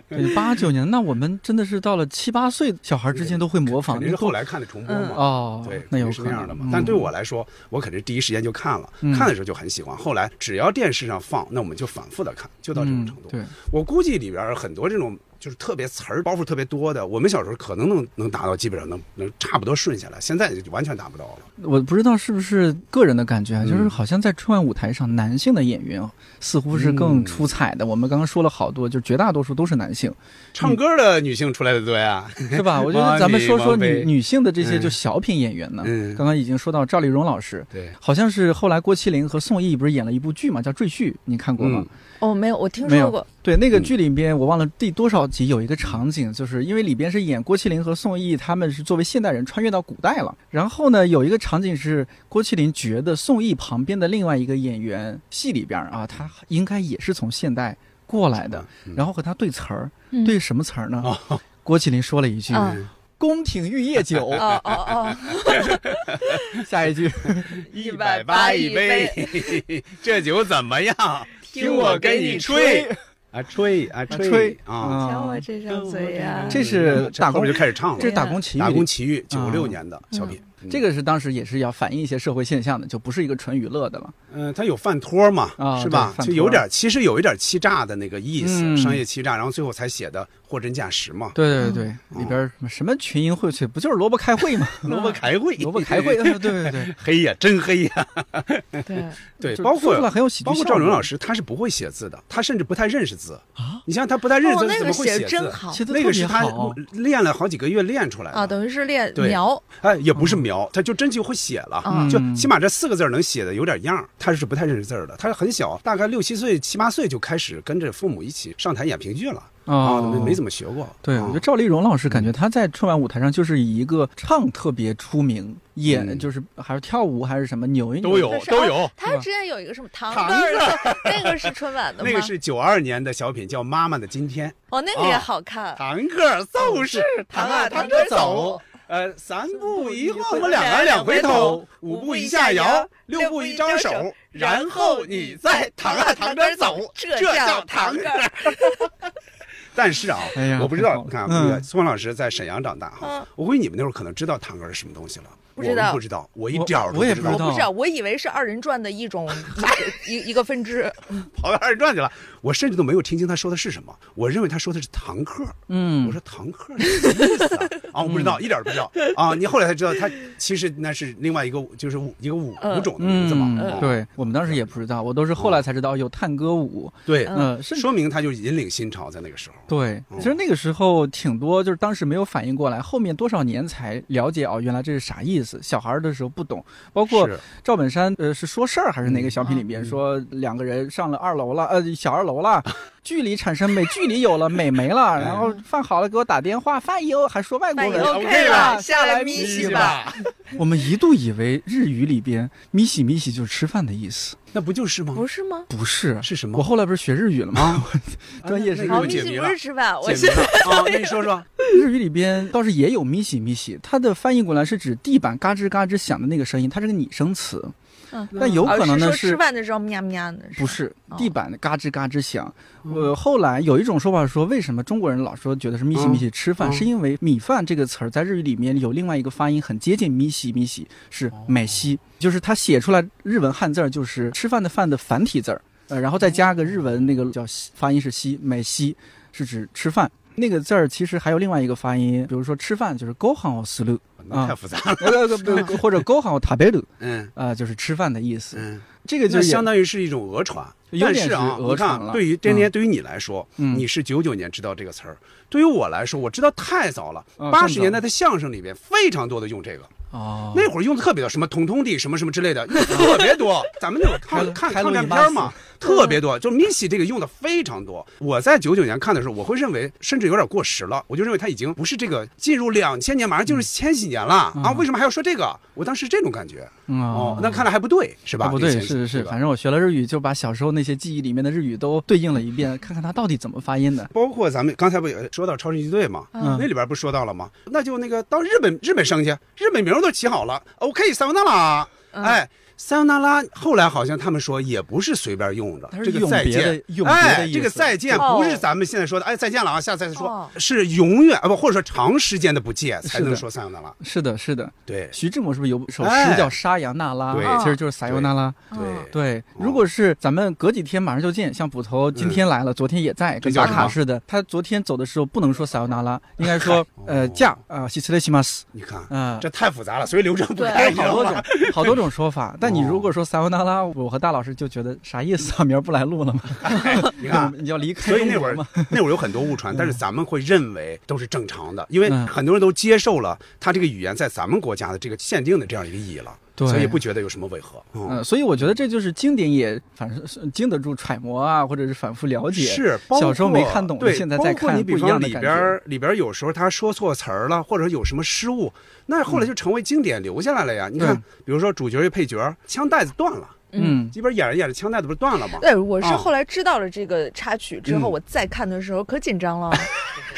Speaker 1: 对，八九年，那我们真的是到了七八岁，小孩之间都会模仿，
Speaker 3: 肯
Speaker 1: 那
Speaker 3: 定是
Speaker 1: 都
Speaker 3: 后来看的重播嘛。
Speaker 1: 哦，
Speaker 3: 对，
Speaker 1: 那
Speaker 3: 肯
Speaker 1: 有
Speaker 3: 定是
Speaker 1: 可
Speaker 3: 那
Speaker 1: 能嗯
Speaker 3: 样的嘛。但对我来说，我肯定是第一时间就看了，看的时候就很喜欢。后来只要电视上放，那我们就反复的看，就到这种程度。
Speaker 1: 嗯对，
Speaker 3: 我估计里边儿很多这种就是特别词儿包袱特别多的，我们小时候可能能能达到，基本上能能差不多顺下来，现在就完全达不到了。
Speaker 1: 我不知道是不是个人的感觉啊，
Speaker 3: 嗯
Speaker 1: 就是好像在春晚舞台上，男性的演员似乎是
Speaker 3: 嗯
Speaker 1: 更出彩的。我们刚刚说了好多，就绝大多数都是男性，
Speaker 3: 唱歌的女性出来的啊多呀，
Speaker 1: 是吧？我觉得咱们说说
Speaker 3: 王菲
Speaker 1: 女女性的这些
Speaker 3: 嗯
Speaker 1: 就小品演员呢，
Speaker 3: 嗯
Speaker 1: 刚刚已经说到赵丽蓉老师。
Speaker 3: 对，
Speaker 1: 好像是后来郭麒麟和宋轶不是演了一部剧嘛，叫《赘婿》，你看过吗？
Speaker 3: 嗯
Speaker 2: 哦，没有，我听
Speaker 1: 没
Speaker 2: 说
Speaker 1: 有
Speaker 2: 过。
Speaker 1: 对，那个剧里边我忘了第多少集有一个场景，就是因为里边是演郭麒麟和宋轶，他们是作为现代人穿越到古代了。然后呢，有一个场景是郭麒麟觉得宋轶旁边的另外一个演员戏里边啊，他应该也是从现代过来
Speaker 3: 嗯
Speaker 1: 的，然后和他对词儿，
Speaker 2: 嗯
Speaker 1: 对什么词
Speaker 3: [laughs]
Speaker 1: 儿呢？
Speaker 3: 哦
Speaker 1: 郭麒麟说了一句
Speaker 2: 啊
Speaker 1: “宫廷玉液
Speaker 3: [laughs]
Speaker 1: 酒
Speaker 3: 啊
Speaker 2: 哦哦哦，”，
Speaker 1: 下一句
Speaker 3: 一
Speaker 2: 180一
Speaker 3: 杯，这酒怎么样？
Speaker 2: 听
Speaker 3: 我跟
Speaker 2: 你
Speaker 3: 你吹啊吹啊
Speaker 1: 吹
Speaker 3: 啊！
Speaker 2: 瞧
Speaker 1: 啊
Speaker 2: 我，这张嘴呀！
Speaker 1: 这是打
Speaker 3: 后
Speaker 1: 工
Speaker 3: 面就开始唱了，
Speaker 1: 这是打工奇遇
Speaker 3: 打
Speaker 1: 里
Speaker 3: 工奇遇
Speaker 1: 啊
Speaker 3: 九六年的小品，嗯
Speaker 1: 这个是当时也是要反映一些社会现象的，就不是一个纯娱乐的了。
Speaker 3: 嗯，它有饭托嘛，
Speaker 1: 啊
Speaker 3: 是吧
Speaker 1: 对？饭
Speaker 3: 就
Speaker 1: 托
Speaker 3: 有点，其实有一点欺诈的那个意思，
Speaker 1: 嗯
Speaker 3: 商业欺诈，然后最后才写的货真价实嘛。
Speaker 1: 对对对，里边儿什么什么群英荟萃，不就是萝卜开会吗？
Speaker 3: 嗯 [laughs]
Speaker 1: [laughs]
Speaker 3: 萝卜开会，
Speaker 1: 萝卜开
Speaker 3: [laughs]
Speaker 1: 会，，对对对，
Speaker 3: 黑呀，真黑
Speaker 1: [laughs]
Speaker 3: 呀！ [laughs]
Speaker 2: 对，
Speaker 3: 对，
Speaker 1: 就
Speaker 3: 包
Speaker 1: 说出来
Speaker 3: 括
Speaker 1: 很有喜剧
Speaker 3: 包
Speaker 1: 效
Speaker 3: 括赵
Speaker 1: 果
Speaker 3: 龙老师，他是不会写字的，他甚至不太认识字啊。你像他不太认识
Speaker 2: 哦，
Speaker 3: 字，
Speaker 2: 那
Speaker 3: 怎
Speaker 2: 个
Speaker 3: 么会
Speaker 2: 写
Speaker 3: 写
Speaker 2: 的
Speaker 3: 字
Speaker 2: 真好
Speaker 1: 写的
Speaker 3: 那
Speaker 1: 特
Speaker 3: 个是
Speaker 1: 别
Speaker 3: 他
Speaker 1: 好，
Speaker 3: 练了好几个月练出来的
Speaker 2: 啊，等于是练
Speaker 3: 对
Speaker 2: 描，
Speaker 3: 哎，也不是
Speaker 1: 嗯
Speaker 3: 描，他就真就会写了，
Speaker 2: 嗯
Speaker 3: 就起码这四个字儿能写的有点样儿。他是不太认识字儿的，他很小，大概六七岁、七八岁就开始跟着父母一起上台演评剧了啊，
Speaker 1: 哦
Speaker 3: 没没怎么学过。
Speaker 1: 对，
Speaker 3: 啊嗯
Speaker 1: 我觉得赵丽蓉老师感觉她在春晚舞台上就是以一个唱特别出名，演
Speaker 3: 嗯
Speaker 1: 就是还是跳舞还是什么扭一扭
Speaker 3: 都有
Speaker 2: 那是
Speaker 3: 都有。嗯
Speaker 2: 他之前有一个什么糖
Speaker 3: 糖
Speaker 2: 字儿的， [laughs] 那个是春晚的吗？
Speaker 3: 那个是九二年的小品，叫《妈妈的今天》。
Speaker 2: 哦，那个也好看。
Speaker 3: 堂客呃就是堂啊，堂哥走。呃，三步一晃，我们两个两回头，五步一下摇，六步一招手，然后你再堂啊堂哥走，这叫堂客。 [laughs] 但是啊，
Speaker 1: 哎呀
Speaker 3: 我不知道，你
Speaker 1: 太好
Speaker 3: 看
Speaker 1: 了
Speaker 3: 那个
Speaker 1: 嗯
Speaker 3: 宋老师在沈阳长大哈
Speaker 2: 嗯，
Speaker 3: 我估计你们那会儿可能知道堂哥是什么东西了，
Speaker 2: 不知道
Speaker 3: 我们不知道，我一点儿都
Speaker 1: 我也
Speaker 3: 知
Speaker 1: 不
Speaker 2: 我
Speaker 1: 知道
Speaker 2: 不知道，我以为是二人转的一种一一个分支。
Speaker 3: 跑到二人转去了，我甚至都没有听清他说的是什么，我认为他说的是堂客。我
Speaker 1: 嗯，
Speaker 3: 说堂客是什么意思啊？啊，我不知道，一点儿都不知道啊！你后来才知道，他其实那是另外一个，就是舞一个舞
Speaker 2: 嗯
Speaker 3: 舞种的名字嘛。
Speaker 1: 嗯
Speaker 3: 啊，
Speaker 1: 对我们当时也不知道，我都是后来才知道有探戈舞，
Speaker 3: 对，
Speaker 1: 嗯，甚至。
Speaker 3: 说明他就引领新潮在那个时候。
Speaker 1: 对，
Speaker 3: 嗯
Speaker 1: 其实那个时候挺多，就是当时没有反应过来，后面多少年才了解哦，原来这是啥意思。小孩儿的时候不懂，包括
Speaker 3: 是
Speaker 1: 赵本山，呃，是说事儿还是哪个小品里边说两个人上了二楼了，呃，小二楼了，距离产生美，距离有了，美没了，然后饭好了给我打电话，饭以后还说外国
Speaker 2: 那也
Speaker 1: 人
Speaker 2: OK 了，下来
Speaker 1: 咪
Speaker 2: 咪
Speaker 1: 西
Speaker 2: 西
Speaker 1: 吧
Speaker 2: 吧。
Speaker 1: 我们一度以为日语里边咪西咪西就是吃饭的意思，
Speaker 3: 那不就是吗？
Speaker 2: 不是吗？
Speaker 1: 不是。
Speaker 3: 是什么？
Speaker 1: 我后来不是学日语了吗？
Speaker 3: 啊
Speaker 1: 专业是日我
Speaker 3: 那那
Speaker 2: 哦，
Speaker 3: 个
Speaker 2: 咪
Speaker 3: 解
Speaker 2: 西
Speaker 3: 谜
Speaker 2: 不
Speaker 3: 了
Speaker 2: 是，吃饭，我
Speaker 3: 解
Speaker 2: 是
Speaker 3: 谜了啊！那你说说，
Speaker 1: 日语里边倒是也有咪西咪西，它的翻译过来是指地板嘎吱嘎吱响的那个声音，它是个拟声词。
Speaker 2: 嗯
Speaker 1: [laughs] 但有可能呢
Speaker 2: 哦
Speaker 1: 是
Speaker 2: 说吃饭的时候喵喵的，
Speaker 1: 不
Speaker 3: [laughs]
Speaker 1: 是
Speaker 2: 哦
Speaker 1: 地板嘎吱嘎吱响。
Speaker 3: 嗯
Speaker 1: 呃，后来有一种说法说，为什么中国人老说觉得是咪西咪西吃饭，
Speaker 3: 嗯
Speaker 1: 是因为米饭这个词儿在日语里面有另外一个发音很接近咪西咪西，是
Speaker 3: 哦
Speaker 1: 美西，就是它写出来日文汉字儿就是吃饭的饭的繁体字儿，呃，然后再加个日文那个叫西发音是西，美西是指吃饭。那个字儿其实还有另外一个发音，比如说吃饭就是ご飯をす
Speaker 3: [laughs]
Speaker 1: る，
Speaker 3: 嗯啊那太复杂了。
Speaker 1: 呃不不不或者ご飯を食べる，
Speaker 3: 嗯
Speaker 1: 啊，就是吃饭的意思。
Speaker 3: 嗯，
Speaker 1: 这个就
Speaker 3: 那
Speaker 1: 也
Speaker 3: 相当于是一种讹传。
Speaker 1: 有
Speaker 3: 但
Speaker 1: 点
Speaker 3: 是啊，
Speaker 1: 是讹
Speaker 3: 你
Speaker 1: 传
Speaker 3: 看，
Speaker 1: 了
Speaker 3: 对于天天，对于你来说，
Speaker 1: 嗯
Speaker 3: 你是九九年知道这个词儿，对于我来说，我知道太早了。
Speaker 1: 啊
Speaker 3: 八
Speaker 1: 更
Speaker 3: 十
Speaker 1: 早
Speaker 3: 年代的相声里边非常多的用这个。
Speaker 1: 哦， [laughs]
Speaker 3: 那会儿用的特别多，什么“通通地”什么什么之类的，用得特别多。咱们那会儿看
Speaker 1: 开
Speaker 3: 看
Speaker 1: 开路易
Speaker 3: 抗战
Speaker 1: 巴
Speaker 3: 片儿嘛，特别多。就 Missy 这个用的非常多。我在九九年看的时候，我会认为甚至有点过时了，我就认为它已经不是这个进入两千年，马上就是千禧年了、
Speaker 1: 嗯
Speaker 3: 啊！为什么还要说这个？我当时这种感觉。
Speaker 1: 嗯
Speaker 3: 哦，那看来还不对，是吧？
Speaker 1: 啊不
Speaker 3: 以
Speaker 1: 对，
Speaker 3: 前
Speaker 1: 是是是，
Speaker 3: 吧
Speaker 1: 反正我学了日语，就把小时候那些记忆里面的日语都对应了一
Speaker 3: [laughs]
Speaker 1: 遍，看看它到底怎么发音的。
Speaker 3: 包括咱们刚才不也说到超神奇队嘛，
Speaker 1: 嗯
Speaker 3: 那里边不说到了吗？那就那个到日本日本生去，日本名儿都起好了，OK，塞翁纳拉，
Speaker 2: 嗯
Speaker 3: 哎。塞翁纳拉，后来好像他们说也不是随便用的
Speaker 1: 它，是
Speaker 3: 这个
Speaker 1: 永
Speaker 3: 再
Speaker 1: 别的
Speaker 3: 见，
Speaker 1: 永别的
Speaker 3: 哎
Speaker 1: 意，
Speaker 3: 这个
Speaker 1: 思
Speaker 3: 再见
Speaker 2: 哦
Speaker 3: 不是咱们现在说的，哎，再见了啊，下次再说，
Speaker 2: 哦
Speaker 3: 是永远啊不，或者说长时间的不见才
Speaker 1: 是
Speaker 3: 能
Speaker 1: 的
Speaker 3: 说塞翁纳拉，
Speaker 1: 是的，是的。
Speaker 3: 对
Speaker 1: 徐志摩是不是有首
Speaker 3: 哎
Speaker 1: 诗叫《沙扬娜拉》
Speaker 3: 对啊
Speaker 1: 其实就是撒由那拉。
Speaker 3: 对哦
Speaker 2: 嗯
Speaker 1: 对，如果是咱们隔几天马上就见，像捕头今天来了，昨天也在，
Speaker 3: 嗯这
Speaker 1: 跟
Speaker 3: 叫
Speaker 1: 打
Speaker 3: 什么
Speaker 1: 卡似的。他昨天走的时候不能说撒由那
Speaker 3: [laughs]
Speaker 1: 拉，应该说呃
Speaker 3: 哦
Speaker 1: 驾啊西斯雷西马斯
Speaker 3: 你看
Speaker 1: 啊。
Speaker 3: 这太复杂了，所以流程不
Speaker 2: 对
Speaker 3: 开，你知
Speaker 1: 好
Speaker 3: 道
Speaker 1: 多
Speaker 3: 吗
Speaker 1: 种， [laughs] 好多种说
Speaker 3: [laughs]
Speaker 1: 法。
Speaker 3: 哦
Speaker 1: 但你如果说撒由那拉，我和大老师就觉得啥意思啊？明儿不来录了吗？
Speaker 3: 哎你看，
Speaker 1: [laughs] 你要离开
Speaker 3: 所
Speaker 1: 中
Speaker 3: 以那会
Speaker 1: 国
Speaker 3: 儿
Speaker 1: 吗？
Speaker 3: [laughs] 那会儿有很多误传，但是咱们会认为都是正常的，因为
Speaker 1: 嗯
Speaker 3: 很多人都接受了他这个语言在咱们国家的这个限定的这样一个意义了，
Speaker 1: 对
Speaker 3: 所以不觉得有什么违和。
Speaker 1: 嗯，
Speaker 3: 嗯，
Speaker 1: 所以我觉得这就是经典也反正是经得住揣摩啊，或者是反复了解。
Speaker 3: 是包
Speaker 1: 小时候没
Speaker 3: 括
Speaker 1: 看懂的
Speaker 3: 对，
Speaker 1: 现在再
Speaker 3: 包括
Speaker 1: 看
Speaker 3: 你比
Speaker 1: 不一样
Speaker 3: 方
Speaker 1: 的
Speaker 3: 里
Speaker 1: 感
Speaker 3: 边儿里边儿有时候他说错词儿了，或者有什么失误，那后来就成为经典留下来了呀。你看
Speaker 1: 嗯对，
Speaker 3: 比如说主角与配角，枪带子断了，
Speaker 1: 嗯，
Speaker 3: 这边演着演着枪带子不是断了吗？
Speaker 2: 对，我是
Speaker 3: 啊
Speaker 2: 后来知道了这个插曲之后，
Speaker 3: 嗯
Speaker 2: 我再看的时候可紧张了，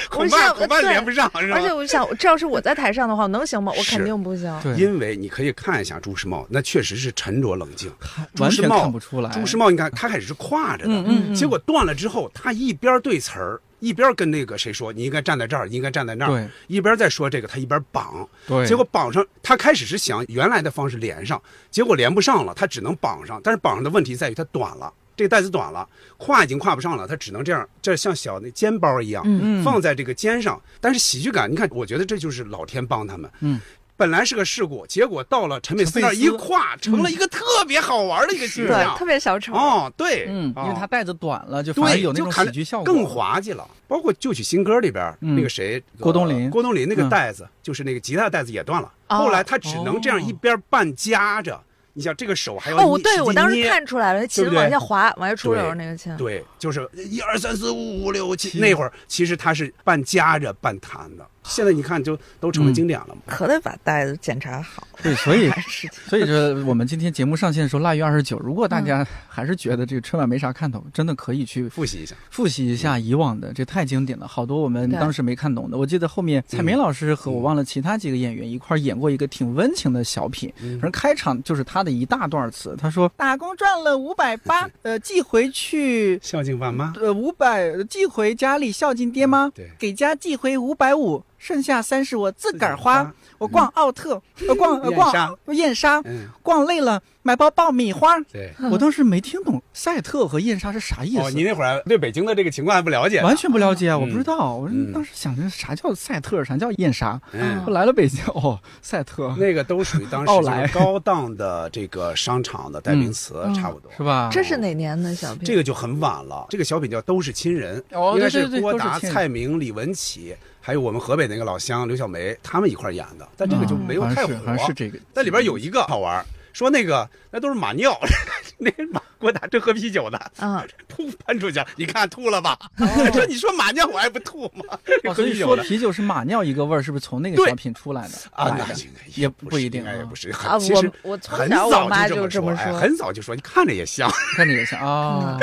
Speaker 3: 恐
Speaker 2: [laughs] 我
Speaker 3: 怕
Speaker 2: 想
Speaker 3: 恐怕
Speaker 2: 对
Speaker 3: 连不上， [laughs] 是吧啊
Speaker 2: 而且？我想，这要是我在台上的话，我能行吗？我
Speaker 3: 是
Speaker 2: 肯定不行。
Speaker 1: 对，
Speaker 3: 因为你可以看一下朱时茂，那确实是沉着冷静。嗯朱
Speaker 1: 完
Speaker 3: 时
Speaker 1: 全看
Speaker 3: 茂
Speaker 1: 不出来。
Speaker 3: 朱时茂，你看他开始是挎着的，
Speaker 1: 嗯嗯嗯
Speaker 3: 结果断了之后，他一边对词儿，一边跟那个谁说你应该站在这儿，你应该站在那儿
Speaker 1: 对，
Speaker 3: 一边在说这个，他一边绑。
Speaker 1: 对，
Speaker 3: 结果绑上，他开始是想原来的方式连上，结果连不上了，他只能绑上。但是绑上的问题在于它短了，这个带子短了，挎已经挎不上了，他只能这样，这像小那肩包一样、
Speaker 1: 嗯
Speaker 3: 放在这个肩上。但是喜剧感，你看，我觉得这就是老天帮他们。
Speaker 1: 嗯。
Speaker 3: 本来是个事故，结果到了陈佩斯
Speaker 1: 陈
Speaker 3: 那
Speaker 1: 佩
Speaker 3: 儿一
Speaker 1: 斯
Speaker 3: 挎，成了一个特别好玩的一个形
Speaker 2: 对
Speaker 3: 象，
Speaker 2: 特。别小丑。
Speaker 3: 啊哦，对，
Speaker 1: 嗯，因为
Speaker 3: 啊
Speaker 1: 他带子短了，就反而
Speaker 3: 对，
Speaker 1: 有那
Speaker 3: 就
Speaker 1: 种
Speaker 3: 看
Speaker 1: 喜
Speaker 3: 着
Speaker 1: 剧效果，
Speaker 3: 更滑稽了。包括《旧曲新歌》里边儿
Speaker 1: 嗯
Speaker 3: 那个谁，
Speaker 1: 郭冬临
Speaker 3: 呃郭冬临那个
Speaker 1: 嗯
Speaker 3: 带子，就是那个吉他的带子也断了，
Speaker 2: 哦
Speaker 3: 后来他只能这样
Speaker 1: 哦
Speaker 3: 一边半夹着，你想这个手还要
Speaker 2: 哦，我
Speaker 3: 捏
Speaker 2: 对我当时。
Speaker 3: 使劲
Speaker 2: 看出来了，
Speaker 3: 对
Speaker 2: 琴
Speaker 3: 不对
Speaker 2: 往下滑，往下出
Speaker 3: 对
Speaker 2: 溜那个琴
Speaker 3: 捏。对，就是一二三四五五六七，
Speaker 1: 七
Speaker 3: 那会儿其实他是半夹着半弹的。现在你看，就都成了
Speaker 1: 嗯
Speaker 3: 经典了嘛。
Speaker 2: 可得把带子检查好， [laughs]
Speaker 1: 对，所以
Speaker 2: 还是事情。
Speaker 1: 所以说我们今天节目上线的时候，腊月二十九，如果大家还是觉得这个春晚没啥看头，真的可以去
Speaker 3: 复习一下，
Speaker 1: 复习一下以往的，这太经典了，好多我们
Speaker 2: 对
Speaker 1: 当时没看懂的。我记得后
Speaker 3: 嗯
Speaker 1: 面蔡明老师和我忘了其他几个演员一块儿演过一个挺温情的小品，
Speaker 3: 嗯
Speaker 1: 反正开场就是他的一大段词，他说打工赚了五百八，
Speaker 3: [laughs]
Speaker 1: 呃，寄回去。
Speaker 3: 孝敬爸妈。
Speaker 1: 呃，五百寄回家里孝敬爹妈，
Speaker 3: 对
Speaker 1: 给家寄回五百五，剩下三十我自个儿花。我逛奥特，呃逛呃
Speaker 3: 嗯 [laughs] 燕莎
Speaker 1: 逛燕莎，
Speaker 3: 嗯，
Speaker 1: 逛累了买包爆米
Speaker 3: [laughs]
Speaker 1: 花。
Speaker 3: 对。
Speaker 1: 我当时没听懂赛特和燕莎是啥意思，
Speaker 3: 哦，你那会儿对北京的这个情况还不了解呢，
Speaker 1: 完全不了解啊，
Speaker 3: 嗯
Speaker 1: 我不知道。我
Speaker 3: 嗯
Speaker 1: 当时想着啥叫赛特，啥叫燕莎。
Speaker 3: 嗯
Speaker 2: 啊
Speaker 1: 后来了北京，哦，赛特
Speaker 3: 那个都属于当时
Speaker 1: 奥
Speaker 3: 就是
Speaker 1: 莱
Speaker 3: 高档的这个商场的代名词，
Speaker 2: 嗯
Speaker 3: 差不多。
Speaker 1: 是吧？
Speaker 2: 这是哪年的小品？
Speaker 3: 啊这个就很晚了，这个小品叫《都是亲人》，
Speaker 1: 哦
Speaker 3: 应该
Speaker 1: 对
Speaker 3: 是
Speaker 1: 对对
Speaker 3: 郭
Speaker 1: 都是
Speaker 3: 达、
Speaker 1: 亲人
Speaker 3: 蔡明、李文启，还有我们河北那个老乡刘小梅他们一块儿演的，但这个就没有
Speaker 1: 好
Speaker 3: 太
Speaker 1: 像
Speaker 3: 火
Speaker 1: 嗯是。好像是这个，
Speaker 3: 但里边有一个好玩儿，说那个那都是马尿， [laughs] 那马郭达正喝啤酒呢，
Speaker 2: 啊，
Speaker 3: [laughs] 噗喷出去，你看吐了吧？ [laughs] 说你说马尿我还不吐吗？
Speaker 1: 哦，
Speaker 3: 喝
Speaker 1: 所
Speaker 3: 啤
Speaker 1: 以
Speaker 3: 酒
Speaker 1: 说
Speaker 3: 呢
Speaker 1: 啤酒是马尿一个味儿，是不是从那个
Speaker 3: 对
Speaker 1: 小品出来的？
Speaker 2: 哎
Speaker 1: 哎
Speaker 3: 啊，
Speaker 1: 来
Speaker 3: 那
Speaker 1: 的
Speaker 3: 应该
Speaker 1: 也
Speaker 3: 不
Speaker 1: 不
Speaker 3: 是
Speaker 1: 一定
Speaker 3: 应该也
Speaker 1: 啊
Speaker 3: 不是。
Speaker 2: 啊
Speaker 3: 其实
Speaker 2: 我我从
Speaker 3: 很
Speaker 2: 小
Speaker 3: 早
Speaker 2: 我妈
Speaker 3: 就
Speaker 2: 就这
Speaker 3: 么
Speaker 2: 么
Speaker 3: 哎
Speaker 2: 说
Speaker 3: 很早就说，你看着也像。
Speaker 1: 看着也像
Speaker 3: [laughs]
Speaker 1: 啊。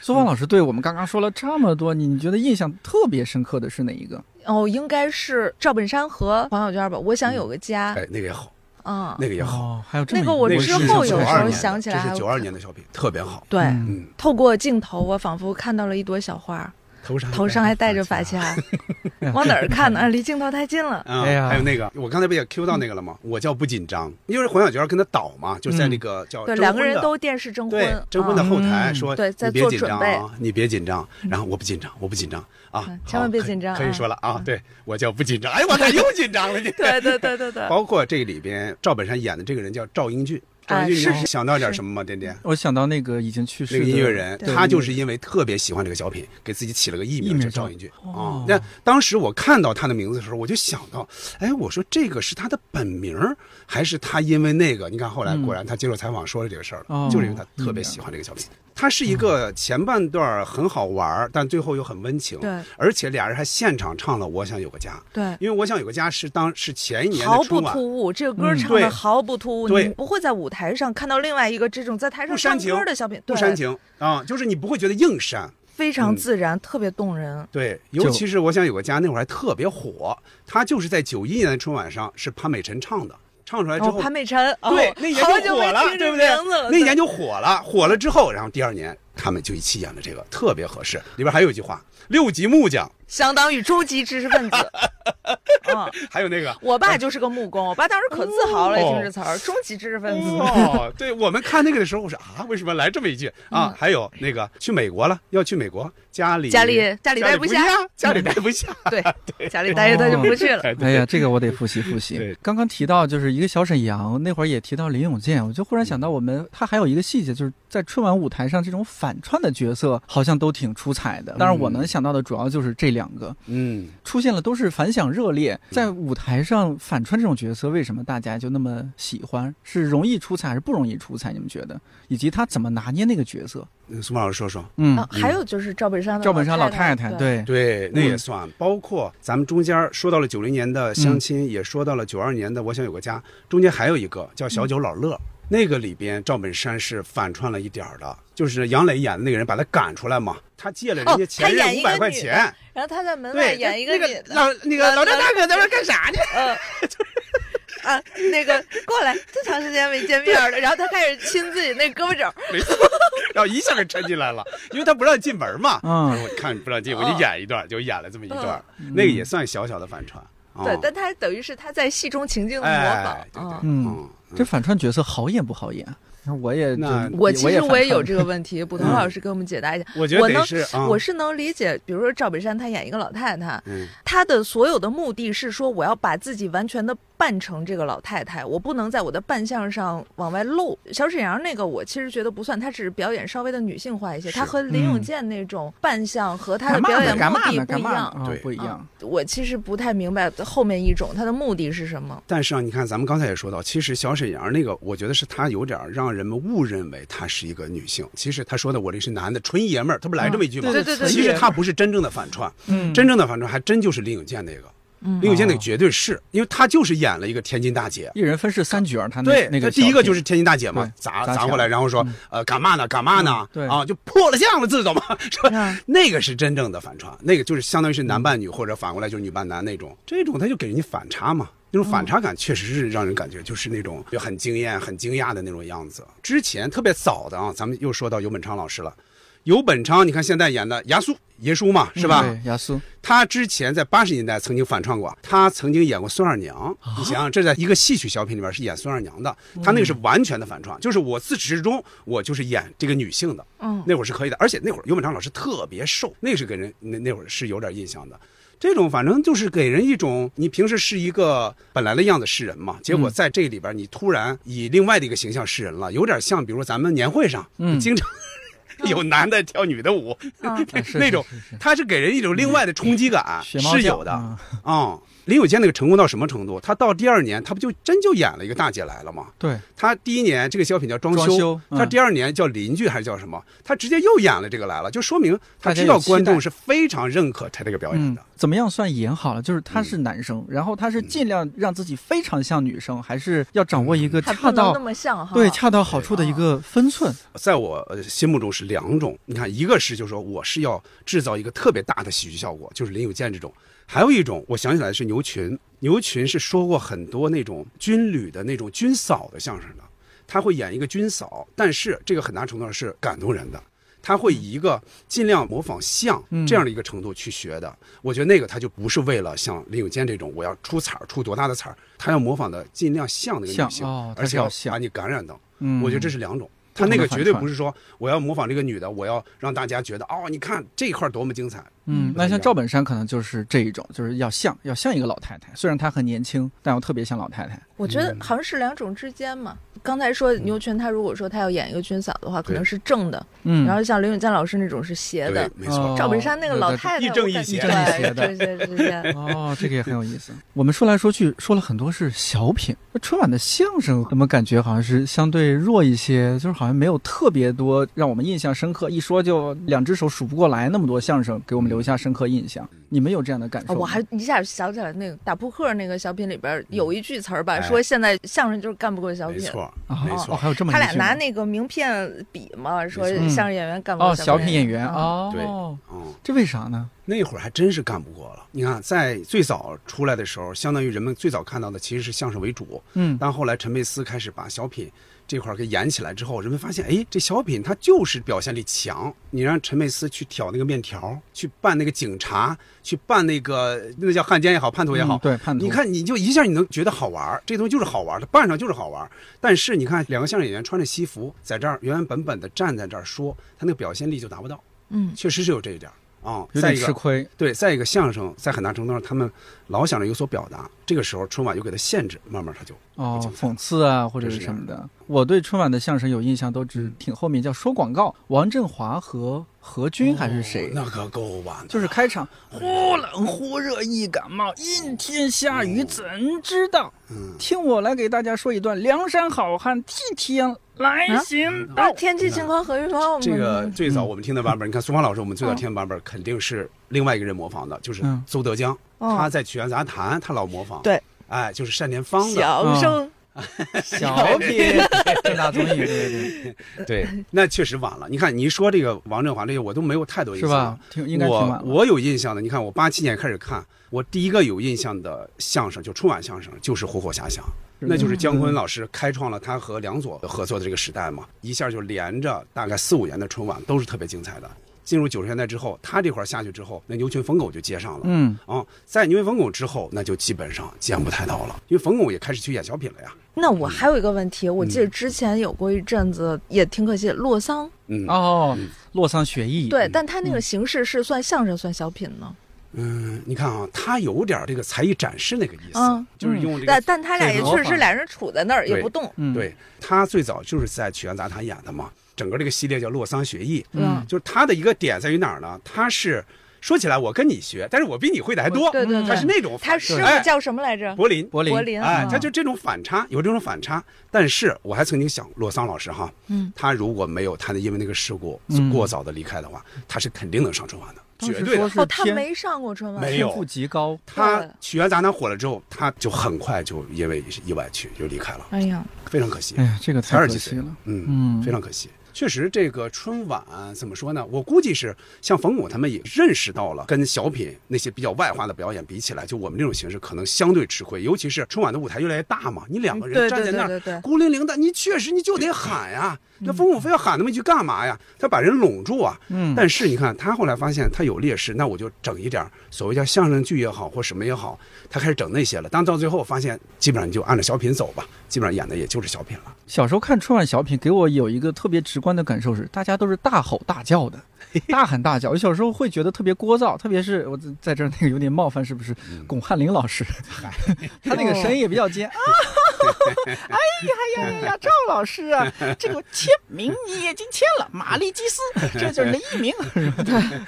Speaker 1: 苏芳老师对我们刚刚说了这么多，你你觉得印象特别深刻的是哪一个？
Speaker 2: 哦，应该是赵本山和黄小娟吧？我想有个家。
Speaker 3: 哎，那个也好，
Speaker 2: 嗯，
Speaker 3: 那个也好。
Speaker 1: 哦，还有这么一
Speaker 2: 那个我
Speaker 3: 那个
Speaker 2: 之
Speaker 3: 是
Speaker 2: 后有
Speaker 3: 92
Speaker 2: 时候
Speaker 3: 年的
Speaker 2: 想起来
Speaker 3: 这
Speaker 2: 还
Speaker 3: 是
Speaker 2: 会
Speaker 3: 九二年的小品，特别好。
Speaker 2: 对，
Speaker 1: 嗯
Speaker 3: 嗯，
Speaker 2: 透过镜头，我仿佛看到了一朵小花，
Speaker 3: 头上
Speaker 2: 头上还戴着发。
Speaker 3: [laughs]
Speaker 2: 卡，往哪儿看呢？啊离镜头太近了。
Speaker 3: 啊，
Speaker 1: 哎呀
Speaker 3: 还有那个，我刚才不也 Q
Speaker 2: 嗯
Speaker 3: 到那个了吗？我叫不紧张，因为黄小娟跟他倒嘛，就在那个叫
Speaker 2: 嗯对，
Speaker 3: 哦征
Speaker 2: 两个
Speaker 3: 婚
Speaker 2: 人
Speaker 3: 的
Speaker 2: 都电视征婚
Speaker 3: 对，征婚的
Speaker 2: 啊
Speaker 3: 后台
Speaker 1: 嗯
Speaker 3: 说，
Speaker 2: 对
Speaker 3: 你
Speaker 2: 在
Speaker 3: 别
Speaker 2: 做
Speaker 3: 紧
Speaker 2: 准
Speaker 3: 张
Speaker 2: 备
Speaker 3: 啊，你别紧张。然后我不紧张，我不紧张啊
Speaker 2: 嗯，
Speaker 3: 好
Speaker 2: 千万别
Speaker 3: 可以
Speaker 2: 紧张
Speaker 3: 可以
Speaker 2: 啊
Speaker 3: 说了啊，对我叫不紧张。哎，
Speaker 2: [laughs]
Speaker 3: 我咋又紧张了？你
Speaker 2: 对对对对对，
Speaker 3: 包括这里边赵本山演的这个人叫赵英俊，赵
Speaker 2: 哎
Speaker 3: 英俊，
Speaker 2: 是
Speaker 3: 你想到点什么吗？点点。
Speaker 1: 我想到那个已经去世
Speaker 3: 那个
Speaker 1: 的
Speaker 3: 音乐人，
Speaker 2: 对
Speaker 3: 他就是因为特别喜欢这个小品，给自己起了个艺
Speaker 1: 艺
Speaker 3: 名
Speaker 1: 名
Speaker 3: 叫
Speaker 1: 叫
Speaker 3: 赵英俊啊
Speaker 1: 哦。
Speaker 3: 那当时我看到他的名字的时候，我就想到，哎，我说这个是他的本名儿，还是他因为那个？你看后来
Speaker 1: 嗯
Speaker 3: 果然他接受采访说了这个事儿了，
Speaker 1: 哦
Speaker 3: 就是因为他特别喜欢这个小品。它是一个前半段很好玩儿，但最后又很温情。
Speaker 2: 嗯对
Speaker 3: 而且俩人还现场唱了《我想有个家》，
Speaker 2: 对，
Speaker 3: 因为《我想有个家》是当是前一年
Speaker 2: 毫
Speaker 3: 的
Speaker 2: 不
Speaker 3: 春晚
Speaker 2: 突。兀，这个歌
Speaker 1: 嗯
Speaker 2: 唱
Speaker 3: 对
Speaker 2: 的毫不突兀，
Speaker 3: 对
Speaker 2: 你不会在舞台上看到另外一个这种在台上
Speaker 3: 不煽
Speaker 2: 唱
Speaker 3: 情
Speaker 2: 歌的小品，
Speaker 3: 不
Speaker 2: 对
Speaker 3: 煽，情啊、就是你不会觉得硬煽，
Speaker 2: 非
Speaker 3: 嗯
Speaker 2: 常自然，特别动人。
Speaker 3: 对，
Speaker 1: 就
Speaker 3: 尤其是我想有个家那会儿还特别火，他就是在九一年的春晚上是潘美辰唱的，唱出来之
Speaker 2: 然
Speaker 3: 后，
Speaker 2: 后潘美辰，哦
Speaker 3: 对，那年
Speaker 2: 好久
Speaker 3: 就火
Speaker 2: 没
Speaker 3: 了，
Speaker 2: 听
Speaker 3: 对
Speaker 2: 这
Speaker 3: 不对
Speaker 2: 名字了，？
Speaker 3: 那年就火了，火了之后，然后第二年他们就一起演了这个，特别合适。里边还有一句话：六级木匠，
Speaker 2: 相当于中级知识分
Speaker 3: [laughs]
Speaker 2: 子。啊，
Speaker 3: 还有那个。
Speaker 2: 我爸就是个木工，我爸当时可自豪了，听这词儿，中级知识分子。
Speaker 3: 哦，对我们看那个的时候，我说啊，为什么来这么一句啊？还有那个去美国了，要去美国，家里
Speaker 2: 嗯家里家里待
Speaker 3: 不
Speaker 2: 不下，
Speaker 3: 家里待不下，
Speaker 2: 对，家里待着他就不去
Speaker 3: [laughs]
Speaker 2: [laughs] 了。
Speaker 3: 哎对
Speaker 1: 哎呀，这个我得复习复习
Speaker 3: 对。
Speaker 1: 刚刚提到就是一个小沈阳，那会儿也提到林永健，我就忽然想到我们他还有一个细节，就是在春晚舞台上这种反串的角色好像都挺出彩的。当然，我能想到的主要就是这两个
Speaker 3: 嗯，
Speaker 1: 出现了，都是反响热烈。在舞台上反串这种角色，为什么大家就那么喜欢？是容易出彩还是不容易出彩？你们觉得？以及他怎么拿捏那个角色？
Speaker 3: 苏老师说说，
Speaker 1: 嗯，
Speaker 2: 啊，还有就是赵本山的
Speaker 1: 赵本山老
Speaker 2: 太
Speaker 1: 太太，，对，
Speaker 3: 对，那也
Speaker 1: 嗯
Speaker 3: 算，包括咱们中间说到了九零年的相亲，也说到了九二年的《我想有个家》，中间还有一个叫小九老乐，
Speaker 2: 嗯
Speaker 3: 那个里边赵本山是反串了一点儿的，就是杨磊演的那个人把他赶出来嘛，他借了人家
Speaker 2: 哦
Speaker 3: 前
Speaker 2: 他
Speaker 3: 任
Speaker 2: 演
Speaker 3: 五
Speaker 2: 一个
Speaker 3: 百
Speaker 2: 女
Speaker 3: 块钱，
Speaker 2: 然后他在门外
Speaker 3: 对，
Speaker 2: 演一
Speaker 3: 那
Speaker 2: 女
Speaker 3: 个
Speaker 2: 的，
Speaker 3: 老那个老
Speaker 2: 老
Speaker 3: 张
Speaker 2: 老
Speaker 3: 大哥在那干啥呢？ [laughs]
Speaker 2: 嗯，啊，那个过来，这长时间没见面了，然后他开始亲自己那胳膊肘，
Speaker 3: 没错，然后一下给抻进来了，因为他不让进门嘛。他
Speaker 1: 嗯，
Speaker 3: 说我看你不让进，我就
Speaker 2: 哦
Speaker 3: 演一段，就演了这么一段，那个也算小小的反串。啊
Speaker 2: 嗯对，但他等于是他在戏中情境的模
Speaker 3: 哎，对
Speaker 2: 仿啊。
Speaker 3: 对
Speaker 1: 嗯
Speaker 3: 嗯，
Speaker 1: 这反串角色好演不好演？啊我也
Speaker 3: 那
Speaker 1: 就
Speaker 2: 我其实我也
Speaker 1: 反
Speaker 2: 有
Speaker 1: 串
Speaker 2: 这个问题，捕头
Speaker 3: 嗯
Speaker 2: 老师给我们解答一下。
Speaker 3: 我觉得
Speaker 2: 我
Speaker 3: 得
Speaker 2: 能
Speaker 3: 是啊，
Speaker 2: 我是能理解，比如说赵本山他演一个老太太，
Speaker 3: 嗯
Speaker 2: 他的所有的目的是说我要把自己完全的扮成这个老太太，我不能在我的扮相上往外露。小沈阳那个我其实觉得不算，他只是表演稍微的女性化一些，
Speaker 3: 是
Speaker 2: 他和林永健那种扮相和他
Speaker 1: 干
Speaker 2: 的
Speaker 1: 嘛
Speaker 2: 表
Speaker 1: 呢？
Speaker 2: 演
Speaker 1: 干
Speaker 2: 目
Speaker 1: 嘛
Speaker 2: 的
Speaker 1: 呢？
Speaker 2: 不
Speaker 1: 干
Speaker 2: 一
Speaker 1: 嘛呢
Speaker 2: 样。
Speaker 1: 啊
Speaker 3: 对
Speaker 1: 不一样。
Speaker 2: 我其实不太明白后面一种他的目的是
Speaker 1: [laughs]
Speaker 2: 什么。
Speaker 3: 但是啊，你看咱们刚才也说到，其实小沈阳那个，我觉得是他有点儿让人们误认为他是一个女性。其实他说的我这是男的，纯爷们儿，他不来这么一句吗？
Speaker 2: 对对对
Speaker 3: 其实他不是真正的反串，
Speaker 1: 嗯
Speaker 3: 真正的反串还真就是林永健那个，
Speaker 2: 嗯
Speaker 3: 林永健那个绝对是因为他就是演了一个天津大姐。
Speaker 1: 一人分饰三角儿，他那
Speaker 3: 对，
Speaker 1: 那个
Speaker 3: 他第一
Speaker 1: 小
Speaker 3: 个
Speaker 1: 品
Speaker 3: 就是天津大姐嘛
Speaker 1: 对，
Speaker 3: 砸
Speaker 1: 砸
Speaker 3: 砸
Speaker 1: 钱
Speaker 3: 过来，然后说，呃，干嘛呢？干嘛呢
Speaker 1: 嗯？对
Speaker 3: 啊，就破了相了，知道吗？说
Speaker 2: 嗯
Speaker 3: 那个是真正的反串，那个就是相当于是男扮女，或者反过来就是女扮男那种，这种他就给人家反差嘛。那种反差感确实是让人感觉就是那种就很惊艳、很惊讶的那种样子。之前特别早的啊，咱们又说到尤本昌老师了。尤本昌，你看现在演的牙叔、爷叔嘛，是吧？
Speaker 1: 嗯对，亚苏，
Speaker 3: 他之前在八十年代曾经反串过，他曾经演过孙二娘。你想想，这在一个戏曲小品里面是演孙二娘的，他那个是完全的反串，就是我自始至终我就是演这个女性的，
Speaker 2: 嗯，
Speaker 3: 那会儿是可以的。而且那会儿尤本昌老师特别瘦，那是给人那那会儿是有点印象的。这种反正就是给人一种，你平时是一个本来的样子是人嘛，结果在这里边你突然以另外的一个形象示人了，有点像比如咱们年会上，
Speaker 1: 嗯
Speaker 3: 经常 [laughs] 有男的跳女的舞，
Speaker 2: 啊
Speaker 1: 哎是
Speaker 3: 那
Speaker 1: 是
Speaker 3: 种
Speaker 1: 是是
Speaker 3: 它是给人一种另外的冲击感，
Speaker 1: 学猫
Speaker 3: 是
Speaker 1: 叫
Speaker 3: 有的。
Speaker 1: 啊
Speaker 3: 嗯，林永健那个成功到什么程度？他到第二年，他不就真就演了一个大姐来了吗？
Speaker 1: 对，
Speaker 3: 他第一年这个小品叫装
Speaker 1: 装修嗯
Speaker 3: 他第二年叫邻居还是叫什么？他直接又演了这个来了，就说明他
Speaker 1: 大家
Speaker 3: 知道
Speaker 1: 有期
Speaker 3: 观众
Speaker 1: 待
Speaker 3: 是非常认可他这个表演
Speaker 1: 嗯
Speaker 3: 的。，嗯
Speaker 1: 怎么样算演好了？就是他是男生，然后他是尽量让自己非常像女生，还是要掌握一个
Speaker 2: 嗯还
Speaker 1: 恰
Speaker 2: 不能那
Speaker 1: 到
Speaker 2: 么像哈。
Speaker 1: 对恰到好处的一
Speaker 3: 啊
Speaker 1: 个分寸。
Speaker 3: 在我呃心目中是两种，你看，一个是就是说我是要制造一个特别大的喜剧效果，就是林有健这种；还有一种，我想起来是牛群，牛群是说过很多那种军旅的那种军嫂的相声的，他会演一个军嫂，但是这个很大程度上是感动人的。他会以一个尽量模仿像
Speaker 1: 嗯
Speaker 3: 这样的一个程度去学的，我觉得那个他就不是为了像林永健这种我要出彩儿出多大的彩儿，他要模仿的尽量像那个
Speaker 1: 像
Speaker 3: 女性，
Speaker 1: 哦
Speaker 3: 而且
Speaker 1: 他是要
Speaker 3: 要
Speaker 1: 像
Speaker 3: 把你感染到。
Speaker 1: 嗯，
Speaker 3: 我觉得这是两种。他
Speaker 1: 同的
Speaker 3: 那个
Speaker 1: 反
Speaker 3: 绝对
Speaker 1: 串
Speaker 3: 不是说我要模仿这个女的，我要让大家觉得哦，你看这一块多么精彩。
Speaker 1: 嗯，那
Speaker 3: 不太一
Speaker 1: 像
Speaker 3: 样
Speaker 1: 赵本山可能就是这一种，就是要像要像一个老太太，虽然她很年轻，但又特别像老太太。
Speaker 2: 我觉得好像是两种之间嘛，刚才说牛群，他如果说他要演一个军嫂的话，可能是正的，
Speaker 1: 嗯，
Speaker 2: 然后像林永健老师那种是斜的
Speaker 3: 对，，没错
Speaker 1: 哦，
Speaker 2: 赵本山那个老太太，
Speaker 3: 一正
Speaker 2: 我感
Speaker 3: 一邪
Speaker 2: 觉
Speaker 1: 一正一邪的
Speaker 2: 对对对对
Speaker 1: [laughs]
Speaker 2: 对，
Speaker 1: 哦，这个也很有意思。我们说来说去说了很多是小品，那春晚的相声怎么感觉好像是相对弱一些？就是好像没有特别多让我们印象深刻，一说就两只手数不过来那么多相声给我们留下深刻印
Speaker 3: 嗯
Speaker 1: 象。你们有这样的感受
Speaker 2: 啊
Speaker 1: 吗？
Speaker 2: 我还一下想起来那个打扑克那个小品里边有一句词儿吧，
Speaker 3: 哎
Speaker 2: 说现在相声就是干不过小
Speaker 3: 没
Speaker 2: 品。
Speaker 3: 错，
Speaker 1: 啊
Speaker 3: 没
Speaker 1: 哦，
Speaker 3: 错，
Speaker 1: 还有这么
Speaker 2: 他
Speaker 1: 一
Speaker 2: 俩
Speaker 1: 句吗
Speaker 2: 拿那个名片比嘛，说
Speaker 3: 没
Speaker 1: 错
Speaker 2: 相声演员干不
Speaker 1: 哦
Speaker 2: 过
Speaker 1: 小
Speaker 2: 品
Speaker 1: 品演员
Speaker 2: 啊。
Speaker 3: 对
Speaker 1: 哦，
Speaker 3: 嗯。
Speaker 1: 这为啥呢？
Speaker 3: 那会儿还真是干不过了。你看，在最早出来的时候，相当于人们最早看到的其实是相声为主，
Speaker 1: 嗯
Speaker 3: 但后来陈佩斯开始把小品这块儿给演起来之后，人们发现，哎，这小品它就是表现力强。你让陈佩斯去挑那个面条，去扮那个警察，去扮那个那叫汉奸也好，叛徒也好
Speaker 1: 嗯，对叛徒，
Speaker 3: 你看，你就一下你能觉得好玩儿，这东西就是好玩儿，它扮上就是好玩儿。但是你看，两个相声演员穿着西服，在这儿原原本本的站在这儿说，他那个表现力就达不到，
Speaker 2: 嗯，
Speaker 3: 确实是有这一点儿啊、
Speaker 1: 有
Speaker 3: 再
Speaker 1: 点
Speaker 3: 一个
Speaker 1: 吃，亏。
Speaker 3: 对，再一个，相声在很大程度上，他们老想着有所表达，这个时候春晚就给他限制，慢慢他就
Speaker 1: 哦
Speaker 3: 不，
Speaker 1: 讽刺啊，或者是什么的。我对春晚的相声有印象，都只
Speaker 3: 嗯
Speaker 1: 挺后面叫说广告，王振华和何军还是谁？
Speaker 3: 哦那嗯可够晚的，
Speaker 1: 就是开场，忽冷忽热易感冒，阴天下雨
Speaker 3: 哦
Speaker 1: 怎知道？
Speaker 3: 嗯，
Speaker 1: 听我来给大家说一段梁山好汉替天来行
Speaker 3: 嗯
Speaker 2: 啊，
Speaker 3: [laughs]
Speaker 1: 道。
Speaker 2: 天气情况和预报，
Speaker 3: 这个最早
Speaker 1: 嗯
Speaker 3: 我们听的版本，你看苏芳老师，我们最早听的版本肯定是另外一个人模仿的，就是
Speaker 1: 嗯
Speaker 3: 邹德江，
Speaker 2: 哦
Speaker 3: 他在曲苑杂谈，他老模仿，
Speaker 2: 对，
Speaker 3: 哎，就是单田芳的，
Speaker 2: 嗯小生
Speaker 1: 小
Speaker 3: [laughs]
Speaker 1: 品，正大综艺，对对 [laughs]
Speaker 3: 对，那确实晚了。你看，你一说这个王振华这些，我都没有太多
Speaker 1: 对，
Speaker 3: 印
Speaker 1: 是
Speaker 3: 象了
Speaker 1: 吧。？挺应该挺晚了
Speaker 3: 我我有印象的，你看我八七年开始看，我第一个有印象的相声就春晚相声就是《虎口遐想》，那就是姜
Speaker 1: 嗯
Speaker 3: 昆老师开创了他和梁左合作的这个时代嘛，一下就连着大概四五年的春晚都是特别精彩的。进入九十年代之后，他这块儿下去之后，那牛群冯巩就接上了。
Speaker 1: 嗯，
Speaker 3: 啊、在牛群冯巩之后，那就基本上见不太到了，因为冯巩也开始去演小品了呀。
Speaker 2: 那我还有一个问题，我记得之前有过一阵子，也挺可惜，洛桑
Speaker 3: 嗯，
Speaker 1: 哦，洛桑学艺，
Speaker 2: 对，但他那个形式是算相声算小品呢，
Speaker 3: 嗯，你看啊，他有点这个才艺展示那个意思，
Speaker 2: 嗯
Speaker 3: 就是用这个
Speaker 2: 但但他俩也确实俩人杵在那儿也不动，
Speaker 1: 嗯，
Speaker 3: 对他最早就是在曲苑杂谈演的嘛，整个这个系列叫《洛桑学艺》，
Speaker 1: 嗯，
Speaker 3: 就是他的一个点在于哪儿呢？他是说起来我跟你学，但是我比你会的还多，嗯
Speaker 2: 对对对
Speaker 3: 他是那种
Speaker 2: 他
Speaker 3: 反
Speaker 2: 师
Speaker 3: 哎
Speaker 2: 傅叫什么来着？
Speaker 3: 柏林。
Speaker 1: 柏林，
Speaker 2: 柏林
Speaker 3: 哎
Speaker 2: 啊，
Speaker 3: 他就这种反差，有这种反差。但是我还曾经想，洛桑老师哈，
Speaker 2: 嗯，
Speaker 3: 他如果没有他的因为那个事故
Speaker 1: 嗯
Speaker 3: 过早的离开的话，他是肯定能上春晚的，
Speaker 1: 当
Speaker 3: 绝
Speaker 1: 时
Speaker 3: 对
Speaker 1: 说
Speaker 3: 的。
Speaker 1: 是
Speaker 2: 哦，他
Speaker 1: 天
Speaker 2: 没上过春晚，
Speaker 3: 没
Speaker 1: 天
Speaker 3: 有
Speaker 1: 赋极高，
Speaker 3: 他
Speaker 2: 对
Speaker 3: 曲苑杂谈火了之后，他就很快就因为意外去就离开了，
Speaker 2: 哎呀，
Speaker 3: 非常可惜
Speaker 1: 哎。呀，这个
Speaker 3: 才
Speaker 1: 太
Speaker 3: 二
Speaker 1: 可
Speaker 3: 十几
Speaker 1: 惜
Speaker 3: 岁
Speaker 1: 了，，
Speaker 3: 嗯
Speaker 1: 嗯，
Speaker 3: 非常可惜。确实，这个春晚怎么说呢？我估计是像冯巩他们也认识到了，跟小品那些比较外化的表演比起来，就我们这种形式可能相对吃亏。尤其是春晚的舞台越来越大嘛，你两个人
Speaker 2: 对
Speaker 3: 站
Speaker 2: 对
Speaker 3: 在
Speaker 2: 对
Speaker 3: 那
Speaker 2: 对
Speaker 3: 儿
Speaker 2: 对
Speaker 3: 孤零零的，你确实你就得喊呀。那冯巩非要喊那么一句干嘛呀？他把人拢住啊。
Speaker 1: 嗯，
Speaker 3: 但是你看，他后来发现他有劣势，那我就整一点儿所谓叫相声剧也好，或什么也好，他开始整那些了。但到最后发现，基本上你就按照小品走吧，基本上演的也就是小品了。
Speaker 1: 小时候看春晚小品，给我有一个特别直观的感受是，大家都是大吼大叫 [laughs] 的，大喊大叫。我小时候会觉得特别聒噪，特别是我在在这儿那个有点冒犯，是不是？巩汉林老师，嗯 [laughs] 他那个声音也比较 [laughs] 尖啊！哎呀呀呀呀，赵老师啊，这个签名你已经签了，玛丽基斯，这就是雷一鸣。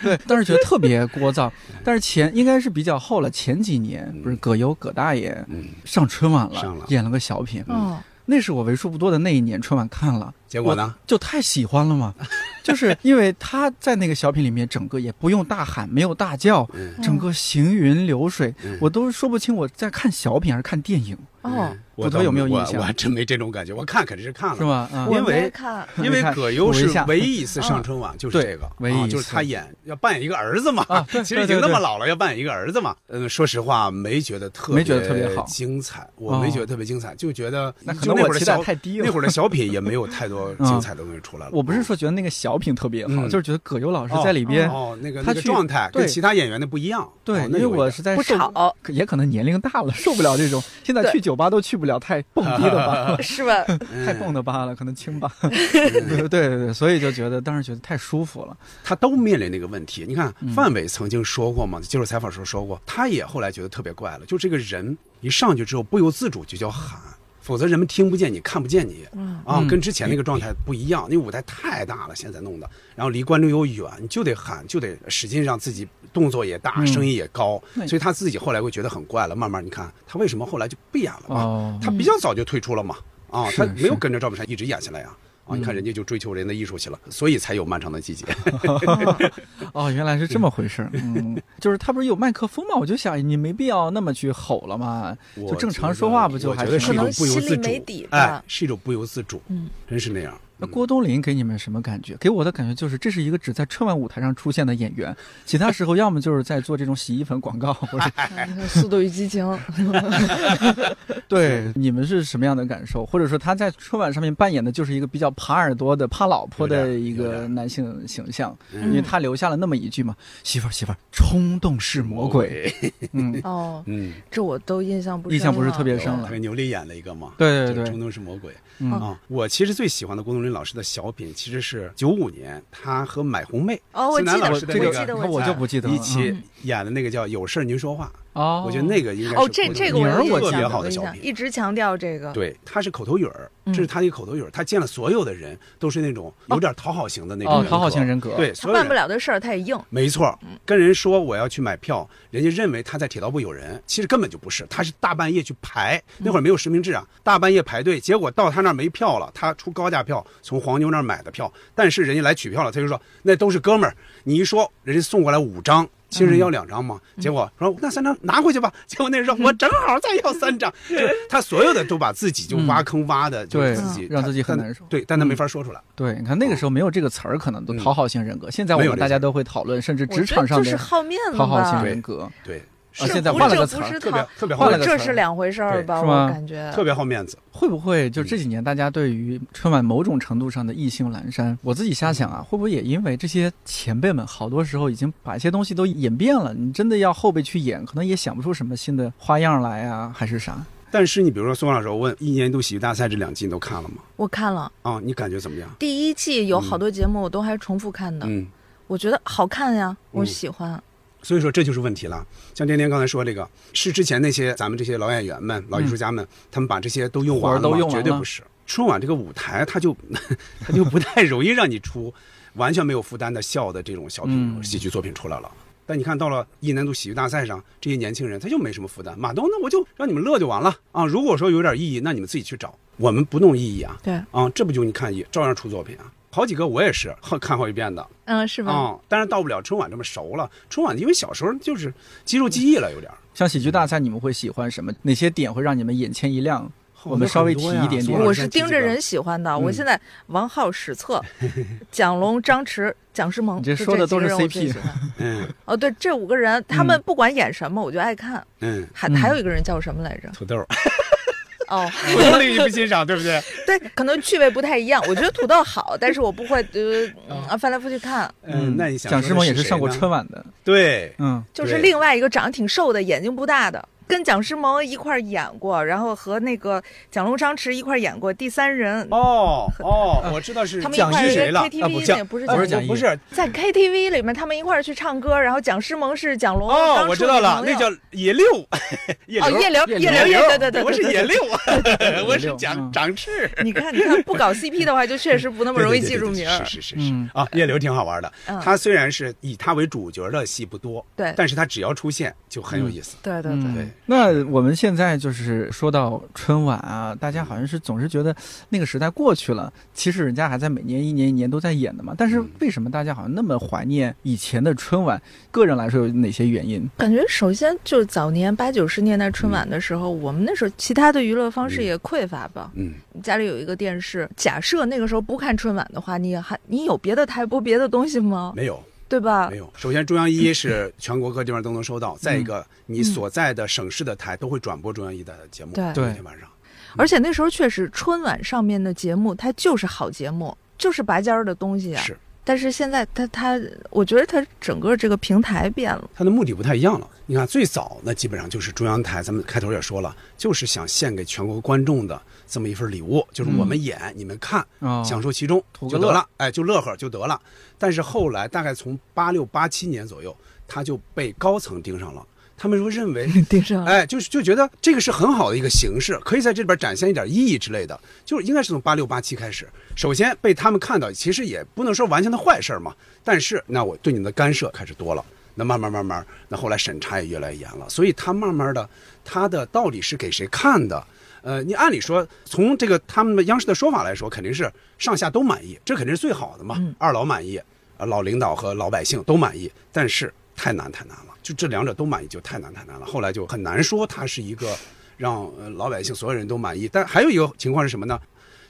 Speaker 1: 对，当时觉得特别聒噪。 [laughs] 但是前应该是比较后了，前几年不是葛优葛大爷
Speaker 3: 嗯，
Speaker 1: 上春晚了，
Speaker 3: 上了
Speaker 1: 演了个小
Speaker 5: 嗯
Speaker 1: 品。
Speaker 2: 哦，
Speaker 1: 那是我为数不多的那一年春晚看了，
Speaker 3: 结果呢？
Speaker 1: 就太喜欢了
Speaker 3: [laughs]
Speaker 1: 嘛，就是因为他在那个小品里面，整个也不用大喊，没有大叫，
Speaker 3: 嗯
Speaker 1: 整个行云流水，
Speaker 3: 嗯
Speaker 1: 我都说不清我在看小品还是看电影，
Speaker 2: 哦，
Speaker 1: 不知道有没有印
Speaker 3: 我
Speaker 1: 象
Speaker 3: 我还真没这种感觉，我看肯定是看了，
Speaker 1: 是？吧？啊、
Speaker 2: 我
Speaker 3: 因为
Speaker 2: 没看，
Speaker 3: 因为
Speaker 1: [laughs] 你看
Speaker 3: 葛优
Speaker 1: 我一
Speaker 3: 是
Speaker 1: 下哦
Speaker 3: 唯一一次上春晚，就是
Speaker 1: 对
Speaker 3: 这个，
Speaker 1: 唯一
Speaker 3: 啊
Speaker 1: 一
Speaker 3: 就是
Speaker 1: 次
Speaker 3: 他演要扮演一个儿子嘛 [laughs]
Speaker 1: 啊，对
Speaker 3: 其实
Speaker 1: 对
Speaker 3: 已经
Speaker 1: 对
Speaker 3: 那么
Speaker 1: 对
Speaker 3: 老了，要扮演一个儿子嘛。嗯，说实话，没觉得特
Speaker 1: 没觉得特别好
Speaker 3: 精彩，我
Speaker 1: 哦
Speaker 3: 没觉得特别精彩，就觉得
Speaker 1: 那可
Speaker 3: 就
Speaker 1: 能
Speaker 3: 那
Speaker 1: 我
Speaker 3: 会儿的
Speaker 1: 期待
Speaker 3: 小
Speaker 1: 太低了
Speaker 3: [laughs] 那会儿的小品也没有太多精彩的东西出来了。
Speaker 1: 嗯
Speaker 3: 哦
Speaker 1: 我不是说觉得那个小品特别好，
Speaker 3: 嗯
Speaker 1: 就是觉得葛优老师在里边，
Speaker 3: 哦，那个
Speaker 1: 他
Speaker 3: 那个
Speaker 1: 去
Speaker 3: 状态跟
Speaker 1: 对
Speaker 3: 其他演员的不一样，
Speaker 1: 对，
Speaker 3: 哦
Speaker 1: 因
Speaker 3: 那
Speaker 1: 为
Speaker 3: 有一
Speaker 1: 我
Speaker 3: 点
Speaker 1: 是在
Speaker 2: 不
Speaker 1: 受，
Speaker 2: 吵
Speaker 1: 也可能年龄大了，受不了这种，现在
Speaker 2: 对
Speaker 1: 去酒吧都去不了太蹦迪的吧。
Speaker 2: [laughs] 是吧？
Speaker 1: 太蹦的吧了，可能清吧，对对对，所以就觉得当时觉得太舒服了，
Speaker 3: 他都面临那个问题。你看，
Speaker 1: 嗯
Speaker 3: 范伟曾经说过嘛，接受采访时候说过，他也后来觉得特别怪了，就这个人一上去之后不由自主就叫喊。否则人们听不见你，看不见你
Speaker 2: 嗯
Speaker 3: [laughs] 啊
Speaker 5: 嗯，
Speaker 3: 跟之前那个状态不一样。那舞台太大了，现在弄的，然后离观众又远，你就得喊，就得使劲让自己动作也大，
Speaker 5: 嗯
Speaker 3: 声音也高。
Speaker 5: 那
Speaker 3: 所以他自己后来会觉得很怪了。慢慢你看他为什么后来就不演了嘛？
Speaker 5: 哦，
Speaker 3: 他比较早就退出了嘛，啊，
Speaker 5: 嗯是
Speaker 3: 他没有
Speaker 5: 是嗯
Speaker 3: 跟着赵本山一直演下来呀。啊，你看人家就追求人的艺术去了，所以才有漫长的季节。
Speaker 5: 哦，原来是这么回事儿。嗯，就是他不是有麦克风嘛，我就想你没必要那么去吼了嘛， [laughs] 就正常说话不就
Speaker 3: 我
Speaker 5: 还
Speaker 3: 觉得
Speaker 5: 挺
Speaker 3: 是一
Speaker 5: 好
Speaker 3: 种不由
Speaker 2: 可能
Speaker 3: 自
Speaker 2: 心里没
Speaker 3: 主
Speaker 2: 底，吧
Speaker 3: 哎，是一种不由自主，
Speaker 2: 嗯，
Speaker 3: 真是那样。
Speaker 5: 那郭冬临给你们什么感觉？给我的感觉就是，这是一个只在春晚舞台上出现的演员，其他时候要么就是在做这种洗衣粉广告，或者
Speaker 2: 啊你看《速度与激情》
Speaker 5: 对你们是什么样的感受？或者说他在春晚上面扮演的就是一个比较耙耳朵的、怕老婆的一
Speaker 3: 有点有
Speaker 5: 个
Speaker 3: 点
Speaker 5: 男性形象，因
Speaker 3: 嗯
Speaker 5: 为他留下了那么一句嘛：“媳妇儿，媳妇儿，冲动是魔鬼。，
Speaker 3: [laughs]
Speaker 5: 嗯，
Speaker 2: 哦，
Speaker 3: 嗯，
Speaker 2: 这我都印象不深
Speaker 5: 印象不是
Speaker 2: 了
Speaker 5: 特别深
Speaker 3: 上
Speaker 5: 了
Speaker 3: 来牛莉演了一个嘛，
Speaker 5: 嗯对对
Speaker 3: 就
Speaker 5: 对
Speaker 3: 是中东是魔鬼
Speaker 5: 嗯
Speaker 3: 啊。我其实最喜欢的郭冬临老师的小品，其实是九五年他和买红妹
Speaker 2: 哦，我
Speaker 3: 孙
Speaker 2: 记
Speaker 3: 楠
Speaker 2: 得，
Speaker 3: 老
Speaker 5: 我
Speaker 3: 师的
Speaker 5: 这
Speaker 3: 那
Speaker 5: 个
Speaker 3: 个，
Speaker 2: 记得，
Speaker 5: 那我
Speaker 2: 记
Speaker 5: 就
Speaker 2: 得。
Speaker 5: 不记得了嗯
Speaker 3: 一起演的那个叫有事儿您说话，
Speaker 5: 哦，
Speaker 3: 我觉得那个应该
Speaker 2: 哦，
Speaker 3: 是
Speaker 2: 这
Speaker 3: 郭冬临
Speaker 2: 这个我
Speaker 5: 女儿
Speaker 2: 有
Speaker 5: 我
Speaker 3: 特
Speaker 2: 印
Speaker 3: 别
Speaker 2: 象，
Speaker 3: 好
Speaker 2: 有
Speaker 3: 的
Speaker 2: 印
Speaker 3: 小
Speaker 2: 象，
Speaker 3: 品
Speaker 2: 一直强调这
Speaker 5: 啊
Speaker 2: 个。
Speaker 3: 对，他是口头语儿，
Speaker 2: 嗯
Speaker 3: 这是他的一个口头语儿。他见了所有的人都是那种有点讨好型的那种
Speaker 5: 哦，
Speaker 3: 人
Speaker 5: 讨好
Speaker 3: 格
Speaker 5: 型人格，
Speaker 3: 对，
Speaker 2: 他
Speaker 3: 所有
Speaker 2: 办不
Speaker 3: 人。
Speaker 2: 了的事儿，他也硬。
Speaker 3: 没错，跟人说我要去买票，人家认为他在铁道部有人，其实根本就不是，他是大半夜去排，
Speaker 5: 嗯
Speaker 3: 那会儿没有实名制啊，大半夜排队，结果到他那儿没票了，他出高价票从黄牛那儿买的票，但是人家来取票了，他就说那都是哥们儿，你一说人家送过来五张。其实人要两张嘛，
Speaker 5: 嗯
Speaker 3: 结果说那三张拿回去吧， [laughs] 结果那人说我正好再要三
Speaker 5: [laughs]
Speaker 3: 张，就是他所有的都把自己就挖坑挖的，就
Speaker 5: 对
Speaker 3: 是自己
Speaker 5: 让
Speaker 3: 他
Speaker 5: 自己很
Speaker 3: 但
Speaker 5: 难受嗯
Speaker 3: 对，但他没法说出来，
Speaker 5: 对，你看那个时候没有这个词儿，可能都
Speaker 3: 嗯
Speaker 5: 讨好型人格。现在我
Speaker 3: 没有
Speaker 5: 们
Speaker 3: 这
Speaker 5: 大
Speaker 3: 词
Speaker 5: 家
Speaker 3: 儿
Speaker 5: 都会讨论，甚至
Speaker 2: 我
Speaker 5: 职
Speaker 2: 觉
Speaker 5: 场
Speaker 2: 得
Speaker 5: 上
Speaker 2: 就是
Speaker 5: 的
Speaker 2: 好面子
Speaker 5: 讨好型
Speaker 2: 吧，
Speaker 5: 人格。
Speaker 3: 对，
Speaker 5: 啊
Speaker 2: 是
Speaker 5: 现在
Speaker 2: 不
Speaker 5: 换
Speaker 2: 是
Speaker 5: 了个
Speaker 2: 这
Speaker 5: 词
Speaker 2: 不
Speaker 5: 儿
Speaker 2: 是
Speaker 3: 特
Speaker 2: 讨
Speaker 3: 别，特别好
Speaker 5: 换
Speaker 3: 面
Speaker 5: 了个
Speaker 3: 子，
Speaker 2: 这
Speaker 5: 词
Speaker 2: 是
Speaker 5: 儿
Speaker 2: 两回事儿
Speaker 3: 对
Speaker 2: 吧？
Speaker 5: 是吗
Speaker 2: 我感觉
Speaker 3: 特别好面子，
Speaker 5: 会不会
Speaker 3: 嗯
Speaker 5: 就这几年大家对于春晚某种程度上的意兴阑珊？我自己瞎
Speaker 3: 嗯
Speaker 5: 想啊，会不会也因为这些前辈们好多时候已经把一些东西都演遍了，你真的要后辈去演，可能也想不出什么新的花样来啊，还是啥？
Speaker 3: 但是你比如说宋老师，我问一年一度喜剧大赛这两季你都看了吗？
Speaker 2: 我看了
Speaker 3: 啊，你感觉怎么样？
Speaker 2: 第一季有
Speaker 5: 嗯
Speaker 2: 好多节目，我都还重复看的，
Speaker 3: 嗯，
Speaker 2: 我觉得好看呀，我
Speaker 3: 嗯
Speaker 2: 喜欢。
Speaker 3: 所以说这就是问题了。像天天刚才说这个，是之前那些咱们这些老演员们、老艺术家们，他们把这些都用完了吗
Speaker 5: 嗯活儿都用完了
Speaker 3: 绝对不是。春晚这个舞台，它就 [laughs] 它就不太容易让你出完全没有负担的笑的这种小品、
Speaker 5: 嗯
Speaker 3: 喜剧作品出来了。但你看到了一年度喜剧大赛上，这些年轻人他就没什么负担。马东，那我就让你们乐就完了啊！如果说有点意义，那你们自己去找，我们不弄意义啊。
Speaker 2: 对，
Speaker 3: 啊，这不就你看也照样出作品啊。好几个我也是好看好几遍的啊、
Speaker 2: 嗯，是
Speaker 5: 哦
Speaker 2: 吧？
Speaker 3: 但是到不了春晚这么熟了。春晚因为小时候就是肌肉记忆了，有点儿。
Speaker 5: 像喜剧大赛，你们会喜欢什么？
Speaker 3: 嗯
Speaker 5: 哪些点会让你们眼前一亮？我们稍微提一点点
Speaker 3: 宋老师
Speaker 2: 我是盯
Speaker 3: 提
Speaker 2: 着
Speaker 3: 几个
Speaker 2: 人喜欢的，
Speaker 3: 嗯
Speaker 2: 我现在王浩史
Speaker 5: [laughs]
Speaker 2: 策、蒋龙、张弛、蒋诗萌，
Speaker 5: 你这
Speaker 2: 就
Speaker 5: 说的
Speaker 2: 几
Speaker 5: 都
Speaker 2: 个
Speaker 5: 是
Speaker 2: 人我
Speaker 5: CP
Speaker 2: 最喜欢
Speaker 3: 嗯
Speaker 2: 哦，对，这五个人他们不管演什么，我就爱看。
Speaker 3: 嗯，
Speaker 2: 还
Speaker 5: 嗯
Speaker 2: 还有一个人叫什么
Speaker 5: [laughs]
Speaker 2: 来着？
Speaker 3: 土 [laughs] 豆儿，
Speaker 2: 哦，
Speaker 3: 土豆你不欣赏对不嗯对？
Speaker 2: 对，可能趣味不太一样。我觉得土豆好，但是我不会呃
Speaker 5: [laughs]
Speaker 2: 嗯
Speaker 5: 哦
Speaker 2: 啊翻来覆去看。
Speaker 3: 嗯，那你想
Speaker 5: 蒋
Speaker 3: 说
Speaker 5: 诗萌
Speaker 3: 的
Speaker 5: 也
Speaker 3: 是
Speaker 5: 是上过
Speaker 3: 谁呢
Speaker 5: 春晚的，
Speaker 3: 对，
Speaker 5: 嗯，
Speaker 2: 就是
Speaker 3: 对
Speaker 2: 另外一个长得挺瘦的，眼睛不大的，跟蒋诗萌一块儿演过，然后和那个蒋龙、张弛一块儿演过《第三人》，
Speaker 3: 哦
Speaker 5: [laughs]
Speaker 3: 哦，我知道是
Speaker 2: 他们一
Speaker 3: 讲
Speaker 2: 块儿
Speaker 3: 是谁
Speaker 2: 约
Speaker 3: 了
Speaker 2: KTV
Speaker 3: 啊不
Speaker 2: 呢
Speaker 3: 讲
Speaker 2: 不是哦
Speaker 5: 不是
Speaker 3: 讲
Speaker 5: 讲义
Speaker 3: 不是
Speaker 2: 在 KTV 里面他们一块儿去唱歌，然后蒋诗萌是蒋龙，
Speaker 3: 哦，
Speaker 2: 张
Speaker 3: 我
Speaker 2: 弛
Speaker 3: 知道
Speaker 2: 女
Speaker 3: 了，
Speaker 2: 朋
Speaker 3: 那
Speaker 2: 友
Speaker 3: 叫野六， [laughs] 野
Speaker 2: 哦
Speaker 3: 流
Speaker 2: 叶流
Speaker 5: 叶
Speaker 2: 叶
Speaker 5: 柳
Speaker 2: 流叶，对对对
Speaker 3: 我
Speaker 2: 对
Speaker 3: 是
Speaker 2: 对。
Speaker 3: 野六， [laughs] 我是
Speaker 5: 嗯
Speaker 3: 蒋长翅。
Speaker 2: 你看，你看，不搞 CP 的话，就确实不那么容易
Speaker 3: 对
Speaker 2: 记
Speaker 3: 对对
Speaker 2: 住
Speaker 3: 对
Speaker 2: 名儿。
Speaker 3: 是是是
Speaker 5: 嗯
Speaker 3: 是啊，叶流挺好玩的
Speaker 2: 嗯。哎
Speaker 3: 他虽然是以他为主角的戏不多，
Speaker 2: 对
Speaker 3: 但是他只要出现就很有意思。
Speaker 2: 对对对，
Speaker 5: 嗯
Speaker 3: 对，
Speaker 5: 那我们现在就是说到春晚啊，大家好像是总是觉得那个时代过去了，其实人家还在每年一年一年都在演的嘛。但是为什么大家好像那么怀念以前的春晚？个人来说有哪些原因？
Speaker 2: 感觉首先就是早年八九十年代春
Speaker 3: 嗯
Speaker 2: 晚的时候，我们那时候其他的娱乐方式也匮乏吧。
Speaker 3: 嗯，
Speaker 2: 家里有一个电视，假设那个时候不看春晚的话，你还你有别的台播别的东西吗？
Speaker 3: 没有
Speaker 2: 对吧
Speaker 3: 没？有。首先，中央一是全国各地方都能收到；
Speaker 5: 嗯
Speaker 3: 再一个，你所在的省市的台都会转播中央一的节目。
Speaker 2: 嗯对
Speaker 5: 对
Speaker 3: 每天晚上。
Speaker 2: 而且那时候确实春晚上面的节目，它就是好节目，就是拔尖儿的东西啊。
Speaker 3: 是，
Speaker 2: 但是现在它它，我觉得它整个这个平台变了。
Speaker 3: 它的目的不太一样了。你看，最早那基本上就是中央台，咱们开头也说了，就是想献给全国观众的这么一份礼物，就是我们演，你们看，
Speaker 5: 嗯哦，
Speaker 3: 享受其中
Speaker 5: 图个
Speaker 3: 就
Speaker 5: 乐
Speaker 3: 得了，哎，就乐呵就得了。但是后来大概从八六八七年左右，他就被高层盯上了。他们说认为
Speaker 2: 盯上了。
Speaker 3: 哎，就是就觉得这个是很好的一个形式，可以在这里边展现一点意义之类的，就是应该是从八六八七开始，首先被他们看到，其实也不能说完全的坏事儿嘛，但是那我对你们的干涉开始多了。那慢慢慢慢，那后来审查也越来越严了，所以他慢慢的，他的到底是给谁看的？呃，你按理说，从这个他们的央视的说法来说，肯定是上下都满意，这肯定是最好的嘛。二老满意，呃，老领导和老百姓都满意，但是太难太难了，就这两者都满意就太难太难了。后来就很难说它是一个让呃老百姓所有人都满意。但还有一个情况是什么呢？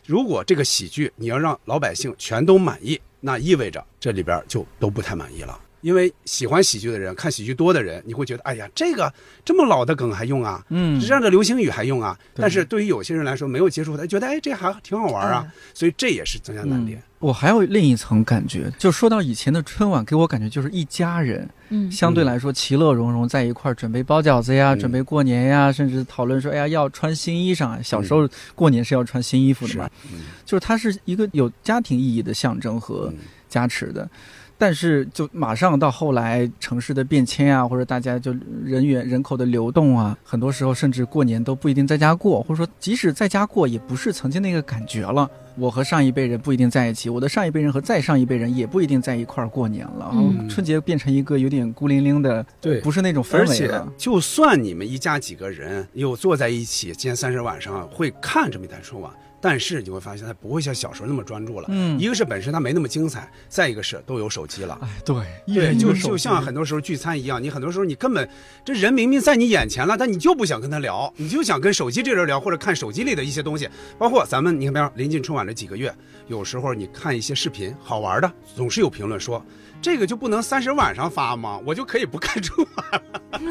Speaker 3: 如果这个喜剧你要让老百姓全都满意，那意味着这里边就都不太满意了。因为喜欢喜剧的人，看喜剧多的人，你会觉得，哎呀，这个这么老的梗还用啊？
Speaker 5: 嗯
Speaker 3: 这样的流行语还用啊？但是对于有些人来说，没有接触过的，觉得哎，这还挺好玩啊，
Speaker 2: 嗯
Speaker 3: 所以这也是增加难点。
Speaker 5: 我还有另一层感觉，就说到以前的春晚，给我感觉就是一家人，
Speaker 2: 嗯
Speaker 5: 相对来说其乐融融，在一块儿准备包饺子呀，
Speaker 3: 嗯
Speaker 5: 准备过年呀，甚至讨论说，哎呀，要穿新衣裳啊。小时候过年是要穿新衣服的嘛，
Speaker 3: 嗯
Speaker 5: 就是它是一个有家庭意义的象征和
Speaker 3: 嗯
Speaker 5: 加持的。但是，就马上到后来城市的变迁啊，或者大家就人员人口的流动啊，很多时候甚至过年都不一定在家过，或者说即使在家过，也不是曾经那个感觉了。我和上一辈人不一定在一起，我的上一辈人和再上一辈人也不一定在一块儿过年了。
Speaker 2: 嗯
Speaker 5: 春节变成一个有点孤零零的，
Speaker 3: 对
Speaker 5: 不是那种氛
Speaker 3: 而
Speaker 5: 围
Speaker 3: 且
Speaker 5: 了。，
Speaker 3: 就算你们一家几个人又坐在一起，今天三十晚上会看这么一台春晚，但是你会发现他不会像小时候那么专注了。
Speaker 5: 嗯
Speaker 3: 一个是本身它没那么精彩，再一个是都有手机了。
Speaker 5: 哎，对，一
Speaker 3: 对，
Speaker 5: 人一
Speaker 3: 就
Speaker 5: 个手
Speaker 3: 就
Speaker 5: 机
Speaker 3: 像很多时候聚餐一样，你很多时候你根本这人明明在你眼前了，但你就不想跟他聊，你就想跟手机这人聊，或者看手机里的一些东西。包括咱们你看没有，临近春晚这几个月，有时候你看一些视频好玩的，总是有评论说这个就不能三十晚上发吗？我就可以不看春晚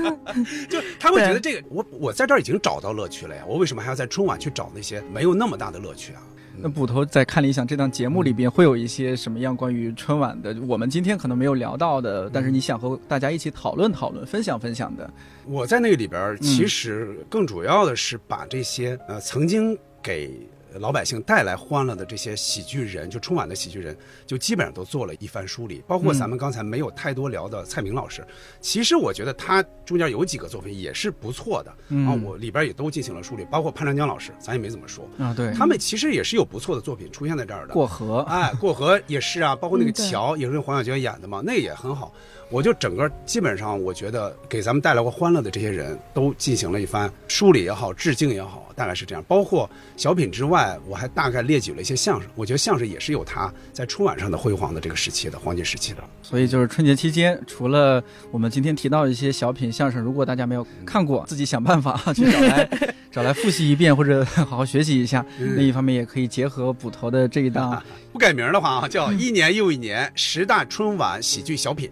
Speaker 3: 了， [laughs] 就他会觉得这个我我在这儿已经找到乐趣了呀，我为什么还要在春晚去找那些没有那么大的乐趣啊？
Speaker 5: 那捕头在看理想这档节目里边会有一些什么样关于春晚的，我们今天可能没有聊到的，但是你想和大家一起讨论讨论、分享分享的，
Speaker 3: 我在那个里边儿，其实更主要的是把这些呃曾经给老百姓带来欢乐的这些喜剧人，就春晚的喜剧人，就基本上都做了一番梳理。包括咱们刚才没有太多聊的蔡明老师，其实我觉得他中间有几个作品也是不错的、
Speaker 5: 嗯
Speaker 3: 啊，我里边儿也都进行了梳理。包括潘长江老师，咱也没怎么说，
Speaker 5: 啊，对，
Speaker 3: 他们其实也是有不错的作品出现在这儿的。[laughs]
Speaker 5: 过河，
Speaker 3: 哎，过河也是啊，包括那个
Speaker 2: 嗯对
Speaker 3: 桥也是用黄小娟演的嘛，那也很好。我就整个基本上，我觉得给咱们带来过欢乐的这些人都进行了一番梳理也好，致敬也好，大概是这样。包括小品之外，我还大概列举了一些相声。我觉得相声也是有它在春晚上的辉煌的这个时期的黄金时期的。
Speaker 5: 所以就是春节期间，除了我们今天提到一些小品、相声，如果大家没有看过，自己想办法去找 [laughs] 来找来复习一遍，或者 [laughs] 好好学习一下。
Speaker 3: 嗯
Speaker 5: 另一方面，也可以结合捕头的这一档。
Speaker 3: 不改名的话啊，叫一年又一年十大春晚喜剧小品。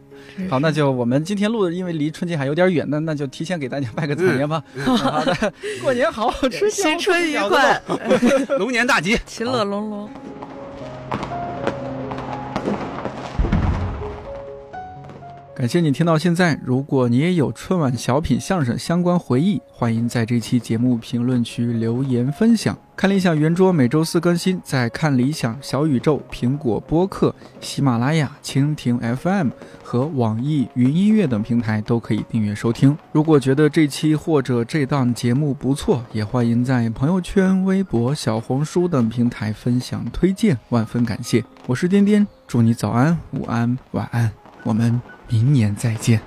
Speaker 5: 好，那就我们今天录的，因为离春节还有点远，那那就提前给大家拜个早年吧。好的，过
Speaker 1: [laughs]
Speaker 5: 年好，
Speaker 2: 嗯
Speaker 5: 吃饺
Speaker 2: 新
Speaker 5: 子
Speaker 2: 春愉快，
Speaker 3: 龙年大吉，
Speaker 2: [laughs] 其乐融融。
Speaker 5: 感谢你听到现在。如果你也有春晚小品、相声相关回忆，欢迎在这期节目评论区留言分享。看理想圆桌每周四更新，在看理想、小宇宙、苹果播客、喜马拉雅、蜻蜓 FM 和网易云音乐等平台都可以订阅收听。如果觉得这期或者这档节目不错，也欢迎在朋友圈、微博、小红书等平台分享推荐，万分感谢。我是颠颠，祝你早安、午安、晚安，我们。明年再见。